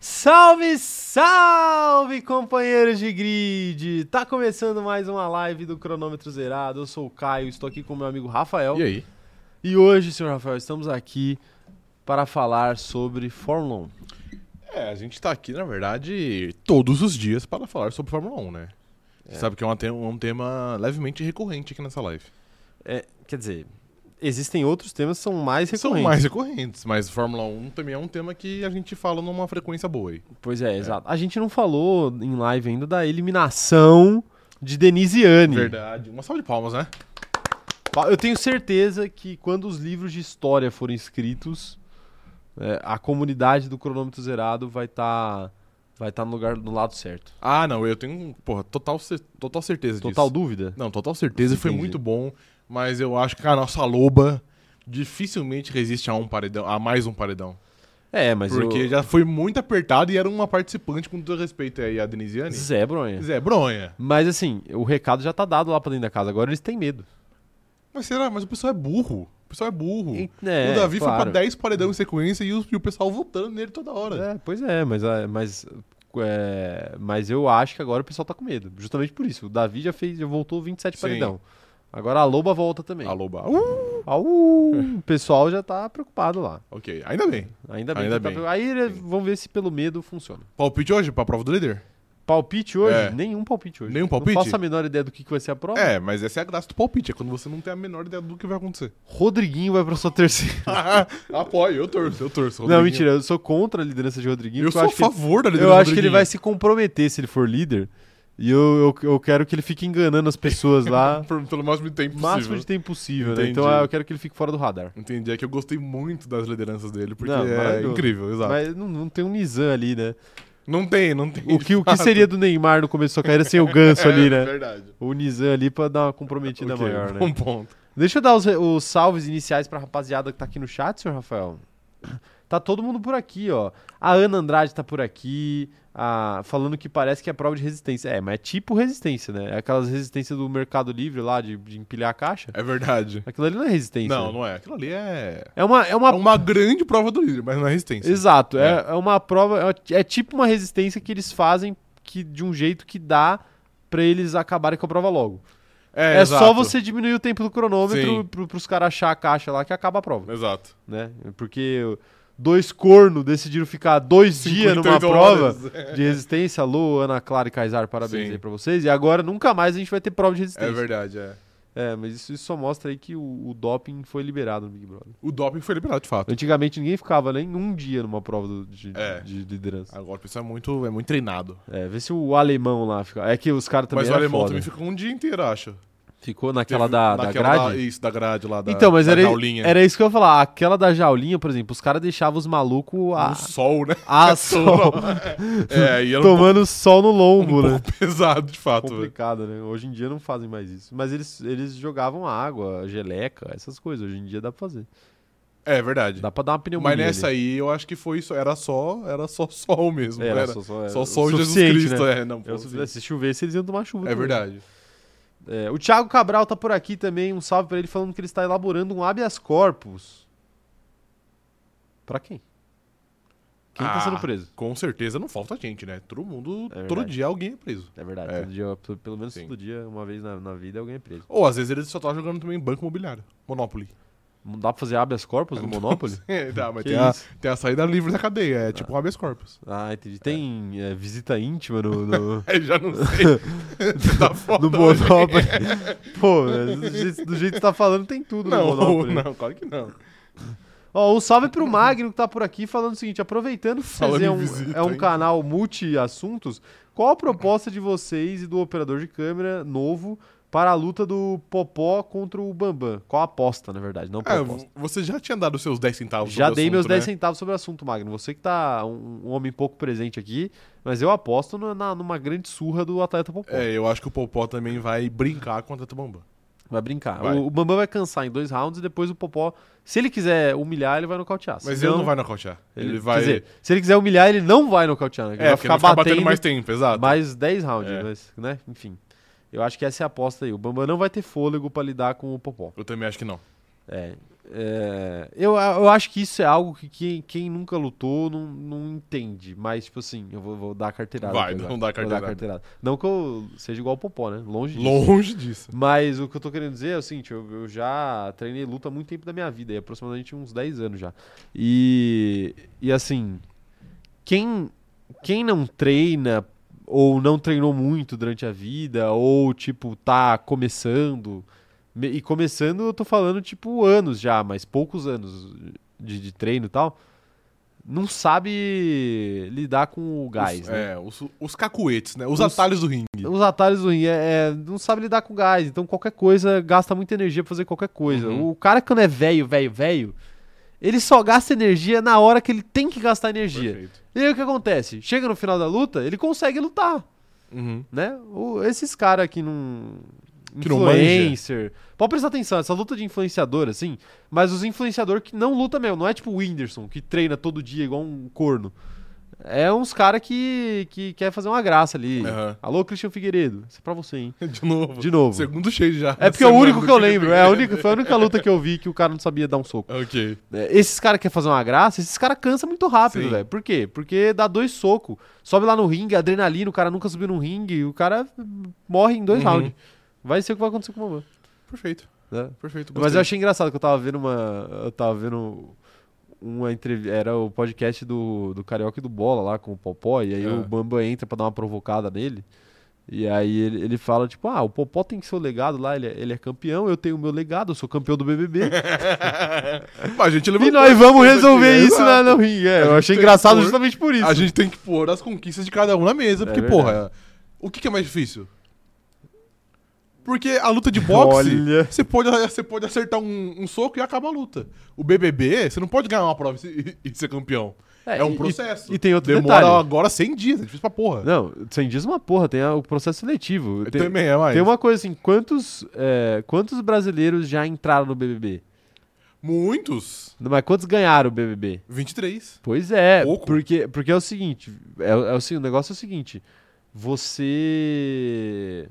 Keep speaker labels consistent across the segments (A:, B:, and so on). A: Salve, salve, companheiros de grid! Tá começando mais uma live do Cronômetro Zerado. Eu sou o Caio, estou aqui com meu amigo Rafael.
B: E aí?
A: E hoje, senhor Rafael, estamos aqui para falar sobre Fórmula 1.
B: É, a gente tá aqui, na verdade, todos os dias para falar sobre Fórmula 1, né? Você sabe que é uma te- um tema levemente recorrente aqui nessa live.
A: É, quer dizer, existem outros temas que são mais
B: São
A: recorrentes.
B: mais recorrentes, mas Fórmula 1 também é um tema que a gente fala numa frequência boa aí.
A: Pois é, exato. A gente não falou em live ainda da eliminação de Denisiane.
B: Verdade. Uma salva de palmas, né?
A: Pa- Eu tenho certeza que quando os livros de história forem escritos, é, a comunidade do cronômetro zerado vai estar vai tá no lugar no lado certo.
B: Ah, não, eu tenho, porra, total, cer- total certeza
A: Total
B: disso.
A: dúvida?
B: Não, total certeza, foi
A: Entendi.
B: muito bom, mas eu acho que a nossa loba dificilmente resiste a um paredão, a mais um paredão.
A: É, mas
B: porque
A: eu...
B: já foi muito apertado e era uma participante com todo respeito aí, a Denisiane.
A: Zé, é bronha.
B: Zé Bronha.
A: Mas assim, o recado já tá dado lá pra dentro da casa. Agora eles têm medo.
B: Mas será? Mas o pessoal é burro. O pessoal é burro.
A: É,
B: o Davi foi
A: claro.
B: pra 10 paredão em sequência e o, e o pessoal votando nele toda hora.
A: É, pois é, mas, é, mas, é, mas eu acho que agora o pessoal tá com medo. Justamente por isso. O Davi já fez, já voltou 27
B: Sim.
A: paredão. Agora a Loba volta também.
B: Alô, ba- uh,
A: Au! o pessoal já tá preocupado lá.
B: Ok, ainda bem.
A: Ainda bem.
B: Ainda
A: que tá-
B: bem.
A: Aí eh, vamos ver se pelo medo funciona.
B: Palpite hoje pra prova do líder?
A: Palpite hoje?
B: É.
A: Nenhum palpite hoje.
B: Nenhum palpite?
A: Não faço a menor ideia do que, que vai ser a prova.
B: É, mas essa é a graça do palpite, é quando você não tem a menor ideia do que vai acontecer.
A: Rodriguinho vai pra sua terceira.
B: Apoio, eu torço, eu torço.
A: Não,
B: Rodriguinho.
A: mentira. Eu sou contra a liderança de Rodriguinho.
B: Eu
A: porque
B: sou a
A: acho que ele-
B: favor da
A: Eu
B: liderança
A: acho que ele
B: Rodriguinho.
A: vai se comprometer se ele for líder. E eu, eu, eu quero que ele fique enganando as pessoas lá
B: Por- pelo máximo de tempo
A: o máximo
B: possível.
A: de tempo possível, né?
B: Entendi.
A: Então ah, eu quero que ele fique fora do radar.
B: Entendi, é que eu gostei muito das lideranças dele, porque
A: Não,
B: é
A: maravilhoso.
B: incrível, exato.
A: Mas não, não tem um Nizam ali, né?
B: Não tem, não tem.
A: O que, o que seria do Neymar no começo da sua carreira sem o Ganso ali,
B: É
A: né?
B: verdade.
A: O Nizam ali pra dar uma comprometida
B: Ok,
A: maior, né?
B: Bom ponto.
A: Deixa eu dar os, os salves iniciais pra rapaziada que tá aqui no chat, senhor Rafael. Tá todo mundo por aqui, ó. A Ana Andrade tá por aqui, a- falando que parece que é prova de resistência. É, mas é tipo resistência, né? É aquelas resistências do Mercado Livre lá, de, de empilhar a caixa.
B: É verdade.
A: Aquilo ali não é resistência.
B: Não,
A: né?
B: não é. Aquilo ali é.
A: É uma. É uma...
B: É uma grande prova do líder, mas não é resistência.
A: Exato, é. é uma prova. é uma- É tipo uma resistência que eles fazem que, de um jeito que dá pra eles acabarem com a prova logo. É, só
B: exato.
A: você diminuir o tempo do cronômetro
B: Sim.
A: pro, pros caras achar a caixa lá que acaba a prova.
B: Exato.
A: né? Porque dois corno decidiram ficar dois dias numa
B: 58
A: prova é
B: horas. É
A: de resistência. Alô, Ana Clara e Kaysar, parabéns
B: Sim.
A: aí pra vocês. E agora nunca mais a gente vai ter prova de
B: É
A: resistência.
B: verdade, é.
A: É, mas isso, isso só mostra aí que o, o doping foi liberado no Big Brother.
B: O doping foi liberado, de fato.
A: Antigamente ninguém ficava nem um dia numa prova do- de,
B: É.
A: de liderança.
B: Agora o pessoal é muito, é muito treinado.
A: É, vê se o alemão lá fica. É que os caras também.
B: mas o
A: era
B: alemão
A: foda.
B: também ficou um dia inteiro, acho.
A: Ficou naquela
B: Teve-
A: da, da
B: naquela
A: grade.
B: isso, da grade lá da
A: então, mas
B: da
A: era,
B: jaulinha.
A: era isso que eu ia falar. Aquela da jaulinha, por exemplo, os caras deixavam os malucos a,
B: No sol, né?
A: a sol.
B: É, e era um
A: tomando sol no lombo,
B: pouco, um
A: né?
B: pouco pesado, de fato. velho.
A: Complicado, né? Hoje em dia não fazem mais isso. Mas eles, eles jogavam água, geleca, essas coisas. Hoje em dia dá pra fazer.
B: É verdade.
A: Dá pra um dar uma pneumonia.
B: Mas é nessa aí eu acho que foi isso. Era só, era só sol mesmo.
A: Era,
B: Era,
A: É, só, só, era
B: só
A: o
B: sol de Jesus
A: suficiente,
B: Cristo.
A: né?
B: É, não, pô,
A: Eu,
B: assim,
A: se, se chovesse, eles iam tomar chuva.
B: é
A: também.
B: verdade.
A: É, o Thiago Cabral tá por aqui também. Um salve pra ele falando que ele está elaborando um habeas corpus. Pra quem? Quem tá
B: Ah.
A: sendo preso?
B: Com certeza não falta gente, né? Todo mundo,
A: É
B: todo
A: verdade.
B: dia alguém é preso.
A: É verdade.
B: É.
A: todo dia, p- pelo menos
B: Sim.
A: todo dia, uma vez na, na vida, alguém é preso.
B: Ou às vezes ele só tá jogando também banco imobiliário. Monopoly.
A: Não dá pra fazer habeas corpus no Monopoly?
B: É, tá, mas
A: Que
B: tem a,
A: isso?
B: tem a saída livre da cadeia. É tipo um habeas corpus.
A: Ah, entendi. Tem eh, visita íntima no, no,
B: É, já não sei. tá foda
A: no
B: hoje.
A: Monopoly. Pô, mas do jeito, do jeito que você tá falando, tem tudo no
B: Não,
A: Monopoly.
B: não, claro que não.
A: Ó, um salve pro Magno que tá por aqui falando o seguinte: aproveitando que vocês
B: Falando em
A: é um,
B: visita,
A: é um
B: hein?
A: canal multi-assuntos, qual a proposta de vocês e do operador de câmera novo para a luta do Popó contra o Bambam? Qual a aposta, na verdade? Não
B: É,
A: proposta.
B: vo- você já tinha dado seus 10 centavos
A: Já
B: sobre o
A: dei meus
B: assunto,
A: 10
B: né?
A: centavos sobre o assunto, Magno. Você que tá um, um homem pouco presente aqui, mas eu aposto no- na- numa grande surra do atleta Popó.
B: É, eu acho que o Popó também vai brincar com a Tata Bamba.
A: Vai brincar.
B: Vai.
A: O, o Bambam vai cansar em dois rounds e depois o Popó, se ele quiser humilhar, ele vai nocautear.
B: Mas
A: Senão,
B: ele não vai nocautear. Ele,
A: quer
B: vai.
A: dizer, se ele quiser humilhar, ele não vai nocautear. Né? Ele
B: é,
A: vai
B: porque ele
A: ficar
B: vai ficar
A: batendo,
B: mais tempo, exato.
A: mais 10 rounds,
B: É.
A: mas, né? Enfim. Eu acho que essa é a aposta aí. O Bambam não vai ter fôlego pra lidar com o Popó.
B: Eu também acho que não.
A: É, é, eu, eu acho que isso é algo que quem, quem nunca lutou não, não entende. Mas, tipo assim, eu vou, vou dar a carteirada.
B: Vai,
A: aqui agora.
B: não
A: Vou
B: dá
A: dar a
B: carteirada.
A: carteirada. Não que eu seja igual o Popó, né? Longe disso.
B: Longe disso.
A: Mas o que eu tô querendo dizer é o seguinte, eu, eu já treinei luta há muito tempo da minha vida, e aproximadamente uns 10 anos já. E, e assim, quem, quem não treina ou não treinou muito durante a vida, ou tipo, tá começando, me- e começando eu tô falando tipo anos já, mas poucos anos de, de treino e tal, não sabe lidar com o gás,
B: os,
A: né?
B: É, os, os cacuetes, né? Os,
A: Os-
B: atalhos do ringue.
A: Os atalhos do rim, é, é, não sabe lidar com gás, então qualquer coisa gasta muita energia pra fazer qualquer coisa.
B: Uhum.
A: O cara quando é velho, velho, velho, ele só gasta energia na hora que ele tem que gastar energia.
B: Perfeito.
A: E aí o que acontece? Chega no final da luta, ele consegue lutar,
B: Uhum.
A: né? O- esses caras que não
B: Que não manja.
A: influencer. Pode prestar atenção, essa luta de influenciador assim, mas os influenciadores que não luta mesmo, não é tipo o Whindersson que treina todo dia igual um corno. É uns caras que, que quer fazer uma graça ali.
B: Aham.
A: Alô, Christian Figueiredo. Isso é pra você, hein?
B: De novo.
A: De novo.
B: Segundo cheio já.
A: É porque é o
B: Semana
A: único
B: do
A: que eu
B: Chico
A: lembro. É a única, foi a única luta que eu vi que o cara não sabia dar um soco.
B: Ok.
A: É, Esses caras que querem fazer uma graça, esses caras cansam muito rápido,
B: Sim.
A: velho. Por quê? Porque dá dois socos, sobe lá no ringue, adrenalina, o cara nunca subiu num ringue, o cara morre em dois
B: Uhum.
A: rounds. Vai ser o que vai acontecer com o Mamãe.
B: Perfeito.
A: Né?
B: Perfeito.
A: Mas
B: gostei.
A: eu achei engraçado que eu tava vendo uma. Eu tava vendo uma entrevista. Era o podcast do, do Carioca e do Bola lá com o Popó. E aí
B: Ah.
A: o Bamba entra pra dar uma provocada nele. E aí ele, ele fala, tipo, ah, o Popó tem seu legado lá, ele, é- ele é campeão, eu tenho o meu legado, eu sou campeão do BBB.
B: É Mas a gente levantou
A: e nós vamos
B: isso
A: resolver
B: aqui,
A: isso
B: exato.
A: na, no ringue. É,
B: A
A: eu
B: gente
A: achei
B: tem
A: engraçado
B: que pôr-
A: justamente por isso.
B: A gente tem que pôr as conquistas de cada um na mesa,
A: É
B: porque,
A: verdade.
B: porra, o que, que é mais difícil? Porque a luta de boxe,
A: Olha.
B: você pode, você pode acertar um, um soco e acaba a luta. O BBB, você não pode ganhar uma prova e, se- e ser campeão. É,
A: e-
B: um
A: e-
B: processo.
A: E, tem outro
B: Demora
A: detalhe.
B: agora 100 dias, é difícil pra porra.
A: Não, sem diz uma porra, tem a- o processo seletivo. Tem,
B: Também é mais.
A: tem uma coisa assim, quantos, é, quantos brasileiros já entraram no BBB?
B: Muitos.
A: Mas quantos ganharam o BBB?
B: 23.
A: Pois é,
B: Pouco.
A: porque, porque é o seguinte, é, é o, seguinte, o negócio é o seguinte, você...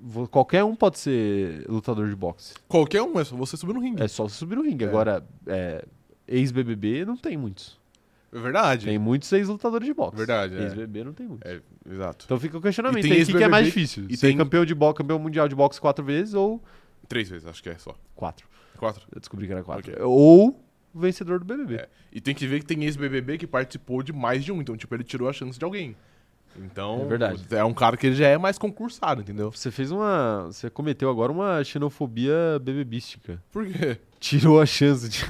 A: vo- Qualquer um pode ser lutador de boxe.
B: Qualquer um, é só você subir no ringue.
A: É só você subir no ringue.
B: É.
A: Agora, é, ex-BBB não tem muitos.
B: É verdade.
A: Tem muitos ex-lutadores de boxe.
B: Verdade, é.
A: Ex-BBB não tem muitos.
B: É, exato.
A: Então fica o questionamento.
B: E tem
A: aí, O que, que é mais
B: ex-BBB
A: difícil?
B: e
A: ser
B: tem-
A: campeão de boxe, campeão mundial de boxe quatro vezes ou
B: Três vezes, acho que é só.
A: quatro?
B: Quatro.
A: Eu descobri que era quatro.
B: Ok.
A: Ou vencedor do BBB.
B: É. E tem que ver que tem ex-BBB que participou de mais de um. Então, tipo, ele tirou a chance de alguém. Então,
A: É verdade.
B: é um cara que ele já é mais concursado, entendeu?
A: Você fez uma. Você cometeu agora uma xenofobia bebebística.
B: Por quê?
A: Tirou a chance de.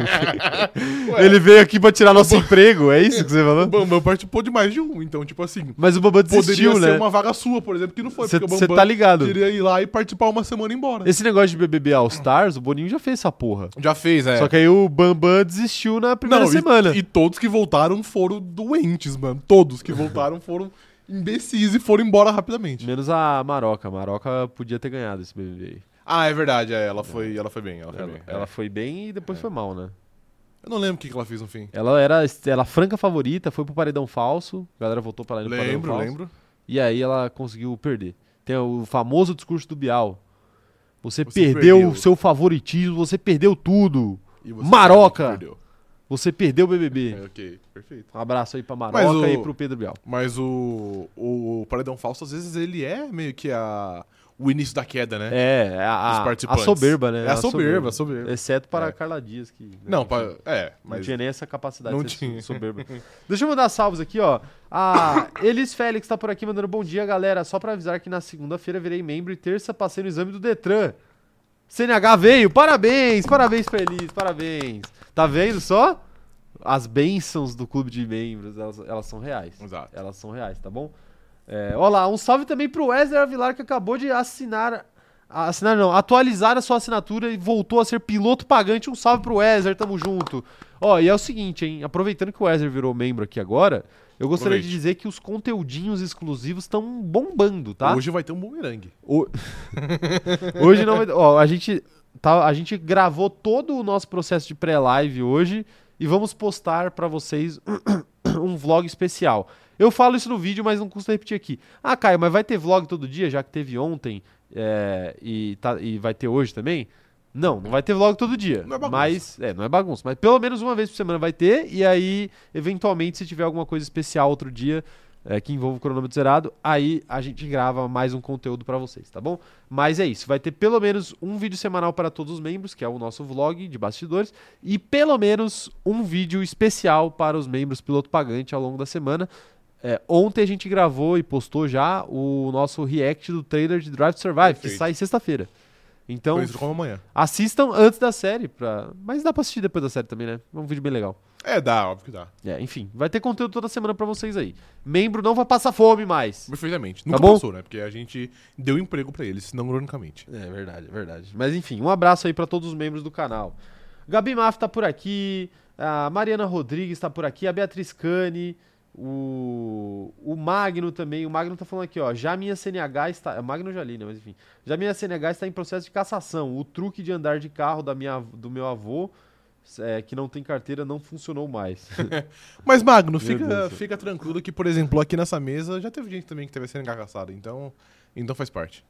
B: Ué,
A: Ele veio aqui pra tirar nosso emprego, é isso que você
B: o
A: falou?
B: Bambam participou de mais de um. Então, tipo assim,
A: Mas o Bambam
B: poderia
A: desistiu,
B: ser
A: né?
B: uma vaga sua, por exemplo, que não foi.
A: Você
B: porque o
A: você
B: Bambam
A: tá ligado.
B: queria ir lá e participar uma semana e ir embora.
A: Esse negócio de BBB All Stars, o Boninho já fez essa porra.
B: Já fez, é.
A: Só que aí o Bambam desistiu na primeira
B: Não, e-
A: semana.
B: E, todos que voltaram foram doentes, mano. Todos que voltaram foram imbecis e foram embora rapidamente.
A: Menos a Maroca. A Maroca podia ter ganhado esse BBB. aí.
B: Ah, é verdade, é, ela foi, ela foi bem, ela é. foi
A: Ela, é.
B: bem.
A: ela foi bem e depois foi mal, né?
B: Eu não lembro o que que ela fez no fim.
A: Ela era ela é franca favorita, foi pro paredão falso. A galera votou pra ela ir no paredão
B: Lembro,
A: falso.
B: lembro.
A: E aí ela conseguiu perder. Tem o famoso discurso do Bial. Você,
B: Você
A: perdeu,
B: perdeu.
A: o seu favoritismo, você perdeu tudo.
B: E
A: Maroca!
B: Perdeu.
A: Você perdeu o BBB.
B: É, ok, perfeito.
A: Um abraço aí pra
B: Mas
A: Maroca
B: o-
A: e pro Pedro Bial.
B: Mas o, o Paredão Falso, às vezes, ele é meio que a, o início da queda, né?
A: É, é a,
B: Os
A: a-
B: participantes.
A: a soberba, né?
B: É a soberba, a soberba.
A: Exceto para
B: É.
A: a Carla Dias, que né,
B: Não,
A: que
B: pa- é,
A: não
B: mas
A: tinha nem essa capacidade
B: não
A: de ser
B: tinha.
A: soberba. Deixa eu mandar salvos aqui, ó. A Elis Félix tá por aqui mandando bom dia, galera. Só pra avisar que na segunda-feira virei membro e terça passei no exame do Detran. CNH veio, parabéns, parabéns pra Elis, parabéns. Tá vendo só? As bênçãos do clube de membros, elas, elas são reais.
B: Exato.
A: Elas são reais, tá bom? É, ó lá, um salve também pro Wesley Avilar que acabou de assinar. a- Assinar não, atualizar a sua assinatura e voltou a ser piloto pagante. Um salve pro Wesley, tamo junto. Ó, e é o seguinte, hein? Aproveitando que o Wesley virou membro aqui agora, eu gostaria de
B: Aproveite.
A: dizer que os conteúdinhos exclusivos estão bombando, tá? Então-
B: hoje vai ter um bumerangue.
A: O- hoje não vai. Ó, a gente, tá, a gente gravou todo o nosso processo de pré-live hoje e vamos postar pra vocês um vlog especial. Eu falo isso no vídeo, mas não custa repetir aqui. Ah, Caio, mas vai ter vlog todo dia, já que teve ontem é, e, tá- e vai ter hoje também? Não, não vai ter vlog todo dia.
B: Não é bagunça.
A: mas, é, não é bagunça. Mas pelo menos uma vez por semana vai ter. E aí, eventualmente, se tiver alguma coisa especial outro dia é, que envolva o cronômetro zerado, aí a gente grava mais um conteúdo pra vocês, tá bom? Mas é isso. Vai ter pelo menos um vídeo semanal para todos os membros, que é o nosso vlog de bastidores. E pelo menos um vídeo especial para os membros piloto pagante ao longo da semana. É, ontem a gente gravou e postou já o nosso react do trailer de Drive to Survive, que
B: Perfeito.
A: sai sexta-feira. Então,
B: Por isso eu como amanhã.
A: Assistam antes da série, pra... mas dá pra assistir depois da série também, né? É um vídeo bem legal.
B: É, dá, óbvio que dá.
A: É, enfim, vai ter conteúdo toda semana pra vocês aí. Membro não vai passar fome mais.
B: Perfeitamente.
A: Tá
B: Nunca
A: bom?
B: passou, né? Porque a gente deu emprego pra eles, não ironicamente.
A: É verdade, é verdade. Mas enfim, um abraço aí pra todos os membros do canal. Gabi Maff tá por aqui, a Mariana Rodrigues tá por aqui, a Beatriz Cane, o, o Magno também. O Magno tá falando aqui, ó. Já minha CNH está. O Magno eu já li, né? Mas enfim. Já minha CNH está em processo de cassação. O truque de andar de carro da minha, do meu avô, é, que não tem carteira, não funcionou mais.
B: Mas, Magno,
A: Meu Deus
B: fica,
A: do céu.
B: fica tranquilo que, por exemplo, aqui nessa mesa já teve gente também que teve a CNH caçada, então, então faz parte.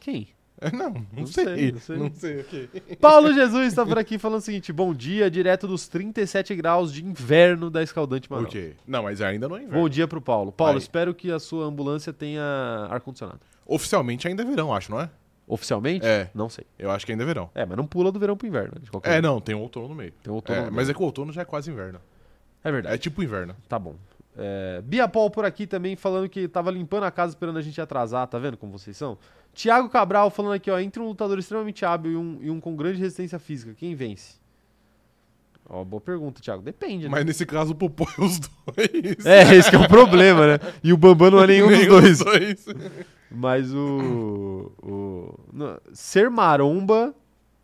A: Quem?
B: É, Não, não,
A: Não
B: sei,
A: sei, não sei.
B: Não sei, ok.
A: Paulo Jesus está por aqui falando o seguinte: bom dia, direto dos 37 graus de inverno da Escaldante Manaus.
B: Ok. Não, mas ainda não é inverno.
A: Bom dia pro Paulo. Paulo,
B: Aí.
A: espero que a sua ambulância tenha ar-condicionado.
B: Oficialmente ainda é verão, acho, não é?
A: Oficialmente?
B: É.
A: Não sei.
B: Eu acho que ainda é verão.
A: É, mas não pula do verão pro inverno. né, De qualquer
B: É,
A: jeito.
B: não, tem outono no meio.
A: Tem outono
B: É,
A: no
B: mas é que o outono já é quase inverno.
A: É verdade.
B: É tipo inverno.
A: Tá bom. É, Bia Paul por aqui também falando que tava limpando a casa esperando a gente atrasar, tá vendo como vocês são? Tiago Cabral falando aqui, ó, entre um lutador extremamente hábil e um, e um com grande resistência física, quem vence? Ó, boa pergunta, Tiago. Depende, né?
B: Mas nesse caso, o Popó é os dois.
A: É, esse que é o problema, né? E o Bambam não é nenhum dos
B: Nem
A: dois.
B: os dois.
A: Mas o. o- não, ser maromba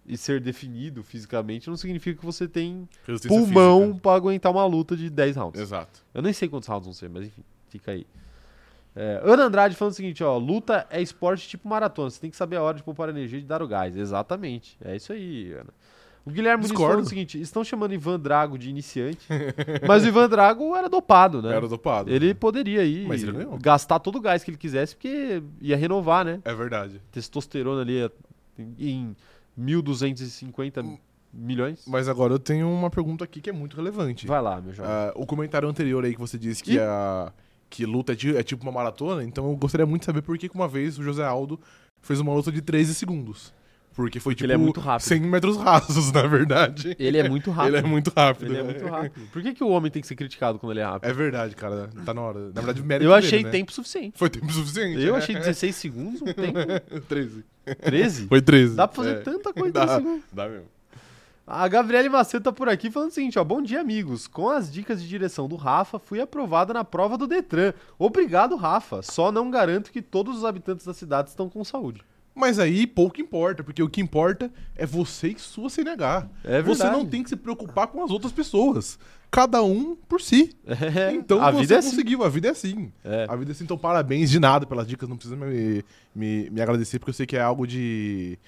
A: e ser definido fisicamente não significa que você tem
B: Resistência
A: pulmão
B: física.
A: pra aguentar uma luta de 10 rounds.
B: Exato.
A: Eu nem sei quantos rounds vão ser, mas enfim, fica aí. É, Ana Andrade falando o seguinte, ó, luta é esporte tipo maratona, você tem que saber a hora de poupar energia e de dar o gás. Exatamente, é isso aí, Ana. O Guilherme Muniz
B: Discordo.
A: falando o seguinte, estão chamando Ivan Drago de iniciante, mas o Ivan Drago era dopado, né?
B: Era dopado.
A: Ele poderia aí
B: Mas ele ganhou.
A: gastar todo o gás que ele quisesse, porque ia renovar, né?
B: É verdade.
A: Testosterona ali é em 1250 milhões.
B: Mas agora eu tenho uma pergunta aqui que é muito relevante.
A: Vai lá, meu jovem.
B: Ah, o comentário anterior aí que você disse que
A: É.
B: é
A: Ih.
B: a que luta é ti- é tipo uma maratona, então eu gostaria muito de saber por que que uma vez o José Aldo fez uma luta de 13 segundos. Porque foi
A: Porque
B: tipo
A: ele é muito rápido.
B: 100 metros rasos, na verdade.
A: Ele é muito rápido.
B: Ele é muito rápido.
A: Ele é muito rápido. Por que, que o homem tem que ser criticado quando ele é rápido?
B: É verdade, cara. Tá na hora. Na verdade, mérito
A: Eu achei
B: dele, né?
A: tempo suficiente.
B: Foi tempo suficiente.
A: Eu
B: né?
A: achei 16 segundos, um tempo
B: 13.
A: 13.
B: Foi 13.
A: Dá pra fazer
B: É.
A: tanta coisa assim, né? em 13
B: Dá,
A: segundos.
B: dá mesmo.
A: A Gabriele Macedo tá por aqui falando o seguinte, ó. Bom dia, amigos. Com as dicas de direção do Rafa, fui aprovada na prova do Detran. Obrigado, Rafa. Só não garanto que todos os habitantes da cidade estão com saúde.
B: Mas aí pouco importa, porque o que importa é você e sua CNH.
A: É
B: Você
A: verdade.
B: não tem que se preocupar com as outras pessoas. Cada um por si.
A: É,
B: Então
A: a
B: você
A: vida é assim.
B: conseguiu, a vida é assim.
A: É.
B: A vida é assim, então parabéns de nada pelas dicas, não precisa me, me, me agradecer, porque eu sei que é algo de,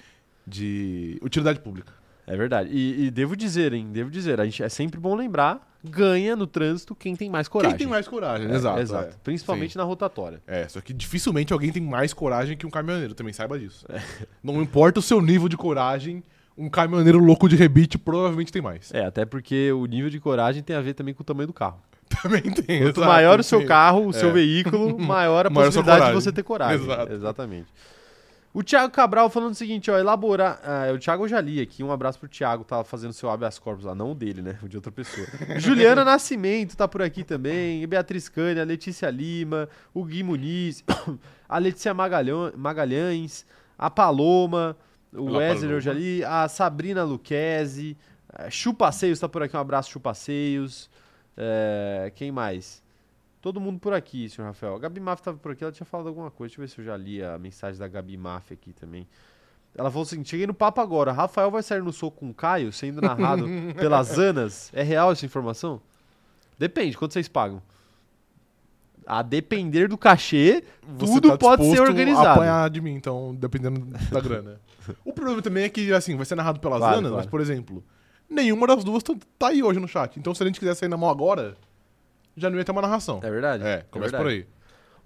B: de utilidade pública.
A: É verdade. E, e devo dizer, hein? Devo dizer, a gente é sempre bom lembrar, ganha no trânsito quem tem mais coragem.
B: Quem tem mais coragem,
A: É,
B: exato.
A: exato. Principalmente
B: Sim.
A: na rotatória.
B: É, só que dificilmente alguém tem mais coragem que um caminhoneiro, também saiba disso.
A: É.
B: Não importa o seu nível de coragem, um caminhoneiro louco de rebite provavelmente tem mais.
A: É, até porque o nível de coragem tem a ver também com o tamanho do carro.
B: Também tem.
A: Quanto
B: exato,
A: maior o seu
B: sim.
A: carro, o seu
B: É.
A: veículo, maior a
B: Maior a
A: possibilidade
B: sua
A: de
B: coragem.
A: você ter coragem.
B: Exato.
A: Exatamente. O Thiago Cabral falando o seguinte, ó, elaborar. Ah, o Thiago eu já li aqui. Um abraço pro Thiago, tava fazendo seu habeas corpus lá, não o dele, né? O de outra pessoa. Juliana Nascimento tá por aqui também. Beatriz Cânia, Letícia Lima, o Gui Muniz, a Letícia Magalhão- Magalhães, a Paloma, o
B: Olá,
A: Wesley eu já
B: Paloma.
A: li, a Sabrina Luquezzi, eh, Chupasseios tá por aqui, um abraço, Chupasseios. É, quem mais? Todo mundo por aqui, senhor Rafael. A Gabi Maff estava por aqui, ela tinha falado alguma coisa. Deixa eu ver se eu já li a mensagem da Gabi Maff aqui também. Ela falou o seguinte: cheguei no papo agora. Rafael vai sair no soco com Caio, sendo narrado pelas Anas. É real essa informação? Depende, quanto vocês pagam? A depender do cachê,
B: Você
A: tudo
B: tá
A: pode ser
B: disposto a
A: organizado.
B: apanhar de mim, então, dependendo da grana. o problema também é que, assim, vai ser narrado pelas
A: Claro,
B: anas,
A: claro.
B: mas, por exemplo, nenhuma das duas tá- tá aí hoje no chat. Então, se a gente quiser sair na mão agora, já não ia ter uma narração.
A: É verdade.
B: É, começa por
A: verdade.
B: aí.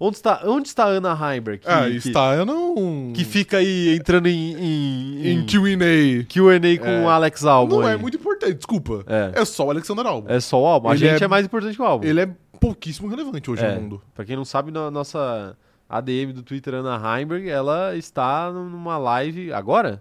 A: Onde está, onde está a Ana Heimberg? Que,
B: Ah,
A: que-
B: está, eu não.
A: que fica aí entrando em, em,
B: em
A: em
B: QA.
A: QA com o Alex Albon.
B: Não é
A: aí.
B: muito importante, desculpa.
A: É.
B: É, só o Alexander Albon.
A: É só o álbum. A
B: Ele
A: gente é...
B: é-
A: mais importante que o álbum.
B: Ele é pouquíssimo relevante hoje
A: É.
B: no mundo.
A: Pra quem não sabe, na nossa ADM do Twitter, Ana Heimberg, ela está numa live agora?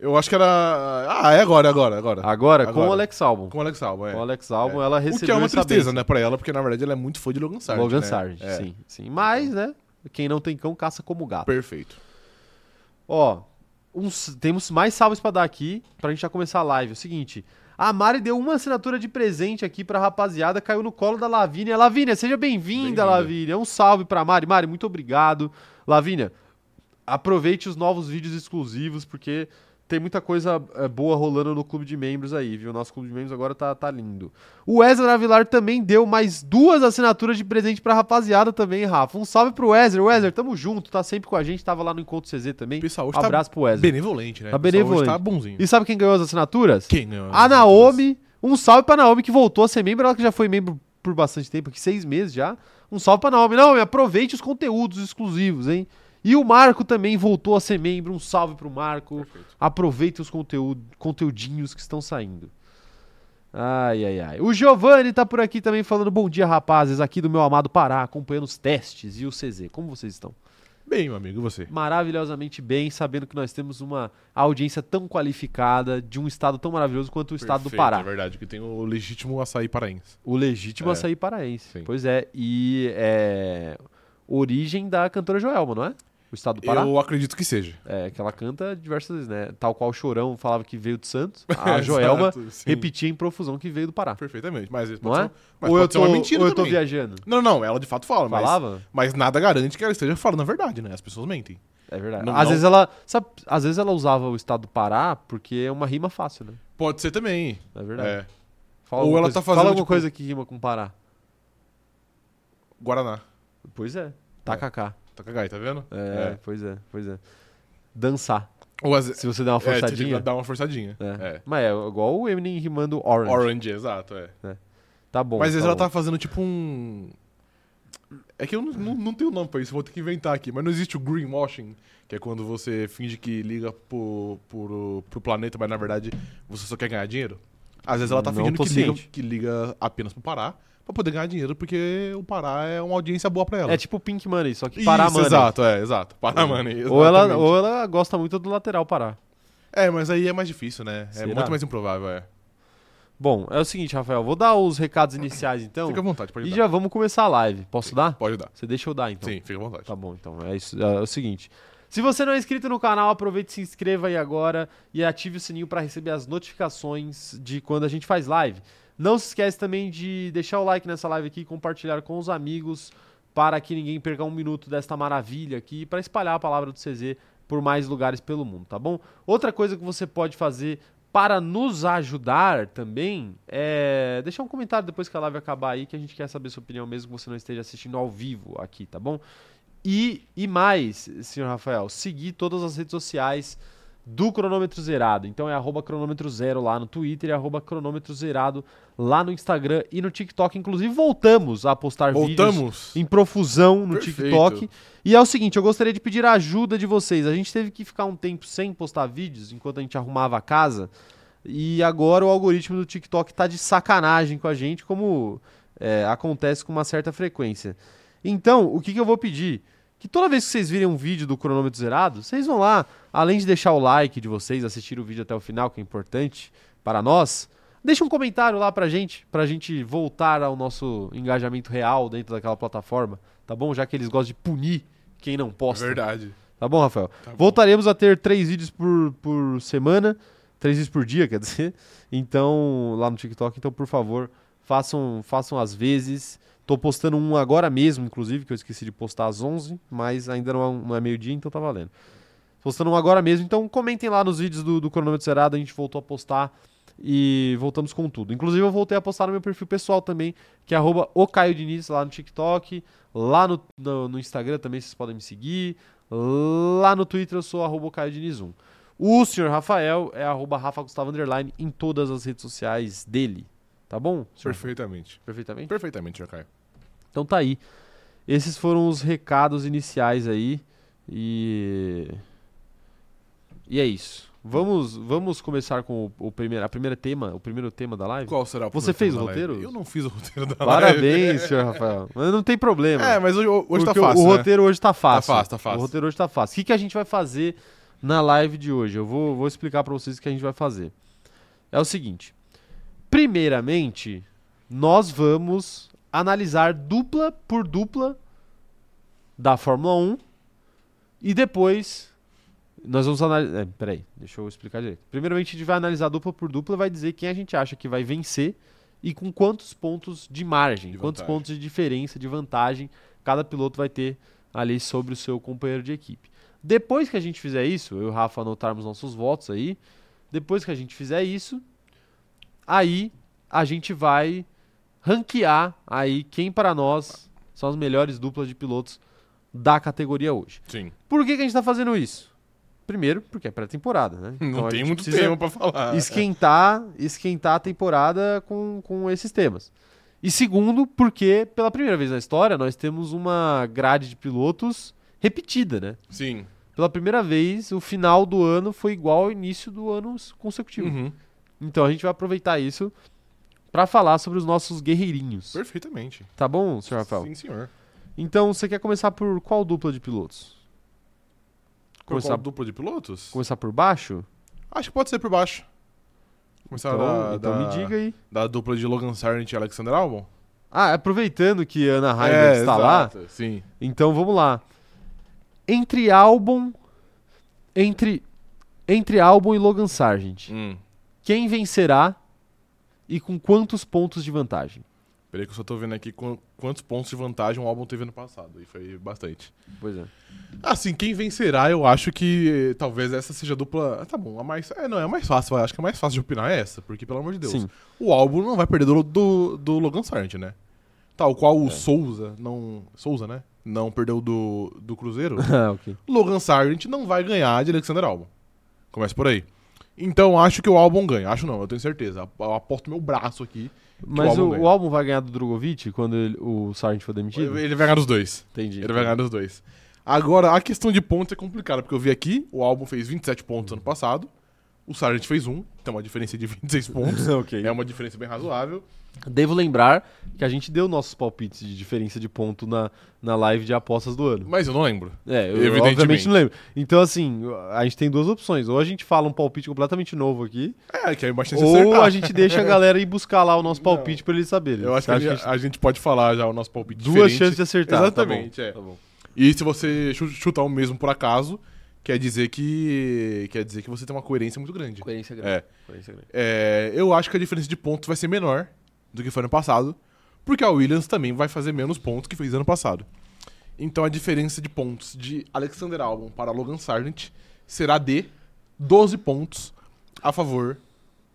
B: Eu acho que era. Ah, é agora, é agora, é agora.
A: Agora, com
B: Agora.
A: o Alex Albon.
B: Com o Alex Albon, é.
A: Com o Alex Albon, ela
B: O
A: recebeu
B: que é uma
A: essa
B: tristeza,
A: benção.
B: né, pra ela, porque na verdade ela é muito fã de Logan Sargent.
A: Logan
B: né?
A: Sargent,
B: É.
A: sim, sim. Mas, né, quem não tem cão, caça como gato.
B: Perfeito.
A: Ó, uns- temos mais salves pra dar aqui, pra gente já começar a live. É o seguinte, a Mari deu uma assinatura de presente aqui pra rapaziada, caiu no colo da Lavínia. Lavínia, seja bem-vinda,
B: Bem-vinda.
A: Lavínia. Um salve pra Mari. Mari, muito obrigado. Lavínia, aproveite os novos vídeos exclusivos, porque tem muita coisa eh, boa rolando no clube de membros aí, viu? Nosso clube de membros agora tá, tá lindo. O Ezra Avilar também deu mais duas assinaturas de presente pra rapaziada também, Rafa. Um salve pro Ezra. O Ezra, tamo junto, tá sempre com a gente, tava lá no Encontro CZ também.
B: O pessoal hoje tá
A: Abraço pro Wesley.
B: benevolente, né?
A: Tá
B: O pessoal hoje
A: benevolente.
B: Tá bonzinho.
A: E sabe quem ganhou as assinaturas?
B: Quem ganhou?
A: A Ah, Naomi. Um salve pra Naomi que voltou a ser membro. Ela que já foi membro por bastante tempo, aqui seis meses já. Um salve pra Naomi. Naomi, aproveite os conteúdos exclusivos, hein? E o Marco também voltou a ser membro. Um salve pro Marco.
B: Perfeito.
A: Aproveite os conteúdo, conteúdinhos que estão saindo. Ai, ai, ai. O Giovanni tá por aqui também falando bom dia, rapazes, aqui do meu amado Pará, acompanhando os testes e o CZ. Como vocês estão?
B: Bem, meu amigo, e você?
A: maravilhosamente bem, sabendo que nós temos uma audiência tão qualificada de um estado tão maravilhoso quanto o estado do
B: Perfeito,
A: Pará.
B: É verdade, que tem o legítimo açaí paraense.
A: O legítimo
B: É.
A: açaí paraense.
B: Sim.
A: Pois é, e é origem da cantora Joelma, não é? O estado do Pará.
B: Eu acredito que seja.
A: É, que ela canta diversas vezes, né? Tal qual o Chorão falava que veio de Santos, Ah, a Joelma
B: Exato, sim.
A: repetia em profusão que veio do Pará.
B: Perfeitamente. Mas isso
A: Não é?
B: pode ser, um- mas
A: ou eu
B: pode ser
A: tô,
B: uma mentira
A: ou eu tô
B: também.
A: viajando?
B: Não, não, ela de fato fala, mas,
A: Falava?
B: mas nada garante que ela esteja falando a verdade, né? As pessoas mentem.
A: É verdade.
B: Não-
A: às,
B: não-
A: Vezes ela, sabe, às vezes ela usava o estado do Pará porque é uma rima fácil, né?
B: Pode ser também.
A: É verdade.
B: É.
A: Fala
B: Ou
A: alguma
B: ela
A: coisa-
B: tá fazendo,
A: Fala alguma
B: tipo-
A: coisa que rima com Pará.
B: É, Guaraná.
A: Pois é. Tacacá.
B: Tá cagai, tá vendo?
A: É, pois é, pois é. Dançar,
B: Ou às vezes.
A: se você der uma
B: É, tem
A: forçadinha.
B: que dar uma forçadinha.
A: É.
B: É.
A: Mas é igual o Eminem rimando Orange.
B: Orange, exato, é.
A: Tá bom.
B: Mas às vezes ela
A: bom.
B: tá fazendo tipo um. É que eu não, não, não tenho nome pra isso, eu vou ter que inventar aqui. Mas não existe o greenwashing, que é quando você finge que liga pro, pro, pro planeta, mas na verdade você só quer ganhar dinheiro. Às vezes ela tá
A: Não
B: fingindo
A: tô
B: que liga,
A: ciente.
B: que liga apenas pro Pará pra poder ganhar dinheiro, porque o Pará é uma audiência boa pra ela.
A: É tipo Pink Money, só que Pará
B: Isso,
A: Money.
B: Exato, é, exato. Pará Money.
A: Ou ela,
B: exatamente.
A: ou ela gosta muito do lateral Pará.
B: É, mas aí é mais difícil, né?
A: Será?
B: É muito mais improvável, é.
A: Bom, é o seguinte, Rafael, vou dar os recados iniciais então.
B: Fica à vontade, pode
A: E
B: dar.
A: já vamos começar a live. Posso dar?
B: Pode dar.
A: Você deixa eu dar então.
B: Sim, fica à vontade.
A: Tá bom, então. É, isso, é o seguinte. Se você não é inscrito no canal, aproveite e se inscreva aí agora e ative o sininho para receber as notificações de quando a gente faz live. Não se esquece também de deixar o like nessa live aqui e compartilhar com os amigos para que ninguém perca um minuto desta maravilha aqui para espalhar a palavra do CZ por mais lugares pelo mundo, tá bom? Outra coisa que você pode fazer para nos ajudar também é deixar um comentário depois que a live acabar aí que a gente quer saber sua opinião mesmo que você não esteja assistindo ao vivo aqui, tá bom? E, e mais, senhor Rafael, seguir todas as redes sociais do cronômetro zerado. Então é arroba cronômetro zero lá no Twitter e arroba cronômetro zerado lá no Instagram e no TikTok. Inclusive, voltamos a postar vídeos
B: Voltamos.
A: em profusão no
B: Perfeito.
A: TikTok. E é o seguinte, eu gostaria de pedir a ajuda de vocês. A gente teve que ficar um tempo sem postar vídeos enquanto a gente arrumava a casa. E agora o algoritmo do TikTok tá de sacanagem com a gente, como é, acontece com uma certa frequência. Então, o que, que eu vou pedir? Que toda vez que vocês virem um vídeo do cronômetro zerado, vocês vão lá, além de deixar o like de vocês, assistir o vídeo até o final, que é importante para nós, deixa um comentário lá pra gente, pra gente voltar ao nosso engajamento real dentro daquela plataforma, tá bom? Já que eles gostam de punir quem não posta.
B: Verdade.
A: Tá bom, Rafael?
B: Tá bom.
A: Voltaremos a ter três vídeos por, por semana, três vídeos por dia, quer dizer. Então, lá no TikTok, então, por favor, façam, façam às vezes. Tô postando um agora mesmo, inclusive, que eu esqueci de postar às 11, mas ainda não é, um- não é meio-dia, então tá valendo. Postando um agora mesmo, então comentem lá nos vídeos do, do Cronômetro Zerado, a gente voltou a postar e voltamos com tudo. Inclusive, eu voltei a postar no meu perfil pessoal também, que é arroba o Caio Diniz lá no TikTok, lá no, no, no Instagram também vocês podem me seguir, lá no Twitter eu sou arroba o Caio Diniz 1. O senhor Rafael é arroba Rafa Gustavo Underline em todas as redes sociais dele, tá bom? senhor?
B: Perfeitamente.
A: Perfeitamente?
B: Perfeitamente, Jacaio.
A: Então tá aí. Esses foram os recados iniciais aí. E. E é isso. Vamos, vamos começar com o, o primeiro, a primeira tema, o primeiro tema da live?
B: Qual será o
A: Você
B: primeiro
A: fez
B: tema
A: o
B: da live?
A: roteiro?
B: Eu não fiz o roteiro da live.
A: Parabéns, senhor Rafael. Mas não tem problema.
B: É, mas hoje, hoje tá
A: Porque o-
B: fácil.
A: O
B: né?
A: roteiro hoje tá fácil.
B: fácil, tá fácil.
A: O roteiro hoje tá fácil. O que, que a gente vai fazer na live de hoje? Eu vou, vou explicar pra vocês o que a gente vai fazer. É o seguinte. Primeiramente, nós vamos analisar dupla por dupla da Fórmula 1 e depois nós vamos analisar. peraí, deixa eu explicar direito. Primeiramente, a gente vai analisar dupla por dupla e vai dizer quem a gente acha que vai vencer e com quantos pontos de margem,
B: De
A: quantos
B: vantagem.
A: pontos de diferença, de vantagem cada piloto vai ter ali sobre o seu companheiro de equipe. Depois que a gente fizer isso, eu e o Rafa anotarmos nossos votos aí, depois que a gente fizer isso, aí a gente vai ranquear aí quem para nós são as melhores duplas de pilotos da categoria hoje.
B: Sim.
A: Por que, que a gente tá fazendo isso? Primeiro, porque é pré-temporada, né?
B: Não
A: Então a
B: tem
A: gente
B: muito
A: precisa
B: tema pra falar.
A: Esquentar, esquentar a temporada com, com esses temas. E segundo, porque pela primeira vez na história nós temos uma grade de pilotos repetida, né?
B: Sim.
A: Pela primeira vez, o final do ano foi igual ao início do ano consecutivo.
B: Uhum.
A: Então a gente vai aproveitar isso pra falar sobre os nossos guerreirinhos.
B: Perfeitamente.
A: Tá bom, senhor Rafael?
B: Sim, senhor.
A: Então você quer começar por qual dupla de pilotos?
B: Qual,
A: Começar-
B: qual dupla de pilotos?
A: Começar por baixo?
B: Acho que pode ser por baixo. Começar
A: Então,
B: da,
A: então
B: da-
A: me diga aí.
B: Da dupla de Logan Sargent e Alexander Albon? É,
A: Ah, aproveitando que a Ana Heimberg está lá,
B: exato, Sim.
A: então vamos lá. Entre Albon, entre entre Albon e Logan Sargent,
B: Hum.
A: quem vencerá e com quantos pontos de vantagem?
B: Peraí que eu só tô vendo aqui qu- quantos pontos de vantagem o álbum teve ano passado. E foi bastante.
A: Pois é.
B: Assim, quem vencerá, eu acho que eh, talvez essa seja a dupla. Ah, tá bom, a mais. É, não, é a mais fácil. vai. Acho que a mais fácil de opinar é essa, porque, pelo amor de Deus,
A: Sim.
B: o álbum não vai perder do, do, do Logan Sargent, né? Tal qual o Souza não. Souza, né? Não perdeu do, do Cruzeiro.
A: Ah, ok.
B: Logan Sargent não vai ganhar de Alexander Albon. Começa por aí. Então, acho que o álbum ganha. Acho não, eu tenho certeza. Ap- Eu aposto meu braço aqui.
A: Mas
B: Albon
A: o,
B: ganha.
A: o Albon vai ganhar do Drogovic quando ele- o Sargent for demitido?
B: Ele vai ganhar dos dois.
A: Entendi.
B: Ele vai ganhar dos dois. Agora, a questão de pontos é complicada, porque eu vi aqui, o álbum fez 27 pontos ano passado, o Sargent fez um, então uma diferença de 26 pontos.
A: ok.
B: É uma diferença bem razoável.
A: Devo lembrar que a gente deu nossos palpites de diferença de ponto na, na live de apostas do ano.
B: Mas eu não lembro.
A: É, eu
B: Evidentemente.
A: obviamente não lembro. Então, assim, a gente tem duas opções. Ou a gente fala um palpite completamente novo aqui,
B: É, que é uma chance de
A: ou
B: acertar.
A: a gente deixa a galera ir buscar lá o nosso palpite pra eles saberem.
B: Eu acho que,
A: Você
B: a,
A: acha
B: gente, a gente pode falar já o nosso palpite
A: duas
B: diferente.
A: chances de acertar.
B: Exatamente,
A: tá bom,
B: é.
A: tá bom.
B: E se você chu- chutar o mesmo por acaso, quer dizer que quer dizer que você tem uma coerência muito grande.
A: Coerência grande.
B: É. É, eu acho que a diferença de pontos vai ser menor do que foi ano passado, porque a Williams também vai fazer menos pontos que fez ano passado. Então a diferença de pontos de Alexander Albon para Logan Sargent será de 12 pontos a favor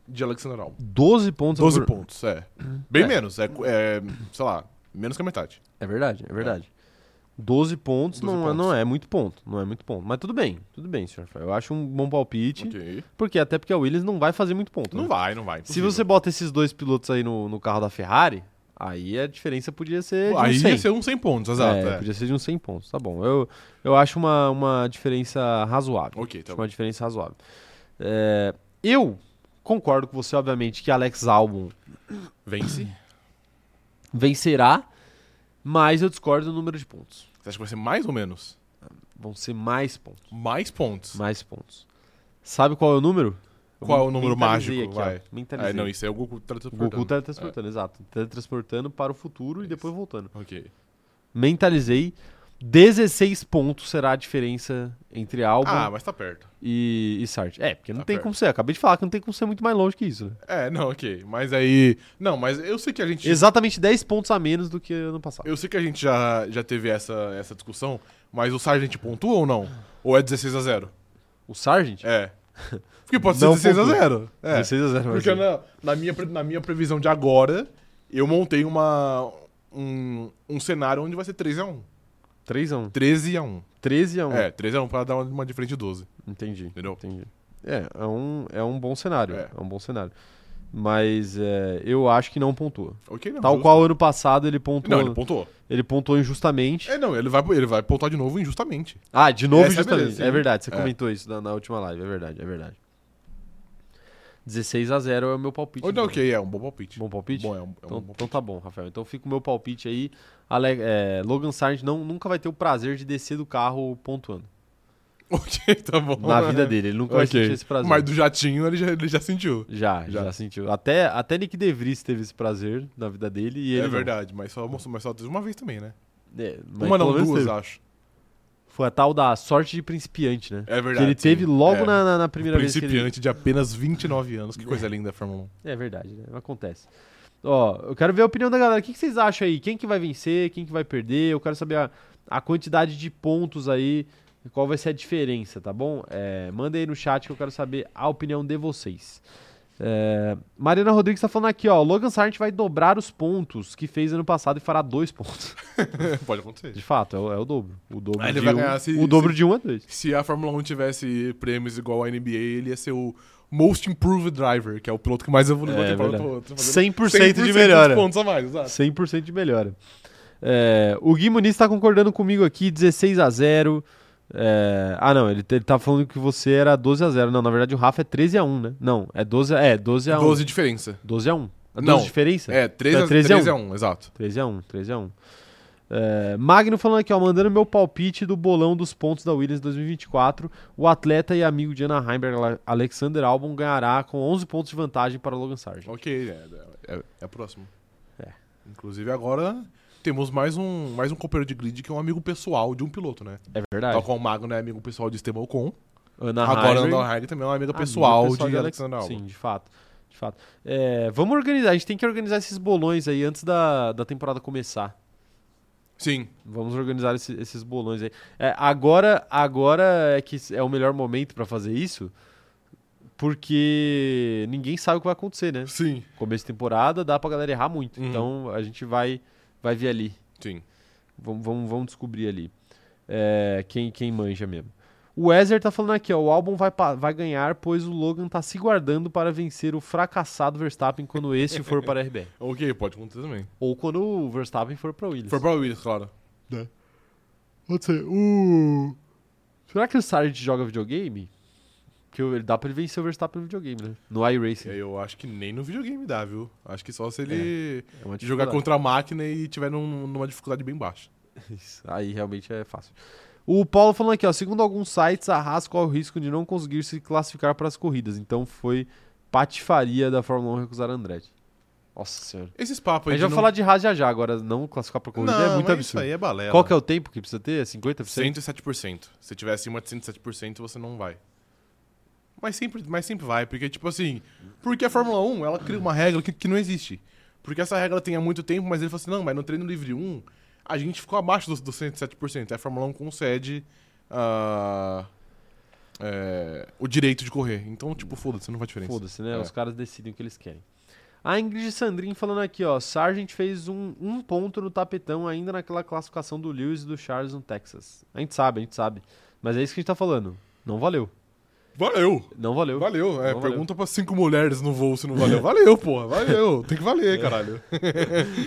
B: de Alexander Albon.
A: 12 pontos.
B: 12
A: por-
B: pontos, é. Bem
A: É.
B: menos, é, é, sei lá, menos que a metade.
A: É verdade, é verdade. 12 pontos,
B: 12
A: não, é-
B: pontos.
A: não é muito ponto. Não é muito ponto. Mas tudo bem, tudo bem, senhor. Rafael. Eu acho um bom palpite,
B: Ok.
A: porque até porque a Williams não vai fazer muito ponto.
B: Não
A: né?
B: vai, não vai.
A: Se você bota esses dois pilotos aí no, no carro da Ferrari, aí a diferença podia ser de
B: Aí
A: uns 100.
B: ia ser uns 100 pontos, exato.
A: É,
B: é.
A: Podia ser de uns 100 pontos, tá bom. Eu, eu acho uma, uma diferença razoável.
B: Ok, tá
A: acho
B: bom.
A: uma diferença razoável. É, eu concordo com você, obviamente, que Alex Albon
B: Vence.
A: vencerá, mas eu discordo do número de pontos.
B: Você acha que vai ser mais ou menos?
A: Vão ser mais pontos.
B: Mais pontos.
A: Mais pontos. Sabe qual é o número? Eu
B: Qual é o número
A: mentalizei
B: mágico,
A: Aqui,
B: vai?
A: ó. Mentalizei.
B: É, não, isso é o Goku teletransportando.
A: Goku tá- teletransportando, exato. Teletransportando para o futuro
B: É
A: e depois voltando.
B: Ok.
A: Mentalizei. 16 pontos será a diferença entre Albon
B: Ah, mas tá perto.
A: e, e Sartre. É, porque não
B: Tá
A: tem
B: perto.
A: como ser. Acabei de falar que não tem como ser muito mais longe que isso. né?
B: É, não, ok. Mas aí. Não, mas eu sei que a gente.
A: Exatamente 10 pontos a menos do que ano passado.
B: Eu sei que a gente já, já teve essa, essa discussão, mas o Sargent pontua ou não? Ou é 16 a 0
A: O Sargent?
B: É. Porque pode ser
A: Tipo, Não
B: 16
A: pontua.
B: a 0 É.
A: 16 a 0.
B: Porque na, na, minha, pre- na minha previsão de agora, eu montei uma. Um, um cenário onde vai ser 3 a 1
A: 3 a 1.
B: 13 a 1
A: 13 a 1.
B: É, 13 a 1 pra dar uma, uma diferente de 12.
A: Entendi.
B: Entendeu?
A: Entendi. É, é um, é um bom cenário. É.
B: É.
A: um bom cenário. Mas é, eu acho que não pontua.
B: Ok, não.
A: Tal
B: justo.
A: qual ano passado ele pontuou.
B: Não, ele pontuou.
A: ele pontuou injustamente.
B: É, não, ele vai, ele vai pontuar de novo injustamente.
A: Ah, de novo,
B: Essa é a
A: justamente.
B: beleza,
A: é
B: hein?
A: verdade, você
B: É.
A: comentou isso na, na última live, é verdade, é verdade. 16 a 0 é o meu palpite.
B: Ou não,
A: então.
B: ok, é um bom palpite.
A: Bom palpite?
B: Bom, é um, é um
A: então,
B: bom
A: então tá bom, Rafael. Então fica o meu palpite aí. Ale- é, Logan Sargent não, nunca vai ter o prazer de descer do carro pontuando.
B: Ok, tá bom.
A: Na vida dele, ele nunca vai
B: Ok.
A: sentir esse prazer.
B: Mas do jatinho ele já, ele já sentiu.
A: Já, já,
B: Já.
A: sentiu. Até, até Nick DeVries teve esse prazer na vida dele e ele.
B: é
A: não.
B: verdade, mas só, mas só teve uma vez também, né?
A: É, mas
B: Uma não,
A: pelo menos
B: duas, ah.
A: teve.
B: acho.
A: Foi a tal da sorte de principiante, né?
B: É
A: que
B: verdade.
A: ele
B: sim.
A: teve logo
B: É.
A: na, na- na primeira vez que ele...
B: Principiante de apenas 29 anos. Que coisa linda, Fórmula 1.
A: É verdade, né? Acontece. Ó, eu quero ver a opinião da galera. O que que vocês acham aí? Quem que vai vencer? Quem que vai perder? Eu quero saber a, a quantidade de pontos aí. e Qual vai ser a diferença, tá bom? É, manda aí no chat que eu quero saber a opinião de vocês. É, Mariana Rodrigues tá falando aqui, ó. Logan Sargent vai dobrar os pontos que fez ano passado e fará dois pontos.
B: Pode acontecer.
A: De fato, é o, é o dobro. O dobro,
B: Ah, ele
A: de
B: vai
A: um,
B: ganhar se-
A: o dobro de um é dois.
B: Se a Fórmula 1 tivesse prêmios igual a NBA, ele ia ser o Most Improved Driver, que é o piloto que mais evoluiu
A: É,
B: de uma temporada
A: verdade.
B: pra outra. fazendo
A: 100% de
B: 100%
A: melhora.
B: pontos a mais, exato.
A: 100% de melhora. É, o Gui Muniz tá concordando comigo aqui, 16 a 0 É, ah, não, ele, ele tá falando que você era 12 a 0 Não, na verdade o Rafa é 13 a 1 né? Não, é 12 a, é, 12 a 1
B: 12 diferença.
A: 12 a 1 É 12
B: Não,
A: de diferença?
B: É, 13
A: Então
B: a,
A: é 13 a
B: 13 a 1, exato.
A: 13 a 1 13 a 1 É, Magno falando aqui, ó, mandando meu palpite do bolão dos pontos da Williams 2024. O atleta e amigo de Ana Heimberg, Ale- Alexander Albon, ganhará com 11 pontos de vantagem para Logan Sargent.
B: Ok, é, é, é próximo.
A: É.
B: Inclusive agora temos mais um, mais um companheiro de grid que é um amigo pessoal de um piloto, né?
A: É verdade.
B: Tal qual o Magno é amigo pessoal de Esteban Ocon.
A: Ana
B: agora
A: Heimberg-
B: o Ana Haig também é uma amiga
A: Amigo
B: pessoal,
A: pessoal
B: de,
A: Alex-
B: Alexander Albon.
A: Sim, de fato. De fato. É, vamos organizar, a gente tem que organizar esses bolões aí antes da, da temporada começar.
B: Sim.
A: Vamos organizar esse- esses bolões aí. É, agora, agora é que é o melhor momento pra fazer isso, porque ninguém sabe o que vai acontecer, né?
B: Sim.
A: Começo de temporada dá pra galera errar muito.
B: Uhum.
A: Então a gente vai, vai ver ali.
B: Sim.
A: Vamos, vamos, vamos descobrir ali. É, quem, quem manja mesmo. O Wezer tá falando aqui, ó. O álbum vai, pa- vai ganhar, pois o Logan tá se guardando para vencer o fracassado Verstappen quando este for para a RB.
B: Ok, pode acontecer também.
A: Ou quando o Verstappen for para Williams.
B: Foi pra Williams, claro.
A: Pode ser. O... Será que o Sargent joga videogame? Porque ele dá pra ele vencer o Verstappen no videogame, né? No
B: E
A: iRacing.
B: aí eu acho que nem no videogame dá, viu? Acho que só se ele
A: É uma
B: jogar
A: dificuldade.
B: contra a máquina e tiver num- numa dificuldade bem baixa.
A: Isso, Aí realmente é fácil. O Paulo falando aqui, ó, segundo alguns sites, a Haas corre o risco de não conseguir se classificar para as corridas. Então foi patifaria da Fórmula 1 recusar Andretti. Nossa senhora.
B: Esses papos
A: A
B: aí.
A: gente vai falar de Haas já já, agora não classificar para corrida é muito
B: Isso
A: absurdo.
B: aí é balela.
A: Qual que é o tempo que precisa ter? 50%?
B: 107%. Se tiver acima de 107%, você não vai. Mas sempre, mas sempre vai, porque, tipo assim, porque a Fórmula 1, ela cria uma regra que, que não existe. Porque essa regra tem há muito tempo, mas ele falou assim, não, mas no treino livre 1, a gente ficou abaixo dos dos 107%. Aí A Fórmula 1 concede ah, é, o direito de correr. Então, tipo, foda-se, não faz diferença.
A: Foda-se, né?
B: É.
A: Os caras decidem o que eles querem. A Ingrid Sandrin falando aqui, ó. Sargent fez um, um ponto no tapetão ainda naquela classificação do Lewis e do Charles no Texas. A gente sabe, a gente sabe. Mas é isso que a gente tá falando. Não valeu.
B: Valeu!
A: Não valeu.
B: Valeu, é,
A: Não valeu.
B: pergunta pra cinco mulheres no voo se não valeu. Valeu, porra, valeu. Tem que
A: É.
B: valer, caralho.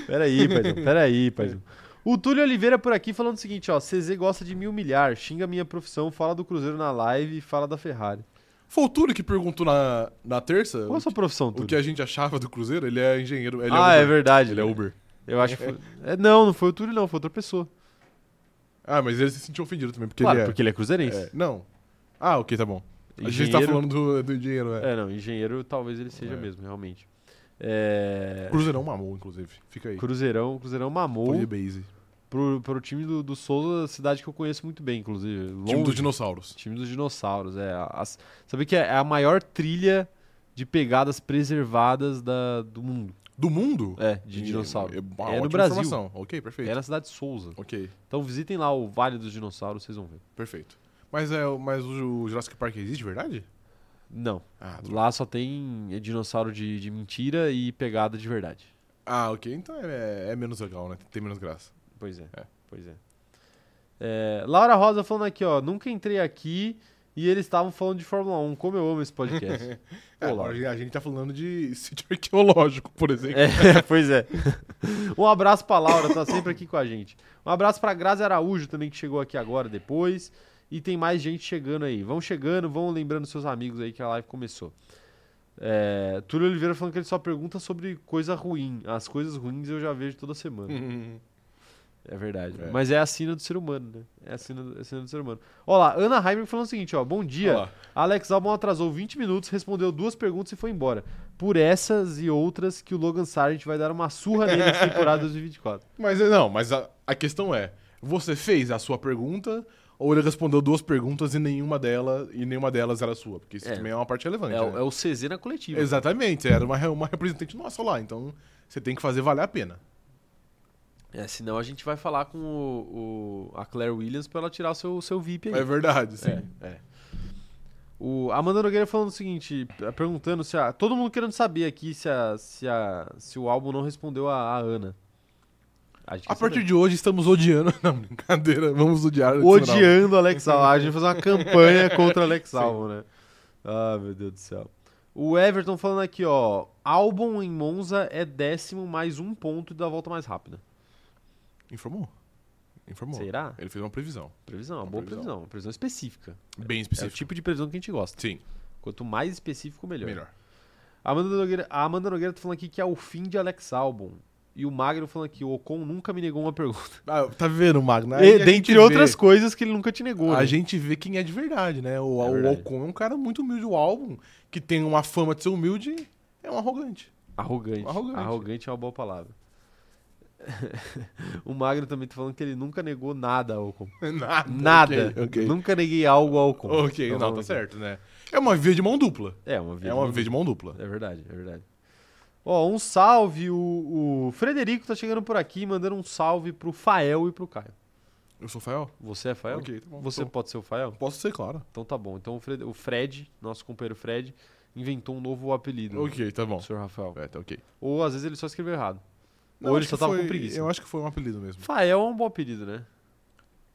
A: Peraí, paizão,
B: É.
A: peraí, paizão. O Túlio Oliveira por aqui falando o seguinte, ó. CZ gosta de me humilhar, xinga minha profissão, fala do Cruzeiro na live e fala da Ferrari.
B: Foi o Túlio que perguntou na, na terça
A: Qual é a sua profissão,
B: Então, o que
A: Túlio?
B: a gente achava do Cruzeiro. Ele é engenheiro. Ele
A: ah,
B: é,
A: é,
B: Uber.
A: verdade.
B: Ele é Uber.
A: Eu acho que foi... é, Não, não foi o Túlio, não, foi outra pessoa.
B: Ah, mas ele se sentiu ofendido também, porque
A: claro,
B: ele é.
A: porque ele é cruzeirense.
B: é. Não. Ah, ok, tá bom. A gente tá
A: Engenheiro-
B: falando do, do engenheiro, é.
A: É, não, engenheiro talvez ele seja
B: É.
A: mesmo, realmente. É...
B: Cruzeirão mamou, inclusive. Fica aí.
A: Cruzeirão, Cruzeirão mamou
B: Polybase.
A: pro, pro time do, do Souza, cidade que eu conheço muito bem, inclusive. Longe.
B: Time dos dinossauros.
A: Time dos dinossauros, é. A- as- sabe que é a maior trilha de pegadas preservadas da, do mundo.
B: Do mundo?
A: É, de dinossauro.
B: É,
A: É
B: uma ótima
A: no Brasil.
B: informação. Ok, perfeito.
A: É na cidade de Souza.
B: Ok,
A: Então visitem lá o Vale dos Dinossauros, vocês vão ver.
B: perfeito. Mas, é, o- mas o Jurassic Park existe, de verdade?
A: Não,
B: Ah, droga.
A: lá só tem é, dinossauro de, de mentira e pegada de verdade.
B: ah ok. Então é, é menos legal, né? Tem menos graça.
A: Pois é,
B: É.
A: pois é. É, Laura Rosa falando aqui, ó. Nunca entrei aqui E eles estavam falando de Fórmula 1. Como eu amo esse podcast.
B: É,
A: Olá.
B: agora a gente tá falando de sítio arqueológico, por exemplo.
A: É, pois é. Um abraço pra Laura, tá sempre aqui com a gente. Um abraço pra Grazi Araújo também, que chegou aqui agora depois. E tem mais gente chegando aí. Vão chegando, vão lembrando seus amigos aí que a live começou. É, Túlio Oliveira falando que ele só pergunta sobre coisa ruim. As coisas ruins eu já vejo toda semana.
B: Hum,
A: É verdade.
B: É.
A: Mas é a sina do ser humano, né? É a sina, é a sina do ser humano. Ó lá, Ana Heimer falando o seguinte, ó. Bom dia.
B: olha lá.
A: Alex Albon atrasou 20 minutos, respondeu duas perguntas e foi embora. Por essas e outras que o Logan Sargent vai dar uma surra nele nessa temporada 2024.
B: Mas é, não, mas a, a questão é: você fez a sua pergunta ou ele respondeu duas perguntas e nenhuma delas e nenhuma delas era sua? Porque isso
A: É.
B: também é uma parte relevante.
A: É, o-
B: né?
A: é o CZ na coletiva.
B: Exatamente, era uma, re- uma representante nossa lá, então você tem que fazer valer a pena.
A: É, senão a gente vai falar com o, o- a Claire Williams pra ela tirar o seu, o seu VIP aí.
B: É verdade, sim.
A: É, é. O a Amanda Nogueira falando o seguinte, eh, perguntando se a. Todo mundo querendo saber aqui se, a, se, a, se o álbum não respondeu a, a Ana. A, gente
B: A
A: quer
B: partir
A: saber.
B: de hoje estamos odiando. Não, brincadeira, vamos odiar. a edição nova.
A: Odiando o Alex Alvo. A gente vai fazer uma campanha contra o Alex Alvo, né? Ah, meu Deus do céu. O Everton falando aqui, ó. Albon em Monza é décimo mais um ponto da volta mais rápida.
B: Informou. Informou.
A: Será?
B: Ele fez uma previsão.
A: Previsão, uma
B: é Uma
A: boa
B: previsão.
A: previsão. Uma previsão específica.
B: Bem
A: É o
B: específica.
A: tipo de previsão que a gente gosta.
B: Sim,
A: Quanto mais específico, melhor.
B: melhor.
A: A Amanda Nogueira, a Amanda Nogueira tá falando aqui que é o fim de Alex Albon. E o Magno falando aqui, o Ocon nunca me negou uma pergunta.
B: Ah, tá vendo, Magno? Aí a
A: E,
B: gente
A: É, dentre
B: vê-
A: outras coisas que ele nunca te negou.
B: A
A: né?
B: gente vê quem é de verdade, né? O,
A: É
B: o
A: verdade.
B: Ocon é um cara muito humilde. O álbum, que tem uma fama de ser humilde, é um arrogante.
A: Arrogante. Arrogante.
B: Arrogante.
A: é uma boa palavra. o Magno também tá falando que ele nunca negou nada ao Ocon.
B: Nada.
A: Nada.
B: Ok, ok.
A: Nunca neguei algo ao Ocon.
B: Ok,
A: Então,
B: não, tá certo, né? É uma via de mão dupla.
A: É uma vida.
B: É uma via de mão dupla.
A: É verdade, é verdade. Ó, um salve. O, o Frederico tá chegando por aqui, mandando um salve pro Fael e pro Caio.
B: Eu sou Fael?
A: Você é Fael?
B: Ok, tá bom.
A: Você
B: Então,
A: pode ser o Fael?
B: Posso ser, claro.
A: Então tá bom. Então o Fred, o Fred, nosso companheiro Fred, inventou um novo apelido.
B: Ok, tá bom.
A: O senhor Rafael.
B: É, tá ok.
A: Ou às vezes ele só escreveu errado.
B: Não,
A: Ou ele
B: acho
A: só
B: que
A: tava
B: foi-
A: com preguiça.
B: Eu acho que foi um apelido mesmo.
A: Fael é um bom apelido, né?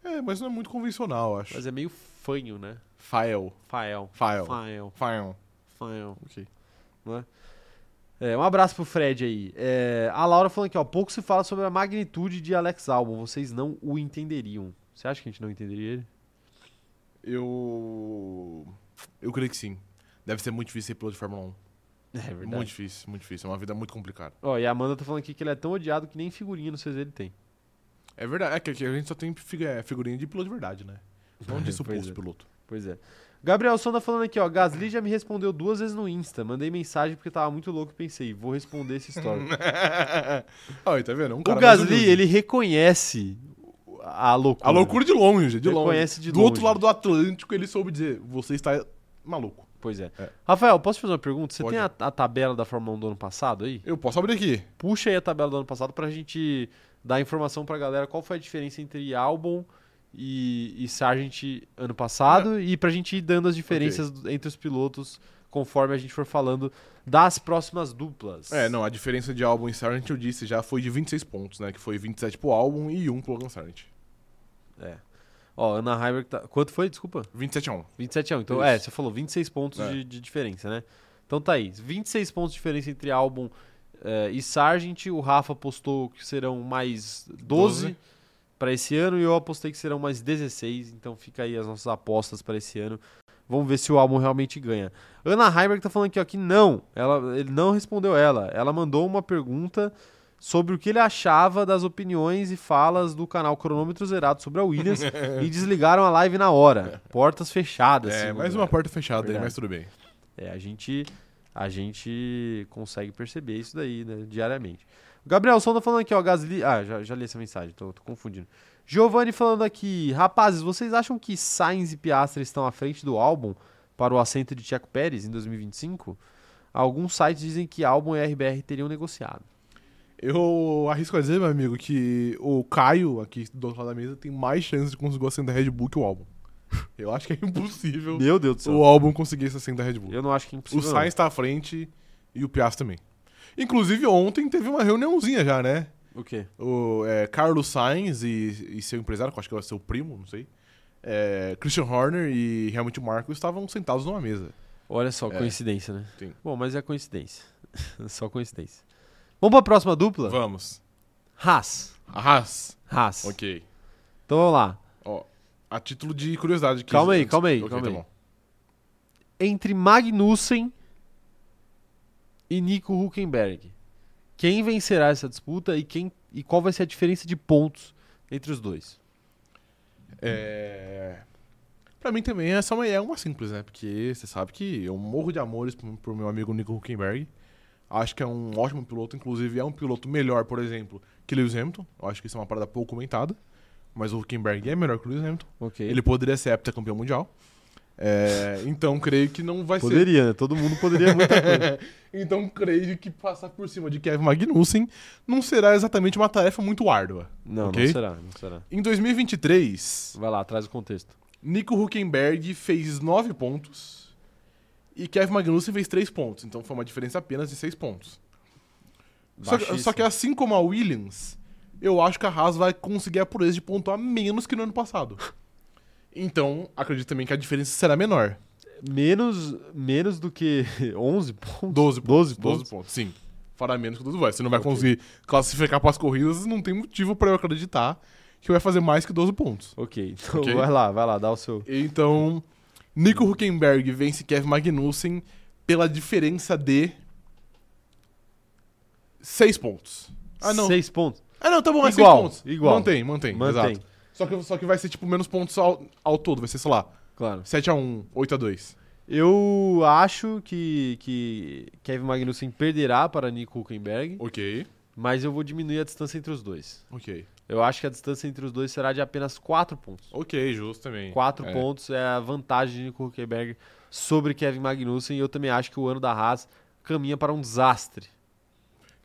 B: É, mas não é muito convencional, eu acho.
A: Mas é meio fanho, né?
B: Fael.
A: Fael.
B: Fael.
A: Fael.
B: Fael.
A: Fael.
B: Ok.
A: É, um abraço pro Fred aí. É, a Laura falando aqui, ó. Pouco se fala sobre a magnitude de Alex Albon. Vocês não o entenderiam. Você acha que a gente não entenderia ele?
B: Eu. Eu creio que sim. Deve ser muito difícil ser piloto de Fórmula 1.
A: É verdade.
B: Muito difícil, muito difícil. É uma vida muito complicada.
A: Ó, e a Amanda tá falando aqui que ele é tão odiado que nem figurinha no CZ ele tem.
B: É verdade, é que aqui a gente só tem figu- é, figurinha de piloto de verdade, né? Não de
A: Pois
B: suposto
A: é.
B: piloto.
A: Pois é. Gabriel Sonda falando aqui, ó. Gasly já me respondeu duas vezes no Insta. Mandei mensagem porque tava muito louco e pensei, vou responder essa história.
B: Olha, tá vendo? É Um
A: o
B: cara mais
A: Gasly,
B: humilde.
A: ele reconhece a loucura.
B: A loucura de longe, de
A: Ele
B: longe.
A: conhece de
B: do outro
A: longe.
B: lado do Atlântico, ele soube dizer: você está maluco.
A: Pois é.
B: É.
A: Rafael, posso te fazer uma pergunta? Você
B: Pode.
A: tem a, a tabela da Fórmula 1 do ano passado aí?
B: Eu posso abrir aqui.
A: Puxa aí a tabela do ano passado pra gente dar informação pra galera qual foi a diferença entre Albon e, e Sargent ano passado
B: É.
A: e pra gente ir dando as diferenças entre os pilotos conforme a gente for falando das próximas duplas.
B: É, não, a diferença de álbum e Sargent, eu disse, já foi de 26 pontos, né? Que foi 27 pro álbum e 1 pro Logan Sargent.
A: Ó, Ana Heimer, tá... quanto foi? Desculpa.
B: 27 a 1.
A: 27 a 1. Então,
B: Isso.
A: é, você falou 26 pontos
B: É.
A: de, de diferença, né? Então tá aí. 26 pontos de diferença entre álbum eh, e Sargent. O Rafa apostou que serão mais 12
B: 12.
A: para esse ano e eu apostei que serão mais 16. Então fica aí as nossas apostas para esse ano. Vamos ver se o álbum realmente ganha. Ana Heiberg tá falando aqui, ó, que não. Ela, ele não respondeu ela. Ela mandou uma pergunta sobre o que ele achava das opiniões e falas do canal Cronômetro Zerado sobre a Williams e desligaram a live na hora. Portas fechadas.
B: É,
A: segundo
B: mais
A: ela.
B: uma porta fechada aí,
A: Verdade.
B: mas tudo bem.
A: É, a gente, a gente consegue perceber isso daí, né, diariamente. O Gabriel Sonda falando aqui, ó, Gasly... Ah, já, já li essa mensagem, tô, tô confundindo. Giovanni falando aqui, rapazes, vocês acham que Sainz e Piastri estão à frente do álbum para o assento de Checo Pérez em 2025? Alguns sites dizem que álbum e RBR teriam negociado.
B: Eu arrisco a dizer, meu amigo, que o Caio, aqui do outro lado da mesa, tem mais chance de conseguir o assento da Red Bull que o álbum. Eu acho que é impossível
A: Meu Deus do
B: o álbum conseguir esse assento da Red Bull.
A: Eu não acho que é
B: O
A: impossível. não.
B: Sainz tá à frente e o Piastri também. Inclusive, ontem teve uma reuniãozinha já, né?
A: O quê?
B: O é, Carlos Sainz e, e seu empresário, que eu acho que é seu primo, não sei, é, Christian Horner e realmente o Marco estavam sentados numa mesa.
A: Olha só,
B: É.
A: coincidência, né?
B: Sim.
A: Bom, mas é coincidência. Só coincidência. Vamos pra próxima dupla?
B: Vamos.
A: Haas.
B: Arras.
A: Haas.
B: Ok.
A: Então vamos lá.
B: Ó, a título de curiosidade. que-
A: Calma aí, calma aí,
B: Ok,
A: calma
B: tá
A: aí.
B: bom.
A: Entre Magnussen e Nico Huckenberg. Quem vencerá essa disputa e, quem, e qual vai ser a diferença de pontos entre os dois?
B: É... Pra mim também é só uma, é uma simples, né? Porque você sabe que eu morro de amores pro, pro meu amigo Nico Huckenberg. Acho que é um ótimo piloto, inclusive é um piloto melhor, por exemplo, que Lewis Hamilton. Eu acho que isso é uma parada pouco comentada. Mas o Huckenberg é melhor que o Lewis Hamilton.
A: Ok.
B: Ele poderia ser heptacampeão mundial. É, então creio que não vai ser
A: poderia, né? Todo mundo poderia muita coisa.
B: então, creio que passar por cima de Kevin Magnussen não será exatamente uma tarefa muito árdua.
A: Não,
B: Ok.
A: não será, não será.
B: Em 2023,
A: Vai lá, traz o contexto.
B: Nico Huckenberg fez 9 pontos e Kevin Magnussen fez 3 pontos. Então, foi uma diferença apenas de 6 pontos. Só que,
A: Baixíssimo.
B: só que assim como a Williams, eu acho que a Haas vai conseguir a pureza de pontuar menos que no ano passado. Então, acredito também que a diferença será menor.
A: Menos, menos do que 11 pontos? 12
B: 12
A: pontos.
B: 12 pontos, sim. Fará menos que o 12 vai. Você não vai
A: Ok.
B: conseguir classificar para as corridas, não tem motivo para eu acreditar que vai fazer mais que 12 pontos.
A: Ok, então
B: Ok.
A: vai lá, vai lá, dá o seu.
B: Então, Nico Huckenberg vence Kevin Magnussen pela diferença de 6 pontos. Ah, não.
A: 6 pontos.
B: Ah, não, tá bom, é 6
A: Igual,
B: pontos.
A: igual.
B: Mantém, mantém,
A: Mantém,
B: exato. Só que, só que vai ser, tipo, menos pontos ao, ao todo. Vai ser, sei lá,
A: claro.
B: 7x1, 8x2.
A: Eu acho que, que Kevin Magnussen perderá para Nico Huckenberg,
B: Ok,
A: mas eu vou diminuir a distância entre os dois.
B: ok.
A: Eu acho que a distância entre os dois será de apenas 4 pontos.
B: Ok, justo também.
A: 4
B: É.
A: pontos é a vantagem de Nico Huckenberg sobre Kevin Magnussen e eu também acho que o ano da Haas caminha para um desastre.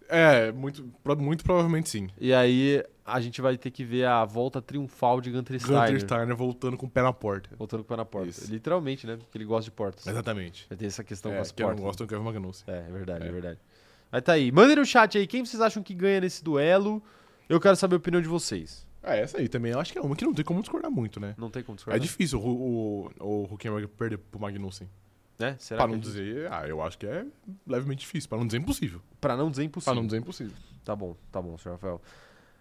B: É, muito, pro- muito provavelmente sim.
A: E aí a gente vai ter que ver a volta triunfal de Gunter
B: Gunter
A: Steiner.
B: Steiner voltando com o pé na porta.
A: Voltando com o pé na porta.
B: Isso.
A: Literalmente, né? Porque ele gosta de portas.
B: Exatamente.
A: Vai ter essa questão
B: é,
A: com as
B: que eu
A: portas.
B: não gosto do Kevin Magnussen.
A: É, é verdade, é,
B: É.
A: verdade. Mas tá aí. Mandem no chat aí quem vocês acham que ganha nesse duelo. Eu quero saber a opinião de vocês.
B: É, essa aí também. Eu acho que é uma que não tem como discordar muito, né?
A: Não tem como
B: É
A: discordar.
B: difícil o, o, o Huckenberg perder pro Magnussen.
A: né? Será
B: Pra
A: que
B: não
A: é difícil?
B: dizer... Ah, eu acho que é levemente difícil. Pra não dizer impossível.
A: Pra não dizer
B: Pra
A: impossível.
B: não dizer impossível.
A: Tá bom, tá bom, senhor Rafael.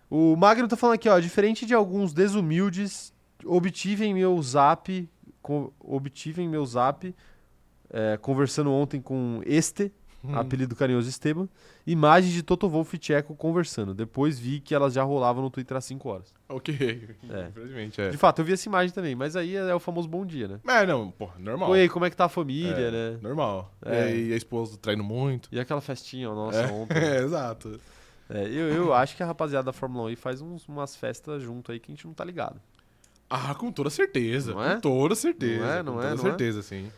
A: O Magno tá falando aqui, ó. Diferente de alguns desumildes, obtive em meu zap. co- obtive em meu zap. é, conversando ontem com este,
B: Hum.
A: apelido carinhoso Esteban, imagens de Toto Wolff e Tcheco conversando. Depois vi que elas já rolavam no Twitter há 5 horas.
B: Ok.
A: É.
B: Infelizmente, é.
A: De fato, eu vi essa imagem também, mas aí é o famoso bom dia, né?
B: É, não, porra, normal.
A: Oi, como é que tá a família,
B: É,
A: né?
B: Normal.
A: É.
B: E aí a esposa traindo muito.
A: E aquela festinha, ó, nossa, ontem.
B: É, exato.
A: É, eu, eu acho que a rapaziada da Fórmula 1 aí faz uns- umas festas junto aí que a gente não tá ligado.
B: Ah, com toda certeza.
A: Não é?
B: Com toda certeza.
A: Não é, não
B: com
A: é,
B: toda
A: não é?
B: certeza, sim.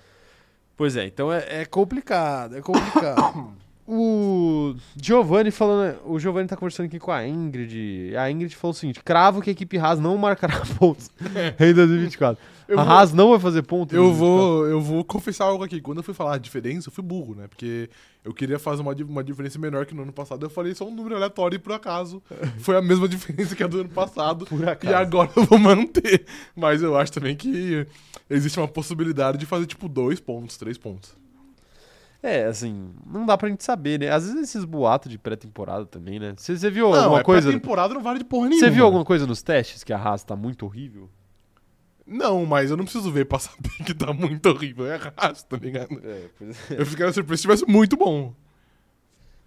A: Pois é, então é, é
C: Complicado, é complicado.
A: O Giovanni falando. O Giovanni tá conversando aqui com a Ingrid. A Ingrid falou o seguinte: cravo que a equipe Haas não marcará pontos em 2024.
B: Eu
A: a
B: vou-
A: Haas não vai fazer ponto. em
B: Eu
A: 2024.
B: vou, eu vou confessar algo aqui. Quando eu fui falar a diferença, eu fui burro, né? Porque eu queria fazer uma, di- uma diferença menor que no ano passado. Eu falei só um número aleatório e por acaso foi a mesma diferença que a do ano passado.
A: Por acaso.
B: E agora eu vou manter. Mas eu acho também que existe uma possibilidade de fazer tipo dois pontos, três pontos.
A: É, assim, não dá pra gente saber, né? Às vezes esses boatos de pré-temporada também, né? Você você viu alguma
B: é,
A: coisa.
B: temporada não vale de porra nenhuma.
A: Você viu alguma coisa nos testes que a Haas tá muito horrível?
B: Não, mas eu não preciso ver pra saber que tá muito horrível. É rasto, tá ligado?
A: É, pois
B: Eu ficaria surpreso se tivesse muito bom.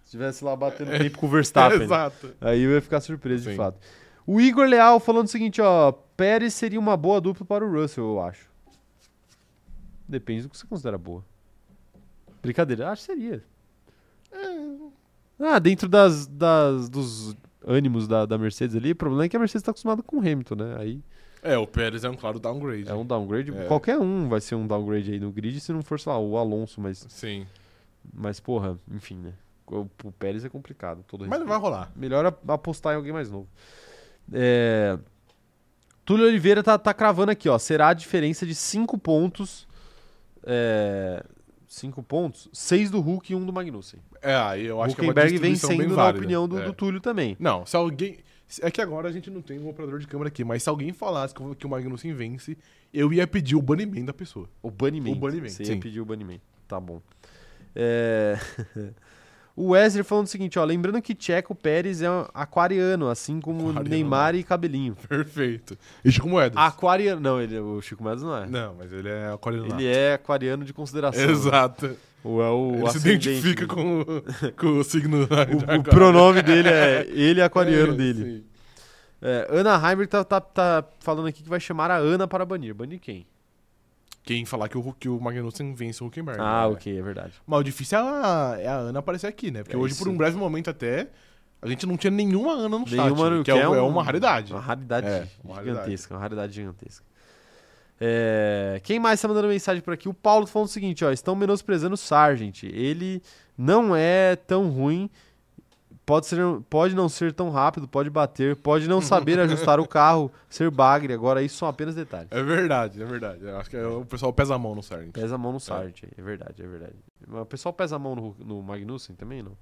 A: Se tivesse lá
B: É.
A: batendo tempo com o Verstappen. né?
B: Exato.
A: Aí eu ia ficar surpreso, de
B: Sim.
A: fato. O Igor Leal falando o seguinte, ó. Pérez seria uma boa dupla para o Russell, eu acho. Depende do que você considera boa. Brincadeira, acho que seria. Ah, dentro das, das- dos ânimos da, da Mercedes ali, o problema é que a Mercedes está acostumada com o Hamilton, né? Aí
B: É, o Pérez é um claro downgrade.
A: é um downgrade.
B: É.
A: Qualquer um vai ser um downgrade aí no grid, se não for, sei lá, o Alonso, mas,
B: Sim.
A: mas porra, enfim, né? O, o Pérez é complicado. Todo
B: Mas não vai rolar.
A: Melhor a- apostar em alguém mais novo. É... Túlio Oliveira tá, tá cravando aqui, ó. Será a diferença de 5 pontos. 5 pontos? 6 do Hulk e 1 um do Magnussen.
B: É, aí eu
A: O
B: acho que é uma
A: Huckenberg vem
B: distribuição bem
A: sendo, na
B: válida.
A: opinião do,
B: É.
A: do Túlio também.
B: Não, se alguém... É que agora a gente não tem um operador de câmera aqui, mas se alguém falasse que o- que o Magnussen vence, eu ia pedir o banimento da pessoa.
A: O banimento.
B: O banimento,
A: Você ia
B: sim.
A: pedir o banimento. Tá bom. É... o Wesley falando o seguinte, ó. Lembrando que Tcheco Pérez é um aquariano, assim como
B: Aquariano. é.
A: Neymar e Cabelinho.
B: Perfeito. E Chico Moedas.
A: Aquariano. Não, ele, o Chico Mendes não é.
B: Não, mas ele é aquariano
A: Ele é aquariano de consideração.
B: Exato.
A: Ou é o
B: ele se
A: ascendente,
B: identifica
A: né?
B: com, o- com o signo da-
A: O,
B: da-
A: o pronome dele é ele é aquariano
B: É,
A: dele.
B: sim.
A: É, Ana Heimberg tá, tá- tá falando aqui que vai chamar a Ana para banir. Banir quem?
B: Quem falar que o, que o Magnussen vence o Huckenberg.
A: Ah,
B: né?
A: ok, é verdade.
B: Mas o difícil é a, é a Ana aparecer aqui, né? Porque
A: É
B: hoje,
A: isso.
B: por um breve momento até, a gente não tinha nenhuma Ana no chat.
A: Nenhuma-
B: que é, um- é uma raridade.
A: Uma raridade
B: É, uma raridade.
A: gigantesca, uma raridade gigantesca. É, quem mais tá mandando mensagem por aqui? O Paulo tá falando o seguinte, ó, estão menosprezando o Sargent. Ele não é tão ruim, pode, ser, pode não ser tão rápido, pode bater, pode não saber ajustar o carro, ser bagre. Agora isso são apenas detalhes.
B: É verdade, é verdade. Eu acho que o pessoal pesa a mão no Sargent.
A: Pesa a mão no Sargent, é. verdade, é verdade. Mas O pessoal pesa a mão no, no Magnussen também, não?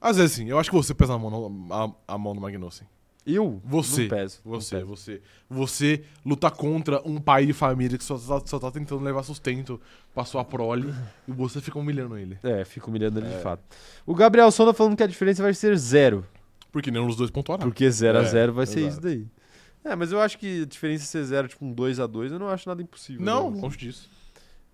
B: Às vezes sim, eu acho que você pesa a mão no, a, a mão no Magnussen.
A: Eu?
B: Você.
A: Não peso. não
B: Você,
A: peso.
B: você. Você luta contra um pai de família que só, só, só tá tentando levar sustento pra sua prole e você fica humilhando ele.
A: É, fico humilhando ele de fato. O Gabriel Sonda falando que a diferença vai ser zero.
B: Porque nenhum dos dois pontuará.
A: Porque 0 a
B: É,
A: 0 vai ser
B: exato.
A: isso daí. É, mas eu acho que a diferença ser zero, tipo um 2 a 2 eu não acho nada impossível.
B: Não,
A: né?
B: longe disso.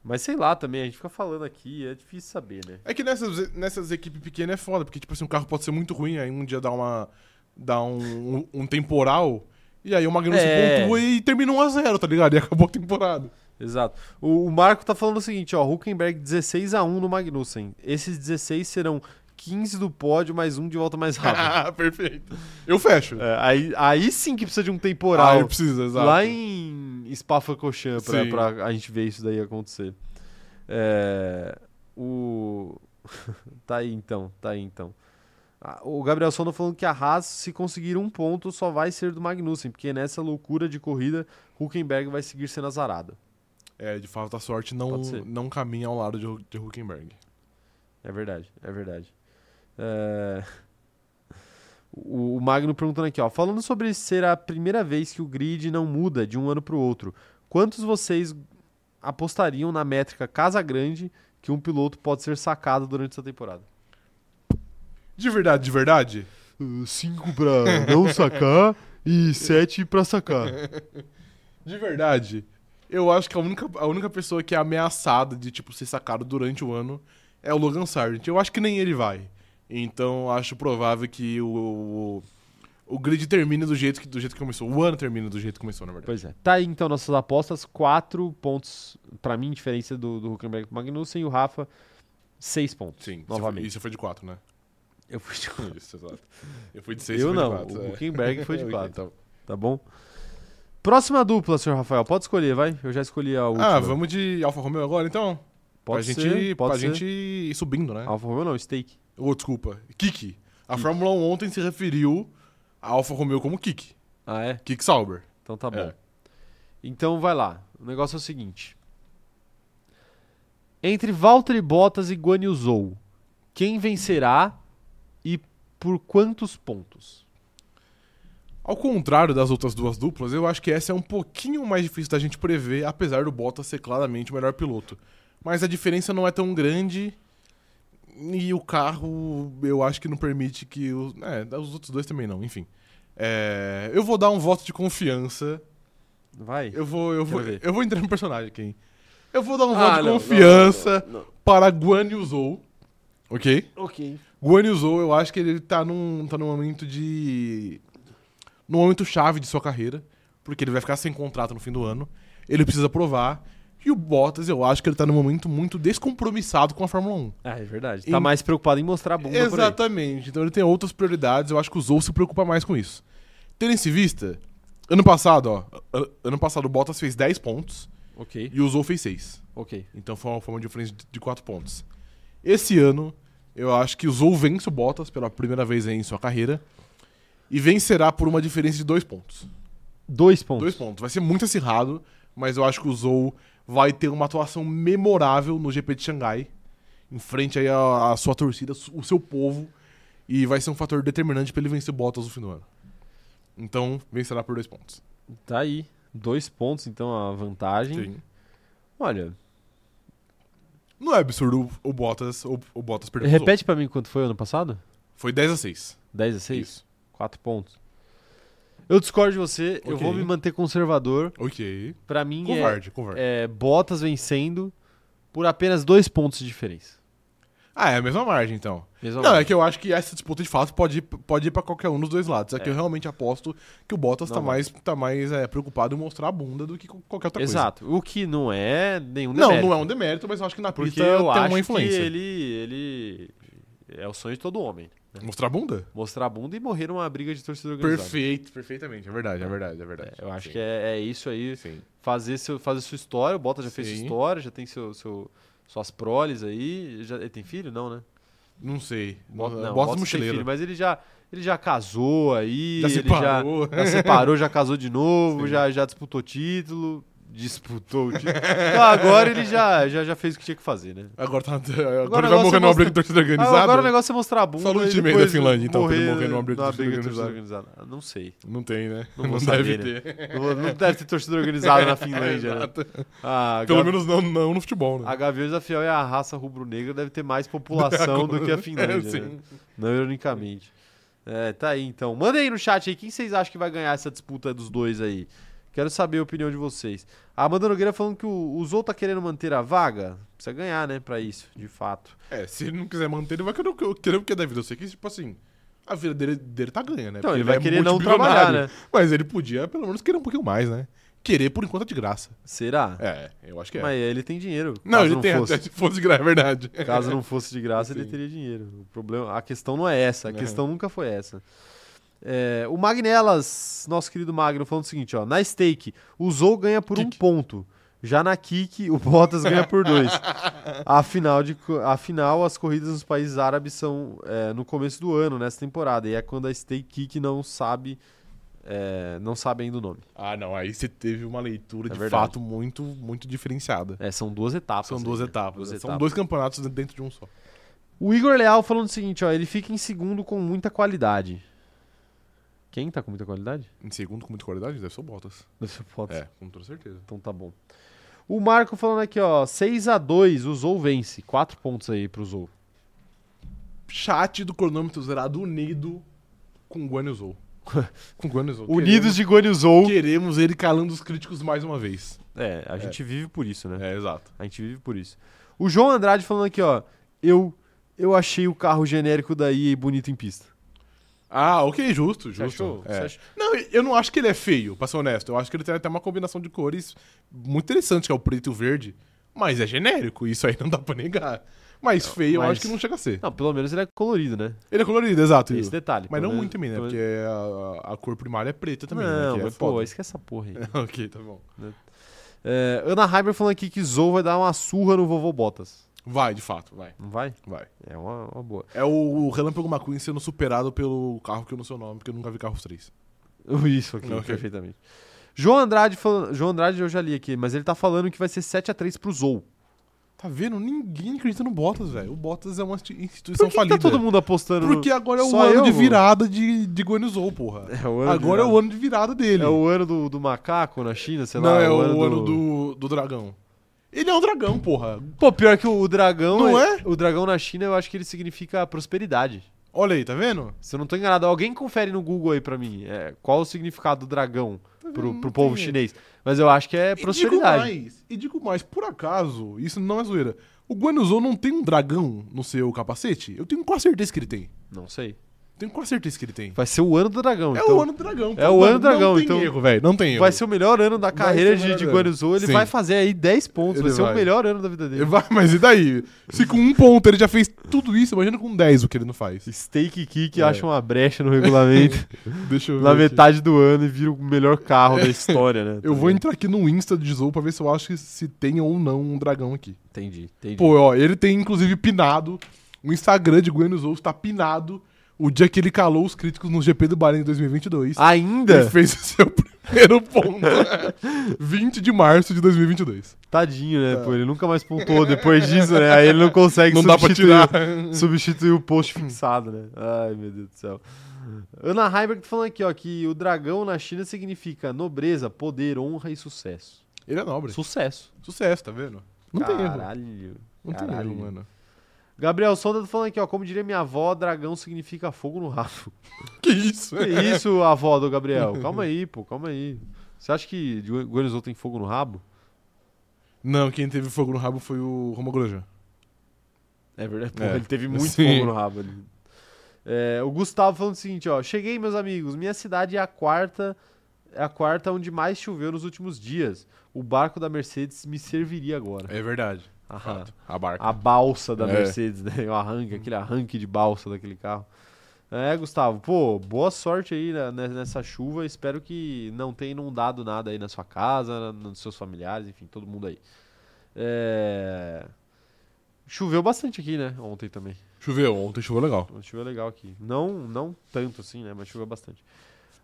A: Mas sei lá também, a gente fica falando aqui, é difícil saber, né?
B: É que nessas, nessas equipes pequenas é foda, porque, tipo assim, um carro pode ser muito ruim, aí um dia dá uma. dá um, um, um temporal, e aí o Magnussen
A: É.
B: pontua e termina 1x0, tá ligado? E acabou a temporada.
A: Exato. O, o Marco tá falando o seguinte, ó, Huckenberg 16 a 1 no Magnussen. Esses 16 serão 15 do pódio mais um de volta mais rápido.
B: Ah, perfeito. Eu fecho.
A: É, aí, aí sim que precisa de um temporal.
B: Aí precisa, exato.
A: Lá em Spa-Francorchamps pra,
B: Sim.
A: pra a gente ver isso daí acontecer. É, o... tá aí então, tá aí então. Ah, O Gabriel Sono falando que a Haas, se conseguir um ponto, só vai ser do Magnussen, porque nessa loucura de corrida, Huckenberg vai seguir sendo azarado.
B: É, de fato, a sorte não,
A: Pode ser.
B: não caminha ao lado de, Hu- de Huckenberg.
A: É verdade, é verdade. É, O o Magno perguntando aqui, ó. Falando sobre ser a primeira vez que o grid não muda de um ano para o outro, quantos vocês apostariam na métrica Casa Grande que um piloto pode ser sacado durante essa temporada?
B: De verdade, de verdade?
A: 5 para não sacar e 7 para sacar.
B: De verdade. Eu acho que a única, a única pessoa que é ameaçada de, tipo, ser sacado durante o ano é o Logan Sargent. Eu acho que nem ele vai. Então, acho provável que o, o, o grid termine do jeito, que, do jeito que começou. O ano termina do jeito que começou, na verdade.
A: Pois é. Tá aí então nossas apostas. Quatro pontos, para mim, diferença do, do Huckenberg pro Magnussen e o Rafa, seis pontos.
B: Sim,
A: Novamente.
B: Isso foi de 4, né?
A: Eu fui de
B: Isso, exato. Eu fui de é. 6,
A: Eu
B: foi
A: não,
B: de 4.
A: o Huckenberg foi de quatro.
B: Então.
A: Tá bom? Próxima dupla, senhor Rafael. Pode escolher, vai? Eu já escolhi a última.
B: Ah, vamos de Alfa Romeo agora, então?
A: Pode
B: pra
A: ser,
B: gente,
A: pode
B: pra
A: ser.
B: gente ir subindo, né?
A: Alfa Romeo não, Steak.
B: Ou, desculpa, Kiki. A
A: Kiki.
B: Fórmula 1 ontem se referiu a Alfa Romeo como Kiki.
A: Ah, é?
B: Kiki Sauber.
A: Então tá bom.
B: É.
A: Então vai lá. O negócio é o seguinte. Entre Valtteri Bottas e Guan Yu Zhou, quem vencerá e por quantos pontos?
B: Ao contrário das outras duas duplas, eu acho que essa é um pouquinho mais difícil da gente prever, apesar do Bottas ser claramente o melhor piloto. Mas a diferença não é tão grande e o carro eu acho que não permite que os. É, os outros dois também não, enfim. É, eu vou dar um voto de confiança.
A: Vai.
B: Eu vou, eu vou,
A: Quero ver.
B: eu vou entrar no personagem aqui. hein? Eu vou dar um voto
A: Ah,
B: de
A: não,
B: confiança
A: não, não, não.
B: para Guan Yu Zhou, ok?
A: Ok.
B: Guan Yu Zhou, eu acho que ele tá num, tá num momento de. num momento chave de sua carreira, porque ele vai ficar sem contrato no fim do ano, ele precisa provar. E o Bottas, eu acho que ele tá num momento muito descompromissado com a Fórmula 1.
A: Ah, é verdade.
B: Em-
A: Tá mais preocupado em mostrar a bunda por aí.
B: Exatamente. Então ele tem outras prioridades, eu acho que o Zou se preocupa mais com isso. Tendo isso em vista, ano passado, ó. an- Ano passado o Bottas fez 10 pontos
A: Ok,
B: e o Zou fez 6.
A: ok.
B: Então foi uma, foi uma diferença de- de 4 pontos. Esse ano, eu acho que o Zou vence o Bottas pela primeira vez em sua carreira. E vencerá por uma diferença de 2 pontos.
A: Dois pontos.
B: 2 pontos. Vai ser muito acirrado, mas eu acho que o Zou vai ter uma atuação memorável no GP de Xangai. Em frente aí à, à sua torcida, o seu povo. E vai ser um fator determinante para ele vencer o Bottas no fim do ano. Então, vencerá por dois pontos.
A: Tá aí. Dois pontos, então, a vantagem. Olha,
B: Não é absurdo o, o Bottas, o, o Bottas perder pros
A: repete pra mim quanto foi ano passado?
B: outros. Foi 10 a 6.
A: 10 a 6?
B: Isso.
A: 4 pontos. Eu discordo de você, eu
B: Ok.
A: vou me manter conservador.
B: Ok.
A: Pra mim é,
B: Covarde, covarde.
A: é Bottas vencendo por apenas dois pontos de diferença.
B: Ah, é a mesma margem, então.
A: Mesma
B: Não,
A: margem.
B: é que eu acho que essa disputa de fato pode ir, pode ir pra qualquer um dos dois lados. É, que eu realmente aposto que o Bottas
A: Não
B: tá
A: vai.
B: mais, tá mais é, preocupado em mostrar a bunda do que com qualquer outra
A: Exato. O que não é nenhum
B: coisa. Não,
A: demérito.
B: não é um demérito, mas eu acho que na
A: Porque
B: pista
A: eu
B: tem
A: acho
B: uma
A: que
B: influência.
A: ele, ele é o sonho de todo homem.
B: Mostrar a bunda?
A: Mostrar a bunda e morrer numa briga de torcida organizada.
B: Perfeito, perfeitamente. É verdade, é verdade, é verdade.
A: Eu acho
B: Sim,
A: que é, é isso aí.
B: Sim.
A: Fazer, seu, fazer sua história. O Bottas já fez sua
B: Sim.
A: história, já tem seu, seu- suas proles aí. Já, ele tem filho? Não, né?
B: Não sei.
A: Bota-
B: Bota,
A: não,
B: Bottas
A: Bottas
B: mochileiro.
A: tem filho, mas ele já, ele já casou aí.
B: Já
A: ele
B: separou.
A: Já, já separou, já casou de novo,
B: Sim.
A: já, já disputou título. Disputou o título. Então, agora ele já, já, já fez o que tinha que fazer, né?
B: Agora, tá, agora,
A: Agora
B: vai
A: você
B: morrer numa
A: mostra-
B: briga de torcida
A: Ah,
B: organizada?
A: Agora o negócio é mostrar a bunda.
B: Só no
A: e
B: time aí
A: depois
B: da Finlândia, então, pra ele
A: morrer
B: morrer numa briga de torcida
A: briga de torcida organizada. Ah, Não sei.
B: Não tem, né?
A: Não vou
B: deve
A: saber, né?
B: ter.
A: Não, não deve ter torcida organizada na Finlândia, né?
B: Exato.
A: Ah,
B: Pelo
A: Gavi-
B: menos não, não no futebol, né?
A: A Gaviões da Fiel é a raça rubro-negra, deve ter mais população do que a Finlândia.
B: é, Sim.
A: né? Não, ironicamente. É, tá aí então. Mandem aí no chat aí quem vocês acham que vai ganhar essa disputa dos dois aí. Quero saber a opinião de vocês. A Amanda Nogueira falando que o, o Zou tá querendo manter a vaga. Precisa ganhar, né, pra isso, de fato.
B: É, se ele não quiser manter, ele vai querer, o que- querer o que é da vida. Eu sei que, tipo assim, a vida dele, dele tá ganha, né?
A: Então,
B: Porque
A: ele vai
B: é
A: querer não
B: multibilionário.
A: trabalhar, né?
B: Mas ele podia, pelo menos, querer um pouquinho mais, né? Querer, por enquanto, é de graça.
A: né? Será?
B: É, eu acho que é.
A: Mas ele tem dinheiro.
B: não,
A: caso
B: ele tem
A: fosse.
B: até se fosse de graça, é verdade.
A: Caso não fosse de graça, ele
B: Sim. Né.
A: teria dinheiro. O problema, a questão não é essa, a
B: Não.
A: questão nunca foi essa. É, o Magnelas, nosso querido Magno, falando o seguinte, ó, na stake, o Zou ganha por um
B: Kick.
A: ponto. Já na kick, o Bottas ganha por dois. afinal, de, co- afinal, as corridas nos países árabes são é, no começo do ano, nessa temporada. E é quando a stake kick não sabe, é, não sabe ainda o nome.
B: Ah, não, aí você teve uma leitura,
A: É
B: de
A: verdade.
B: fato, muito, muito diferenciada.
A: É, são duas etapas.
B: São
A: aí,
B: duas
A: né?
B: etapas.
A: Duas
B: né? São
A: etapas.
B: dois campeonatos dentro de um só.
A: O Igor Leal falando o seguinte, ó, ele fica em segundo com muita qualidade. Quem tá com muita qualidade?
B: Em segundo, com muita qualidade, deve ser o Bottas.
A: É.
B: É, com toda certeza.
A: Então tá bom. O Marco falando aqui, ó, 6 a 2 o Zou vence. Quatro pontos aí pro Zou.
B: Chat do cronômetro zerado unido com o Guanizou. com o Guanizou.
A: Unidos de Gone e o Zou.
B: Queremos ele calando os críticos mais uma vez.
A: É, a gente vive por isso, né?
B: É, exato.
A: A gente vive por isso. O João Andrade falando aqui, ó, eu eu achei o carro genérico da EA bonito em pista.
B: Ah, ok, justo, justo.
A: achou?
B: É.
A: Você achou?
B: Não, eu não acho que ele é feio, pra ser honesto. Eu acho que ele tem até uma combinação de cores muito interessante, que é o preto e o verde. Mas é genérico, isso aí não dá pra negar. Mas feio eu
A: mas-
B: acho que não chega a ser.
A: Não, pelo menos ele é colorido, né?
B: Ele é colorido, exato.
A: Tem esse detalhe.
B: Mas
A: pelo
B: não
A: menos-
B: muito também, né?
A: pelo
B: Porque
A: menos-
B: a, a cor primária é preta também, né?
A: Não,
B: que é
A: mas pô,
B: foda.
A: esquece essa porra aí.
B: ok, tá bom.
A: É, Ana Heimer falando aqui que Zou vai dar uma surra no vovô Bottas.
B: Vai, de fato, vai.
A: Não vai?
B: Vai.
A: É uma, uma boa.
B: É o, o Relâmpago McQueen sendo superado pelo carro que eu não sei o nome, porque eu nunca vi carros 3.
A: Isso aqui,
B: Ok.
A: perfeitamente. João Andrade, falando, João Andrade eu já li aqui, mas ele tá falando que vai ser 7x3 pro Zou.
B: Tá vendo? Ninguém acredita no Bottas, velho. O Bottas é uma insti- instituição
A: Por que, que
B: falida.
A: tá todo mundo apostando no-
B: Porque agora é o
A: Só
B: ano
A: eu,
B: de
A: mano?
B: virada de, de Guanizou, porra.
A: É o ano de
B: Agora é
A: virada.
B: o ano de virada dele.
A: É o ano do, do macaco na China, sei
B: Não,
A: lá.
B: é o ano, do... Do, dragão. Ele é um dragão, porra.
A: Pô, pior que o, o dragão.
B: Não é?
A: O dragão na China eu acho que ele significa prosperidade.
B: Olha aí, tá vendo?
A: Se eu não tô enganado, alguém confere no Google aí pra mim é, qual o significado do dragão pro,
B: não
A: pro
B: tem
A: povo
B: jeito.
A: chinês. Mas eu acho que é prosperidade.
B: E digo mais, e digo mais, por acaso, isso não é zoeira, o Guanizou não tem um dragão no seu capacete? Eu tenho quase certeza que ele tem.
A: Não sei.
B: Tenho quase certeza que ele tem.
A: Vai ser o ano do dragão.
B: É
A: então,
B: o ano do dragão.
A: É o
B: pô,
A: ano do dragão,
B: Não tem
A: então-
B: erro, velho. Não tem erro.
A: Vai ser o melhor ano da
B: Vai
A: carreira
B: ser o
A: de, de
B: melhor ano.
A: Guanizou. Ele
B: Sim.
A: vai fazer aí 10 pontos.
B: Ele
A: vai ser o
B: vai.
A: melhor ano da vida dele.
B: um- Vai, mas e daí? Se com um ponto ele já fez tudo isso, imagina com 10 o que ele não faz.
A: Steak Kick
B: É.
A: acha uma brecha no regulamento
B: Deixa eu
A: na
B: ver aqui.
A: metade do ano e vira o melhor carro da história, né?
B: Eu vou entrar aqui no Insta de Zou pra ver se eu acho que se tem ou não um dragão aqui.
A: Entendi, entendi.
B: Pô, ó, ele tem inclusive pinado. O Instagram de Gueno Zou está pinado o dia que ele calou os críticos no GP do Bahrein em 2022.
A: Ainda?
B: Ele fez o seu primeiro Era o ponto. 20 de março de 2022.
A: Tadinho, né? Pô, ele nunca mais pontuou depois disso, né? Aí ele não consegue
B: Não dá pra
A: substituir,
B: tirar.
A: substituir o post fixado, né? Ai, meu Deus do céu. Ana Heiberg tá falando aqui, ó, que o dragão na China significa nobreza, poder, honra e sucesso.
B: Ele é nobre.
A: Sucesso.
B: Sucesso, tá vendo? Não tem erro.
A: tem erro.
B: Não tem
A: caralho.
B: erro, mano.
A: Gabriel Sonda tá falando aqui, ó, como diria minha avó, dragão significa fogo no rabo.
B: Que isso?
A: Que isso, avó do Gabriel? Calma aí, pô, calma aí. Você acha que Gu- Guanizou tem fogo no rabo?
B: Não, quem teve fogo no rabo foi o Romagolejan.
A: É verdade,
B: É.
A: ele teve muito
B: Sim.
A: fogo no rabo ali. É, o Gustavo falando o seguinte, ó. Cheguei, meus amigos. Minha cidade é a quarta, é a quarta onde mais choveu nos últimos dias. O barco da Mercedes me serviria agora.
B: É verdade.
A: Ah,
B: Fato. A barca.
A: a balsa da
B: É.
A: Mercedes, né? O arranque, aquele arranque de balsa daquele carro. É, Gustavo, pô, boa sorte aí na- ne- nessa chuva. Espero que não tenha inundado nada aí na sua casa, na- nos seus familiares, enfim, todo mundo aí. É, Choveu bastante aqui, né? Ontem também.
B: Choveu ontem, choveu legal.
A: Choveu legal aqui. Não, não tanto assim, né? Mas choveu bastante.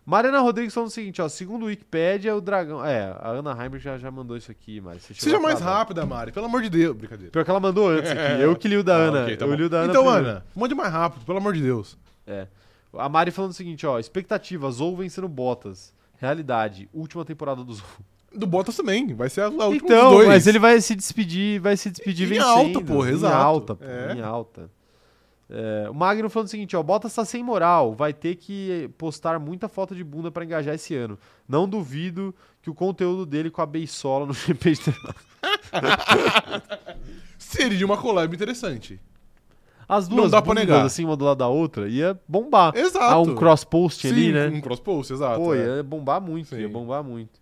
A: Mariana Rodrigues falando o seguinte, ó. Segundo o Wikipedia, o dragão. É, a Ana Heimberg já, já mandou isso aqui, Mari. Você chegou
B: Seja é mais
A: atrasado.
B: rápida, Mari. Pelo amor de Deus. Brincadeira.
A: Pior que ela mandou antes aqui. Eu que li o da
B: Ah,
A: Ana.
B: ok, tá
A: eu
B: bom.
A: li o da Ana.
B: então,
A: primeiro.
B: Ana, mande mais rápido, pelo amor de Deus.
A: A Mari falando o seguinte, ó. Expectativas, ou vencendo botas. Realidade, última temporada do Zou.
B: Do Bottas também, vai ser a, a última dos
A: Então,
B: dois.
A: mas ele vai se despedir, vai se despedir
B: Em
A: vencendo.
B: alta, porra,
A: em
B: exato.
A: alta, pô,
B: É.
A: em alta. É, o Magno falando o seguinte, ó, Bottas tá sem moral, vai ter que postar muita foto de bunda pra engajar esse ano. Não duvido que o conteúdo dele com a Beisola no GP de...
B: Seria uma collab interessante.
A: As
B: Não
A: duas
B: dá pra
A: bundas,
B: negar.
A: assim, uma do lado da outra, ia bombar.
B: Exato.
A: Há um cross-post
B: Sim,
A: ali, né?
B: um cross-post, exato.
A: Pô,
B: é.
A: ia bombar muito, ia
B: Sim.
A: bombar muito.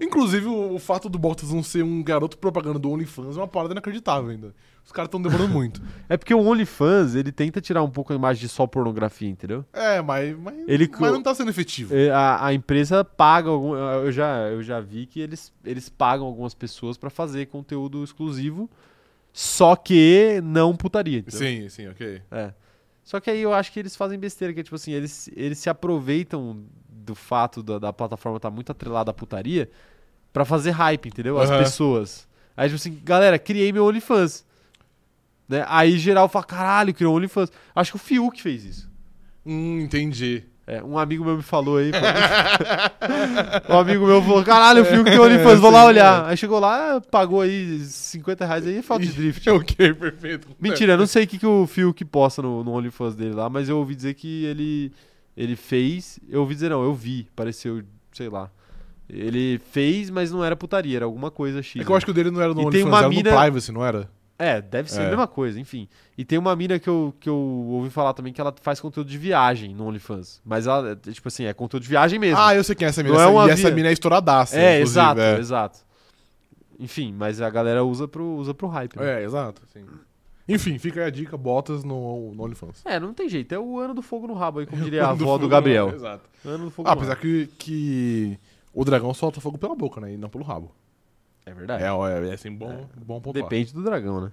B: Inclusive, o, o fato do Bottas não ser um garoto propaganda do OnlyFans é uma parada inacreditável ainda. Os caras estão demorando muito.
A: É porque o OnlyFans, ele tenta tirar um pouco a imagem de só pornografia, entendeu?
B: É, mas, mas,
A: Ele co-
B: mas não tá sendo efetivo.
A: É, A, a empresa paga, algum- eu já, eu já vi que eles, eles pagam algumas pessoas pra fazer conteúdo exclusivo, só que não putaria, entendeu?
B: Sim, sim, ok.
A: É. Só que aí eu acho que eles fazem besteira, que é tipo assim, eles, eles se aproveitam do fato da, da plataforma estar muito atrelada à putaria pra fazer hype, entendeu? As
B: Aham.
A: pessoas. Aí tipo assim, galera, criei meu OnlyFans. Né? Aí geral fala, caralho, criou um OnlyFans. Acho que o Fiuk fez isso.
B: Hum, entendi.
A: É, um amigo meu me falou aí. falou- um amigo meu falou, caralho, o Fiuk tem OnlyFans, vou lá olhar. Aí chegou lá, pagou aí 50 reais aí e falta de drift.
B: ok, É perfeito. É
A: Mentira, eu não sei o que, que o Fiuk posta no, no OnlyFans dele lá, mas eu ouvi dizer que ele, ele fez. Eu ouvi dizer, não, eu vi, pareceu, sei lá. Ele fez, mas não era putaria, era alguma coisa X.
B: É que eu acho que o dele não era no
A: E
B: OnlyFans,
A: tem uma
B: era
A: mina-
B: no Privacy, não era?
A: É, deve ser
B: É.
A: a mesma coisa, enfim. E tem uma mina que eu, que eu ouvi falar também que ela faz conteúdo de viagem no OnlyFans. Mas ela, é, tipo assim, é conteúdo de viagem mesmo.
B: Ah, eu sei quem é essa mina.
A: Não é
B: Essa-
A: uma
B: e essa
A: via.
B: mina é estouradaça.
A: é,
B: inclusive,
A: exato,
B: é.
A: exato. Enfim, mas a galera usa pro, usa pro hype. né?
B: É, exato. sim. Enfim, fica aí a dica, botas no, no OnlyFans.
A: É. não tem jeito, é o ano do fogo no rabo aí, como diria a
B: É Do
A: avó
B: fogo
A: do
B: no-
A: Gabriel.
B: Exato.
A: Ano do fogo
B: Ah,
A: no
B: apesar
A: rabo.
B: que, que o dragão solta fogo pela boca, né? E não pelo rabo.
A: É
B: É,
A: verdade.
B: é, é assim, bom, bom ponto.
A: Depende do dragão, né?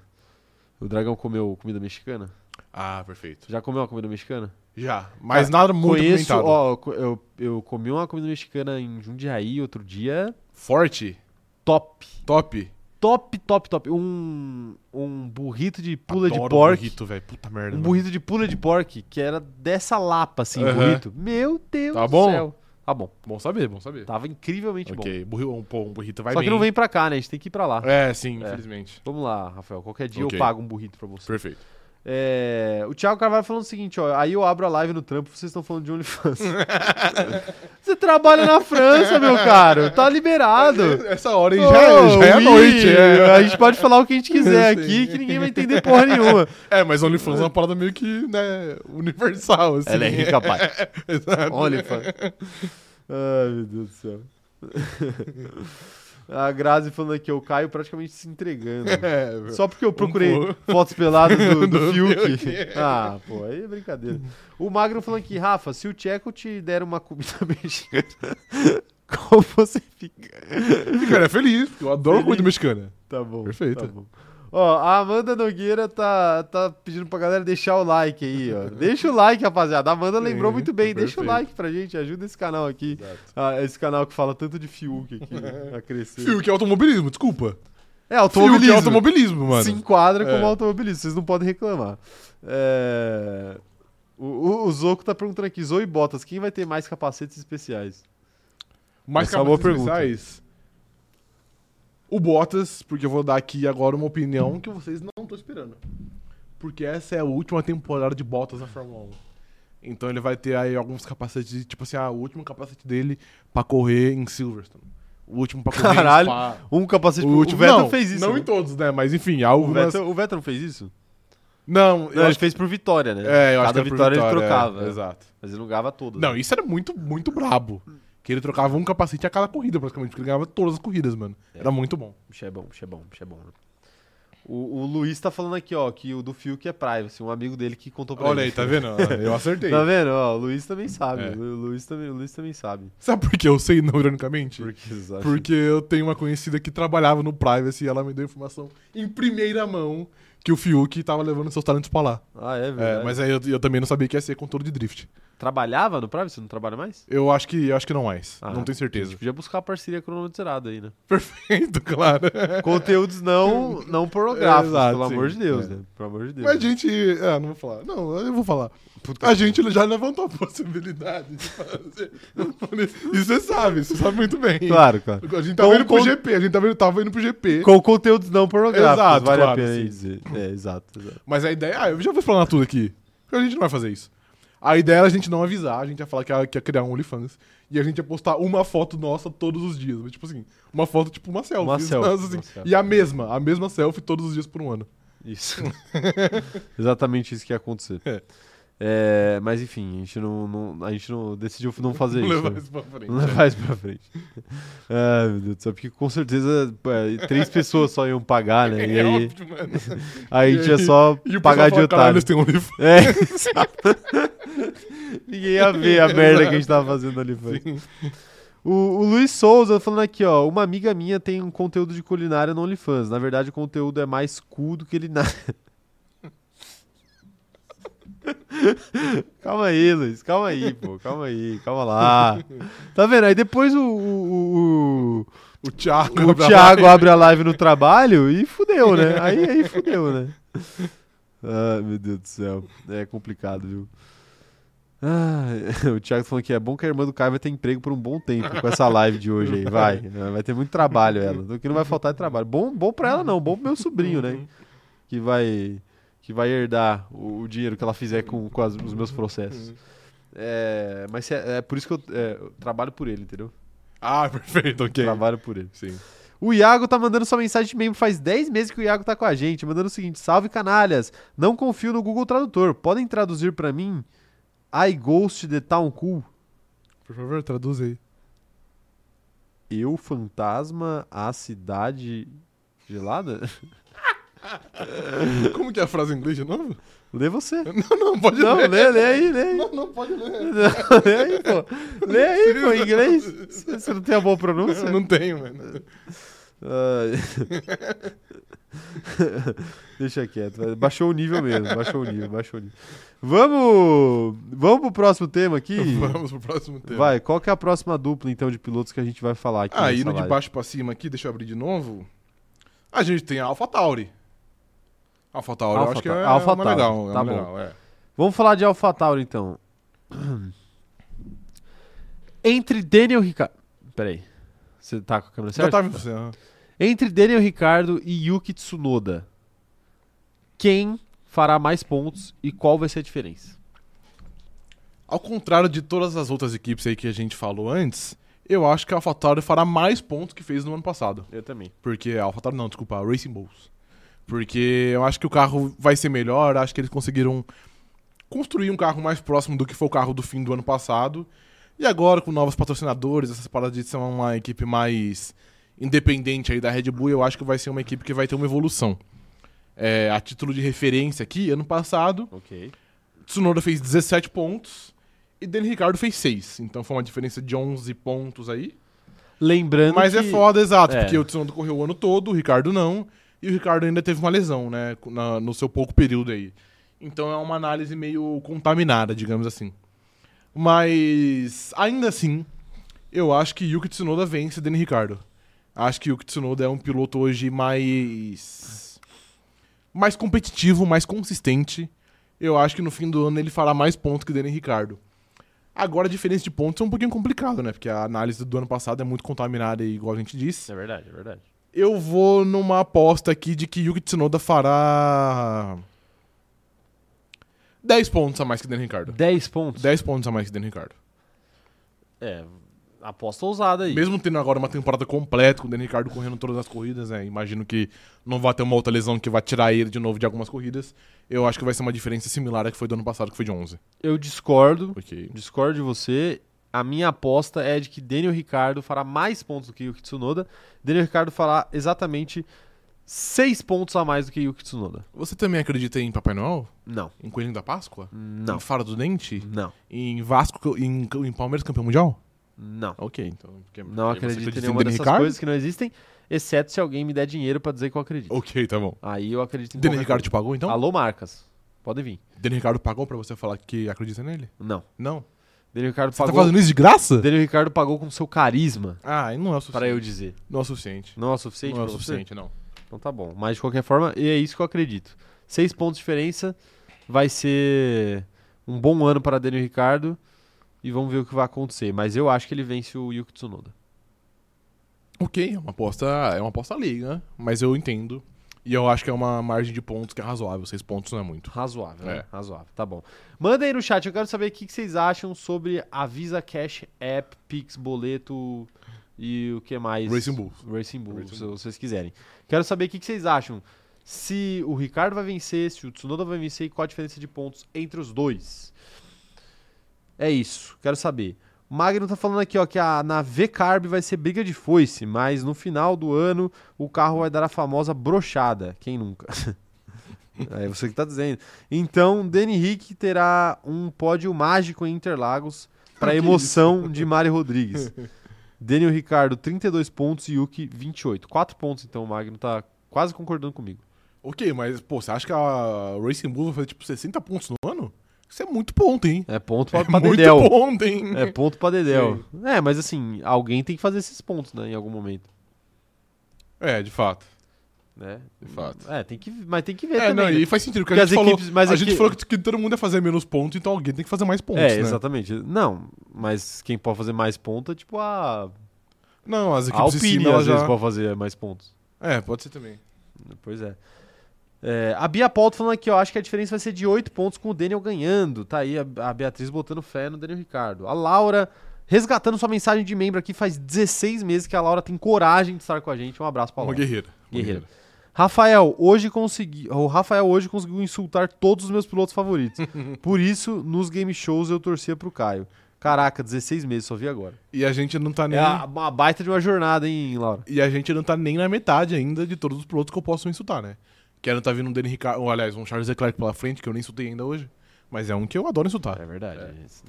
A: O dragão comeu comida mexicana?
B: Ah, perfeito.
A: Já comeu uma comida mexicana?
B: Já. Mas nada muito
A: Tá, Conheço,
B: comentado.
A: ó, co- eu, eu comi uma comida mexicana em Jundiaí outro dia.
B: Forte,
A: Top.
B: top.
A: Top, top, top. Um, um burrito de pula de
B: Adoro
A: porco.
B: burrito, velho. Puta merda.
A: Um
B: mano.
A: burrito de pula de porco, que era dessa lapa, assim, o
B: Aham.
A: burrito. Meu Deus
B: Tá
A: do
B: bom?
A: céu. Tá bom.
B: Bom saber, bom saber.
A: Tava incrivelmente bom.
B: ok, burri- um, pô, um burrito vai
A: Só
B: bem.
A: que não vem pra cá, né? A gente tem que ir pra lá.
B: É, sim,
A: É.
B: infelizmente.
A: Vamos lá, Rafael. Qualquer dia
B: Ok.
A: eu pago um burrito pra você.
B: Perfeito.
A: É, o Thiago Carvalho falando o seguinte, ó. Aí eu abro a live no trampo, vocês estão falando de OnlyFans. Você trabalha na França, meu caro. Tá liberado.
B: Essa hora aí
A: Ô,
B: já, é- já é a
A: oui,
B: noite. É.
A: A gente pode falar o que a gente quiser
B: Eu sei.
A: aqui, que ninguém vai entender porra nenhuma.
B: É, mas OnlyFans é uma parada meio que, né, universal, assim.
A: Ela é rica, pai.
B: Exato.
A: OnlyFans. Ai, meu Deus do céu. A Grazi falando aqui, eu caio praticamente se entregando.
B: É, velho.
A: Só porque eu procurei
B: Um pouco.
A: fotos peladas do, do
B: Do
A: Fiuk.
B: Fiuk.
A: Ah, pô, aí é brincadeira. O Magro falando aqui, Rafa, se o Tcheco te der uma comida mexicana, como você fica?
B: Cara, é feliz. porque Eu adoro comida mexicana.
A: Tá bom.
B: Perfeito.
A: tá bom. Ó, a Amanda Nogueira tá, tá pedindo pra galera deixar o like aí, ó. Deixa o like, rapaziada. A Amanda lembrou
B: Sim,
A: muito bem. Deixa o
B: perfeito.
A: like pra gente, ajuda esse canal aqui.
B: Exato.
A: Ah, esse canal que fala tanto de Fiuk aqui né, a crescer.
B: Fiuk é automobilismo, desculpa.
A: É,
B: Fiuk
A: automobilismo.
B: é automobilismo, mano.
A: Se enquadra
B: É.
A: como automobilista, vocês não podem reclamar. É, O, o- o Zoco tá perguntando aqui, Zoe Botas, quem vai ter mais capacetes especiais?
B: Mais
A: Essa é uma boa
B: capacetes
A: pergunta.
B: especiais, O Bottas, porque eu vou dar aqui agora uma opinião que vocês não estão esperando. Porque essa é a última temporada de Bottas na Fórmula 1. Então ele vai ter aí alguns capacetes, tipo assim, ah, o último capacete dele pra correr em Silverstone. O último pra correr
A: Caralho,
B: em Spa.
A: Um capacete...
B: O,
A: pro-
B: último,
A: o Vettel
B: não,
A: fez isso,
B: Não
A: né?
B: em todos, né? Mas enfim,
A: O
B: algumas...
A: Vettel, o Vettel não fez isso?
B: Não,
A: Não,
B: eu
A: ele
B: acho que...
A: fez por vitória, né?
B: É, eu acho
A: Cada
B: que é por
A: vitória, ele
B: é,
A: trocava. né?
B: exato.
A: Mas ele não ganhava né? todas.
B: Não, isso era muito, muito brabo. Que ele trocava um capacete a cada corrida, praticamente, porque ele ganhava todas as corridas, mano. Era muito bom.
A: Bicho é bom, bicho é bom, bicho é bom. né? O, o Luiz tá falando aqui, ó, que o do Fiuk é privacy, um amigo dele que contou pra
B: Olha
A: ele.
B: aí, tá vendo? Eu acertei.
A: Tá vendo? Ó, o Luiz também sabe.
B: É.
A: O Luiz também, o Luiz também sabe.
B: Sabe por que eu sei, não, ironicamente?
A: Porque, eles acham-
B: Porque eu tenho uma conhecida que trabalhava no Privacy e ela me deu informação em primeira mão que o Fiuk tava levando seus talentos pra lá.
A: Ah, é
B: É,
A: verdade.
B: mas aí eu, eu também não sabia que ia ser controle de drift.
A: Trabalhava no privacy? Não trabalha mais?
B: Eu acho que, eu acho que não mais.
A: Ah,
B: não tenho
A: A gente
B: certeza.
A: podia buscar a parceria cronometrada aí, né?
B: Perfeito, claro.
A: Conteúdos não, não pornográficos,
B: É, exato,
A: pelo
B: sim.
A: amor de Deus,
B: É.
A: né? Pelo amor de Deus.
B: Mas a gente. Ah, não vou falar. Não, eu vou falar.
A: Puta
B: A gente já levantou a possibilidade de fazer. Isso você sabe, você sabe muito bem.
A: Claro, claro.
B: A gente tá
A: Com-
B: indo pro
A: com-
B: GP, a gente tava, tava indo pro GP.
A: Com conteúdos não pornográficos,
B: Exato,
A: vale a
B: claro,
A: pena
B: sim.
A: aí dizer. É, exato, exato.
B: Mas a ideia. Ah, eu já vou explanar tudo aqui. Porque a gente não vai fazer isso. A ideia era a gente não avisar, a gente ia falar que ia, que ia criar um OnlyFans. E a gente ia postar uma foto nossa todos os dias. Mas, tipo assim, uma foto, tipo uma selfie.
A: Uma selfie,
B: Nossa, assim,
A: uma selfie.
B: E a mesma, a mesma selfie todos os dias por um ano.
A: Isso. Exatamente isso que ia acontecer.
B: É.
A: É, mas enfim, a gente não, não- a gente não decidiu não fazer
B: não
A: isso.
B: levar
A: né?
B: isso pra frente.
A: Não levar isso pra frente. Ai, meu Deus do céu, porque com certeza é, três pessoas só iam pagar, né? E
B: é
A: aí,
B: óbvio, mano.
A: aí a
B: E
A: gente ia
B: aí-
A: só
B: E o
A: pagar
B: pessoal
A: de
B: fala, "Caralho, um
A: otário.
B: eles têm OnlyFans.
A: É, exato. Ninguém ia ver a merda que a gente tava fazendo ali. foi. O, o Luiz Souza falando aqui, ó. Uma amiga minha tem um conteúdo de culinária no OnlyFans. Na verdade, o conteúdo é mais cu do que ele na... Calma aí, Luiz. Calma aí, pô. Calma aí. Calma lá. Tá vendo? Aí depois o, o, o-
B: O Thiago.
A: o
B: abre a
A: Thiago abre a live no trabalho e fudeu, né? Aí, aí fudeu, né? Ai, meu Deus do céu. É complicado, viu? Ah, o Thiago falando que é bom que a irmã do Caio vai ter emprego por um bom tempo com essa live de hoje aí. Vai. Vai ter muito trabalho ela. O que não vai faltar é trabalho. Bom, bom pra ela, não. Bom pro meu sobrinho, né? Que vai, que vai herdar o, o dinheiro que ela fizer com, com as- os meus processos. É, mas é, é por isso que eu, é, eu trabalho por ele, entendeu?
B: Ah, perfeito, ok.
A: Trabalho por ele.
B: Sim.
A: O Iago tá mandando sua mensagem de membro faz 10 meses que o Iago tá com a gente, mandando o seguinte: salve canalhas, não confio no Google Tradutor, podem traduzir pra mim? I ghost the town cool.
B: Por favor, traduz aí.
A: Eu fantasma a cidade gelada?
B: Como que é a frase em inglês de novo?
A: Lê você.
B: Não, não, pode
A: Não,
B: ler.
A: lê, lê aí, lê aí.
B: Não, não pode ler.
A: Não, lê aí, pô. Lê aí, pô, em inglês. Você você não tem a boa pronúncia?
B: Eu não tenho, mano.
A: Ah, Deixa quieto. vai. Baixou o nível mesmo. Baixou o nível, baixou o nível. Vamos, vamos pro próximo tema aqui?
B: Vamos pro próximo tema.
A: Vai, qual que é a próxima dupla, então, de pilotos que a gente vai falar aqui?
B: Ah,
A: nessa
B: indo de
A: live?
B: baixo pra cima aqui, deixa eu abrir de novo. A gente tem a AlphaTauri. AlphaTauri, eu acho que é
A: AlphaTauri.
B: uma legal. é
A: Tá
B: uma
A: bom.
B: legal, é.
A: Vamos falar de AlphaTauri, então. Entre Daniel Ricardo... Peraí. Você tá com a câmera
B: Já
A: certa?
B: tá me funcionando.
A: Entre Daniel Ricardo e Yuki Tsunoda, quem fará mais pontos e qual vai ser a diferença?
B: Ao contrário de todas as outras equipes aí que a gente falou antes, eu acho que a AlphaTauri fará mais pontos que fez no ano passado.
A: Eu também.
B: Porque a AlphaTauri não, desculpa, a Racing Bulls. Porque eu acho que o carro vai ser melhor, acho que eles conseguiram construir um carro mais próximo do que foi o carro do fim do ano passado. E agora com novos patrocinadores, essas paradas de ser uma equipe mais independente aí da Red Bull, eu acho que vai ser uma equipe que vai ter uma evolução. É, a título de referência aqui, ano passado,
A: Ok.
B: Tsunoda fez 17 pontos e Daniel Ricardo fez 6. Então foi uma diferença de 11 pontos aí.
A: Lembrando
B: Mas é
A: que-
B: foda, exato,
A: É.
B: porque o Tsunoda correu o ano todo, o Ricardo não. E o Ricardo ainda teve uma lesão, né? na- no seu pouco período aí. Então é uma análise meio contaminada, digamos assim. Mas, ainda assim, eu acho que Yuki Tsunoda vence Danny Ricardo. Acho que Yuki Tsunoda é um piloto hoje mais. mais competitivo, mais consistente. Eu acho que no fim do ano ele fará mais pontos que Danny Ricardo. Agora a diferença de pontos é um pouquinho complicado, né? Porque a análise do ano passado é muito contaminada, igual a gente disse.
A: É verdade, é verdade.
B: Eu vou numa aposta aqui de que Yuki Tsunoda fará. 10 pontos a mais que Daniel Ricardo.
A: 10 pontos?
B: 10 pontos a mais que Daniel Ricardo.
A: É, aposta ousada aí.
B: Mesmo tendo agora uma temporada completa com o Daniel Ricardo correndo todas as corridas, né? Imagino que não vai ter uma outra lesão que vai tirar ele de novo de algumas corridas. Eu acho que vai ser uma diferença similar à que foi do ano passado, que foi de 11.
A: Eu discordo,
B: Ok.
A: discordo de você. A minha aposta é de que Daniel Ricardo fará mais pontos do que Yuki Tsunoda. Daniel Ricardo fará exatamente 6 pontos a mais do que Yuki Tsunoda.
B: Você também acredita em Papai Noel?
A: Não,
B: Em Coelhinho da Páscoa?
A: não,
B: Em Faro do Dente?
A: não,
B: Em Vasco? Em, em Palmeiras campeão mundial?
A: não.
B: Ok, então. porque-
A: Não
B: aí você
A: acredito
B: acredita
A: em nenhuma
B: Daniel
A: dessas coisas que não existem, exceto se alguém me der dinheiro pra dizer que eu acredito.
B: Ok, tá bom.
A: Aí eu acredito em
B: Daniel
A: qualquer
B: Ricardo te pagou, então?
A: coisa. Alô, Marcas. Podem vir.
B: Daniel Ricardo pagou pra você falar que acredita nele?
A: Não.
B: Não.
A: Daniel Ricardo
B: Você
A: pagou.
B: tá fazendo isso de graça?
A: Daniel Ricardo pagou com seu carisma,
B: Ah, não é o suficiente.
A: para eu dizer.
B: Não é o suficiente.
A: Não é o suficiente?
B: não é o
A: pra você?
B: suficiente, não.
A: Então tá bom. Mas de qualquer forma, e é isso que eu acredito. Seis pontos de diferença. Vai ser um bom ano para Daniel Ricardo. E vamos ver o que vai acontecer. Mas eu acho que ele vence o Yuki Tsunoda.
B: Ok, é uma aposta, é uma aposta liga, mas eu entendo. E eu acho que é uma margem de pontos que é razoável. Seis pontos não é muito.
A: Razoável, né?
B: É.
A: Razoável. Tá bom. Manda aí no chat. Eu quero saber o que que vocês acham sobre a Visa Cash App, Pix, boleto e o que mais?
B: Racing Bulls.
A: Racing Bulls,
B: Racing
A: se vocês quiserem. Quero saber o que que vocês acham. Se o Ricardo vai vencer, se o Tsunoda vai vencer e qual a diferença de pontos entre os dois. É isso, quero saber. Magno tá falando aqui, ó, que a, na V-Carb vai ser briga de foice, mas no final do ano o carro vai dar a famosa brochada. Quem nunca? É você que tá dizendo. Então, Danny Rick terá um pódio mágico em Interlagos para emoção de Mari Rodrigues. Daniel Ricardo, 32 pontos e Yuki, 28. 4 pontos, então, o Magno tá quase concordando comigo.
B: Ok, mas, pô, você acha que a Racing Bull vai fazer, tipo, 60 pontos no ano? Isso é muito ponto, hein?
A: É ponto pra,
B: é
A: pra
B: muito
A: Dedel.
B: ponto, hein?
A: É ponto pra Dedel. É, mas assim, alguém tem que fazer esses pontos, né, em algum momento.
B: É, de fato.
A: Né?
B: De fato.
A: É, tem que, mas tem que ver
B: É,
A: também.
B: não,
A: né?
B: e faz sentido, porque
A: Porque
B: a gente,
A: as
B: falou,
A: equipes- mas
B: a
A: é
B: gente
A: que-
B: falou que, que todo mundo ia fazer menos pontos, então alguém tem que fazer mais pontos,
A: é,
B: né?
A: exatamente. Não, mas quem pode fazer mais ponto é tipo a, a
B: Não, as equipes de
A: Alpine,
B: cima, elas
A: às vezes,
B: já...
A: pode fazer mais pontos.
B: É, pode ser também.
A: Pois é. É, a Bia Paulo falando aqui, ó, acho que a diferença vai ser de 8 pontos com o Daniel ganhando. Tá aí a, a Beatriz botando fé no Daniel Ricardo. A Laura resgatando sua mensagem de membro aqui, faz 16 meses que a Laura tem coragem de estar com a gente. Um abraço pra
B: Uma
A: Laura.
B: guerreira. Uma
A: Guerreira. Rafael, hoje consegui. O Rafael hoje conseguiu insultar todos os meus pilotos favoritos. Por isso, nos game shows eu torcia pro Caio. Caraca, 16 meses, só vi agora.
B: E a gente não tá nem...
A: É a- uma baita de uma jornada, hein, Laura?
B: E a gente não tá nem na metade ainda de todos os pilotos que eu posso insultar, né? Quero tá vindo um Danny Ricardo, ou aliás, um Charles Leclerc pela frente, que eu nem insultei ainda hoje. Mas é um que eu adoro insultar.
A: É verdade.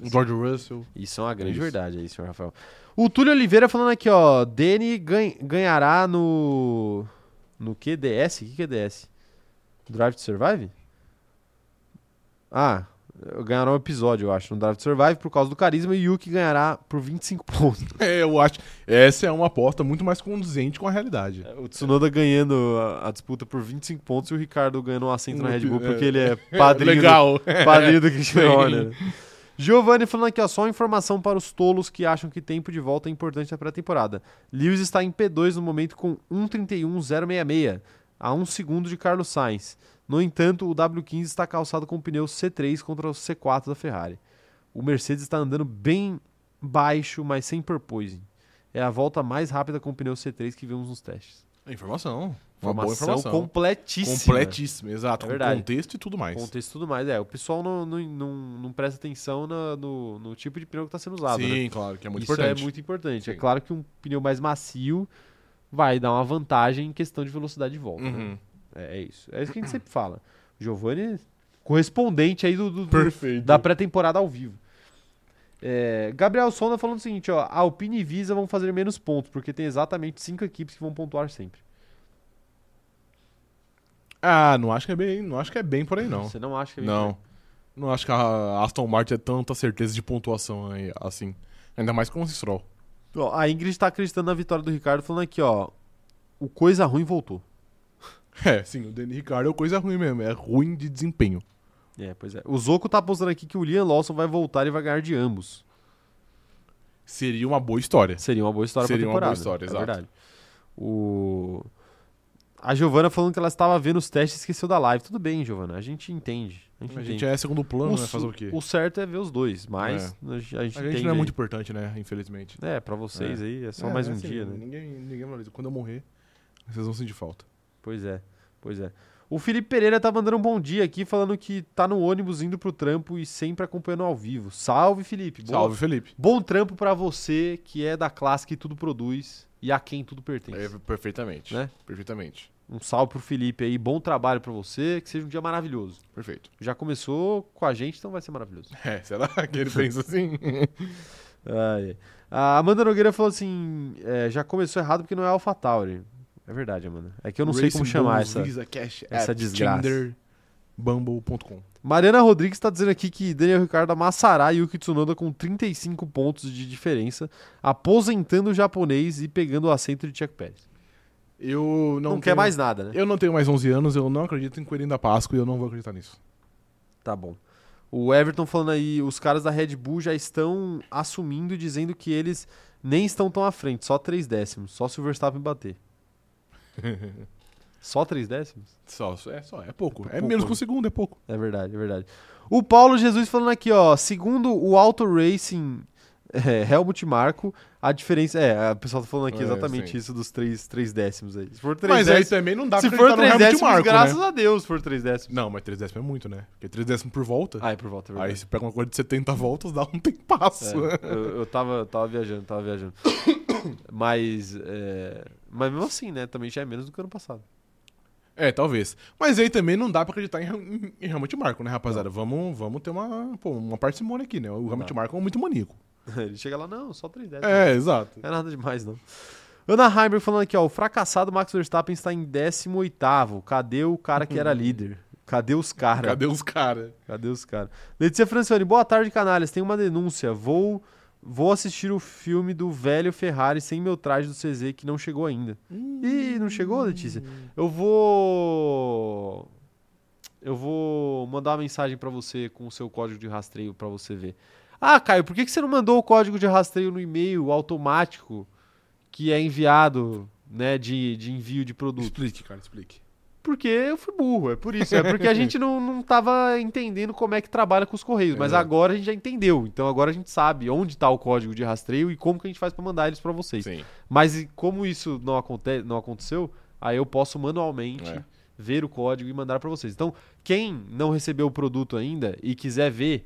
B: Um George Russell.
A: Isso é uma grande
B: Isso.
A: verdade aí, senhor Rafael. O Túlio Oliveira falando aqui, ó. Dene gan- ganhará no. No QDS? O que que é DS? Drive to Survive? Ah, ganhará um episódio, eu acho, no Drive to Survive por causa do carisma e Yuki ganhará por 25 pontos.
B: É, eu acho. Essa é uma aposta muito mais condizente com a realidade.
A: O Tsunoda ganhando a, a disputa por 25 pontos e o Ricardo ganhando um assento na
B: No
A: Red
B: pi-
A: Bull porque
B: é.
A: ele é padrinho do-
B: Legal.
A: Padrinho do Cristiano
B: Sim.
A: Ronaldo. Giovanni falando aqui, ó, só uma informação para os tolos que acham que tempo de volta é importante na pré-temporada. Lewis está em P2 no momento com 1.31.066, a um segundo de Carlos Sainz. No entanto, o W15 está calçado com o pneu C3 contra o C4 da Ferrari. O Mercedes está andando bem baixo, mas sem purposing. É a volta mais rápida com o pneu C3 que vimos nos testes.
B: Informação. Uma boa informação.
A: completíssima.
B: Completíssima, exato.
A: É
B: com
A: verdade.
B: contexto e tudo mais.
A: Contexto e tudo mais. É, o pessoal não, não, não, não presta atenção na- no, no tipo de pneu que está sendo usado. né?
B: Sim, claro, que é muito
A: Isso
B: importante.
A: é muito importante. É
B: Sim.
A: claro que um pneu mais macio vai dar uma vantagem em questão de velocidade de volta. né?
B: Uhum.
A: É, é isso. É isso que a gente sempre fala. Giovanni, é correspondente aí do, do- do-
B: Perfeito.
A: da pré-temporada ao vivo. É, Gabriel Sonda falando o seguinte, ó, a Alpine e Visa vão fazer menos pontos, porque tem exatamente cinco equipes que vão pontuar sempre.
B: Ah, não acho que é bem, não acho que é bem por aí não.
A: Você não acha que é bem
B: Não. Não acho que a Aston Martin é tanta certeza de pontuação aí, assim. Ainda mais com o Stroll.
A: Ó, a Ingrid tá acreditando na vitória do Ricardo, falando aqui, ó. O coisa ruim voltou.
B: É, sim, o Danny Ricardo é coisa ruim mesmo, é ruim de desempenho.
A: É, pois é. O Zoco tá postando aqui que o Liam Lawson vai voltar e vai ganhar de ambos.
B: Seria uma boa história.
A: Seria uma boa história
B: Seria
A: pra
B: uma boa
A: temporada.
B: história,
A: é
B: exato.
A: verdade. O... A Giovana falando que ela estava vendo os testes e esqueceu da live. Tudo bem, Giovana. A gente entende. A gente,
B: A gente
A: entende.
B: é segundo plano,
A: o,
B: né?
A: su-
B: Fazer o quê?
A: o certo é ver os dois, mas a gente, a gente
B: A gente
A: entende
B: não é
A: aí.
B: muito importante, né? Infelizmente.
A: É, pra vocês aí é só
B: É,
A: mais
B: é
A: um
B: assim,
A: dia, né?
B: Ninguém, ninguém valoriza. Quando eu morrer, vocês vão sentir falta.
A: Pois é, pois é. O Felipe Pereira tá mandando um bom dia aqui, falando que tá no ônibus indo pro trampo e sempre acompanhando ao vivo. Salve, Felipe. Boa-
B: Salve, Felipe.
A: Bom trampo pra você que é da classe que tudo produz e a quem tudo pertence.
B: É, perfeitamente.
A: Né?
B: Perfeitamente.
A: Um salve pro Felipe aí, bom trabalho pra você, que seja um dia maravilhoso.
B: Perfeito.
A: Já começou com a gente, então vai ser maravilhoso.
B: É, será que ele pensa assim?
A: Ai. A Amanda Nogueira falou assim: é, já começou errado porque não é AlphaTauri. É verdade, Amanda. É que eu não sei como
B: Racing
A: chamar
B: Bulls,
A: essa.
B: Visa, Cash,
A: essa
B: App,
A: desgraça.
B: Tinder, Bumble.com.
A: Mariana Rodrigues está dizendo aqui que Daniel Ricardo amassará Yuki Tsunoda com 35 pontos de diferença, aposentando o japonês e pegando o assento de Chuck Pérez.
B: Eu não,
A: Não, quer
B: tenho-
A: mais nada, né?
B: Eu não tenho mais 11 anos, eu não acredito em Coelhinho da Páscoa e eu não vou acreditar nisso.
A: Tá bom. O Everton falando aí, os caras da Red Bull já estão assumindo, e dizendo que eles nem estão tão à frente, só três décimos, só se o Verstappen bater. só três décimos?
B: Só, é, só, é pouco. É,
A: pouco,
B: menos
A: né?
B: que um segundo, é pouco.
A: É verdade, é verdade. O Paulo Jesus falando aqui, ó, segundo o Auto Racing é, Helmut Marco, a diferença. É, o pessoal tá falando aqui
B: É,
A: exatamente
B: sim.
A: isso dos três, três décimos aí. Se for três
B: Mas aí
A: décimos.
B: também não dá
A: se
B: pra
A: for
B: acreditar
A: três
B: no Hamilton
A: décimos,
B: Marco,
A: graças
B: né?
A: a Deus, se for três décimos.
B: Não, mas 3 décimos é muito, né? Porque 3 décimos por volta.
A: Ah, é por volta, é verdade.
B: aí você pega uma coisa de 70 voltas, dá um tempasso. né?
A: É, eu, eu tava, eu tava viajando, tava viajando. Mas. é, mas mesmo assim, né? Também já é menos do que ano passado.
B: É, talvez. Mas aí também não dá pra acreditar em, em, em Hamilton Marco, né, rapaziada? Vamos, vamos ter uma, pô, uma parcimônia aqui, né? O Hamilton Marco é muito maníaco.
A: Ele chega lá, não, só 3 décimos.
B: É, exato.
A: Não é nada demais, não. Ana Heimer falando aqui, ó. O fracassado Max Verstappen está em 18. Cadê o cara que era líder? Cadê os caras? Cadê?
B: Cadê os caras?
A: os caras? Letícia Francione, boa tarde, canalhas. Tem uma denúncia. Vou. Vou assistir o filme do velho Ferrari sem meu traje do CZ que não chegou ainda. Ih, não chegou, Letícia? Eu vou. Eu vou mandar uma mensagem pra você com o seu código de rastreio pra você ver. Ah, Caio, por que, que você não mandou o código de rastreio no e-mail automático que é enviado, né, de, de envio de produto?
B: Explique, cara, explique.
A: Porque eu fui burro, é por isso. É porque a gente não, não tava entendendo como é que trabalha com os correios, mas
B: Exato.
A: agora a gente já entendeu. Então agora a gente sabe onde tá o código de rastreio e como que a gente faz pra mandar eles pra vocês.
B: Sim.
A: Mas e como isso não, aconte não aconteceu, aí eu posso manualmente
B: É.
A: ver o código e mandar para vocês. Então, quem não recebeu o produto ainda e quiser ver,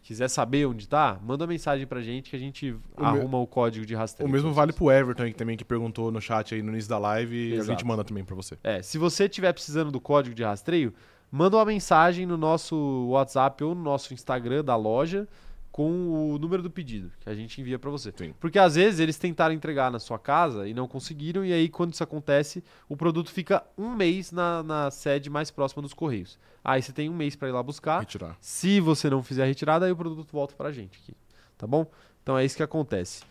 A: quiser saber onde tá, manda uma mensagem pra gente que a gente
B: me-
A: arruma o código de
B: O
A: rastreio.
B: mesmo vale pro Everton aí, que também que perguntou no chat aí no início da live. A
A: Exato.
B: gente manda também pra você.
A: É, se você estiver precisando do código de rastreio, manda uma mensagem no nosso WhatsApp ou no nosso Instagram da loja com o número do pedido que a gente envia pra você.
B: Sim.
A: Porque às vezes eles tentaram entregar na sua casa e não conseguiram, e aí quando isso acontece, o produto fica um mês na, na sede mais próxima dos Correios. Aí você tem um mês pra ir lá buscar.
B: Retirar.
A: Se você não fizer a retirada, aí o produto volta pra gente aqui, tá bom? Então é isso que acontece.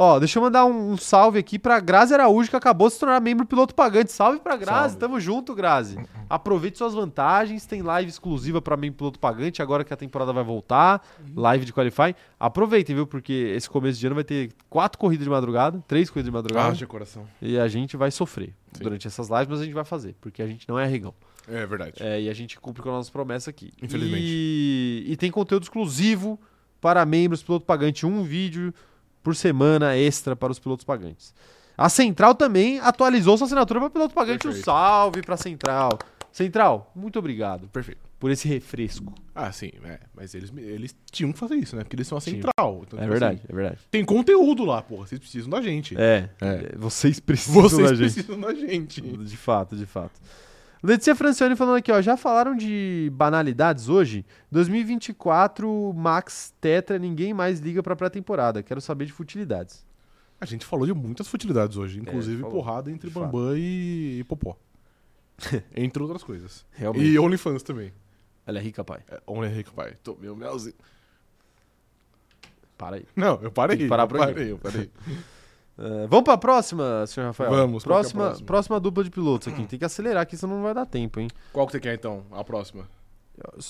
A: Ó, deixa eu mandar um, um salve aqui pra Grazi Araújo, que acabou de se tornar membro piloto pagante. Salve pra Grazi,
B: Salve.
A: tamo junto, Grazi. Aproveite suas vantagens, tem live exclusiva pra membro piloto pagante, agora que a temporada vai voltar,
B: Uhum.
A: live de qualifying. Aproveitem, viu, porque esse começo de ano vai ter quatro corridas de madrugada, três corridas de madrugada,
B: Haja Ah, coração.
A: e a gente vai sofrer
B: Sim.
A: durante essas lives, mas a gente vai fazer, porque a gente não é regão.
B: É verdade.
A: É, e a gente cumpre com a nossa promessa aqui.
B: Infelizmente.
A: E, e tem conteúdo exclusivo para membros, piloto pagante, um vídeo por semana extra para os pilotos pagantes. A Central também atualizou sua assinatura para piloto pagante. Um
B: Perfeito.
A: salve para Central. Central, muito obrigado
B: Perfeito.
A: por esse refresco.
B: Ah, sim, é. Mas eles, eles tinham que fazer isso, né? Porque eles são a central. Então,
A: É
B: tipo
A: verdade,
B: assim,
A: é verdade.
B: tem conteúdo lá, porra. Vocês precisam da gente.
A: É,
B: É.
A: vocês precisam
B: Vocês
A: da gente.
B: precisam da gente.
A: De fato, de fato. Letícia Francione falando aqui, ó. Já falaram de banalidades hoje? 2024, Max Tetra, ninguém mais liga pra pré-temporada. Quero saber de futilidades.
B: A gente falou de muitas futilidades hoje, inclusive
A: É, falou.
B: porrada entre
A: De fato.
B: Bambam e, e Popó. Entre outras coisas.
A: Realmente.
B: E OnlyFans também.
A: Ela é rica, pai.
B: É, Only Rico Pai. Tomei um melzinho.
A: Para aí.
B: Não, eu parei.
A: Tem que parar
B: eu
A: por aí.
B: parei, eu parei.
A: É, vamos pra próxima, senhor Rafael?
B: Vamos, qual que é a
A: próxima,
B: próxima?
A: dupla de pilotos aqui. Tem que acelerar, que senão não vai dar tempo, hein?
B: Qual que você quer então? A próxima.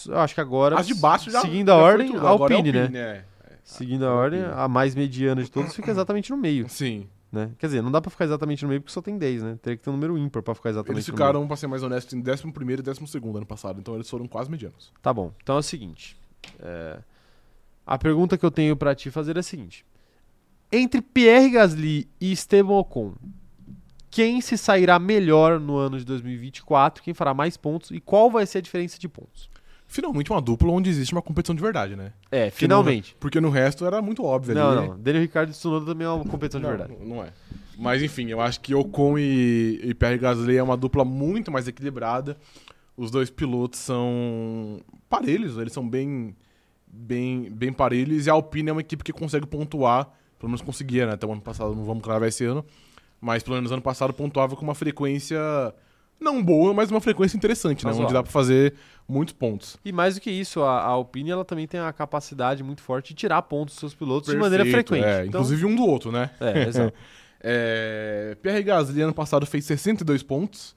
A: Eu acho que agora.
B: As de baixo já.
A: Seguindo a
B: já foi
A: ordem,
B: tudo.
A: a
B: Agora é
A: Alpine, né?
B: né?
A: Seguindo a ordem, a mais mediana de todos fica exatamente no meio,
B: É. Sim.
A: né? Quer dizer, não dá pra ficar exatamente no meio porque só tem 10, né? Teria que ter um número ímpar pra ficar exatamente
B: Eles
A: no meio.
B: ficaram, pra ser mais honesto, em 11 primeiro e 12 segundo ano passado. Então eles foram quase medianos.
A: Tá bom. Então é o seguinte. é, A pergunta que eu tenho pra te fazer é a seguinte: entre Pierre Gasly e Esteban Ocon, quem se sairá melhor no ano de 2024? Quem fará mais pontos e qual vai ser a diferença de pontos?
B: Finalmente uma dupla onde existe uma competição de verdade, né?
A: É, finalmente.
B: Porque no resto era muito óbvio
A: Não,
B: ali.
A: não. Daniel Ricardo e Tsunoda também é uma competição de
B: Não,
A: verdade.
B: Não é. Mas enfim, eu acho que Ocon e, e Pierre Gasly é uma dupla muito mais equilibrada. Os dois pilotos são parelhos, eles são bem, bem, bem parelhos. E a Alpine é uma equipe que consegue pontuar, pelo menos conseguia, né? Até o ano passado, não vamos cravar esse ano. Mas pelo menos ano passado pontuava com uma frequência não boa, mas uma frequência interessante, né? Onde
A: Razoável.
B: dá pra fazer muitos pontos.
A: E mais do que isso, a, a Alpine ela também tem a capacidade muito forte de tirar pontos dos seus pilotos de maneira
B: Perfeito,
A: frequente.
B: é,
A: Então-
B: Inclusive um do outro, né?
A: É, exato.
B: É, Pierre Gasly ano passado fez 62 pontos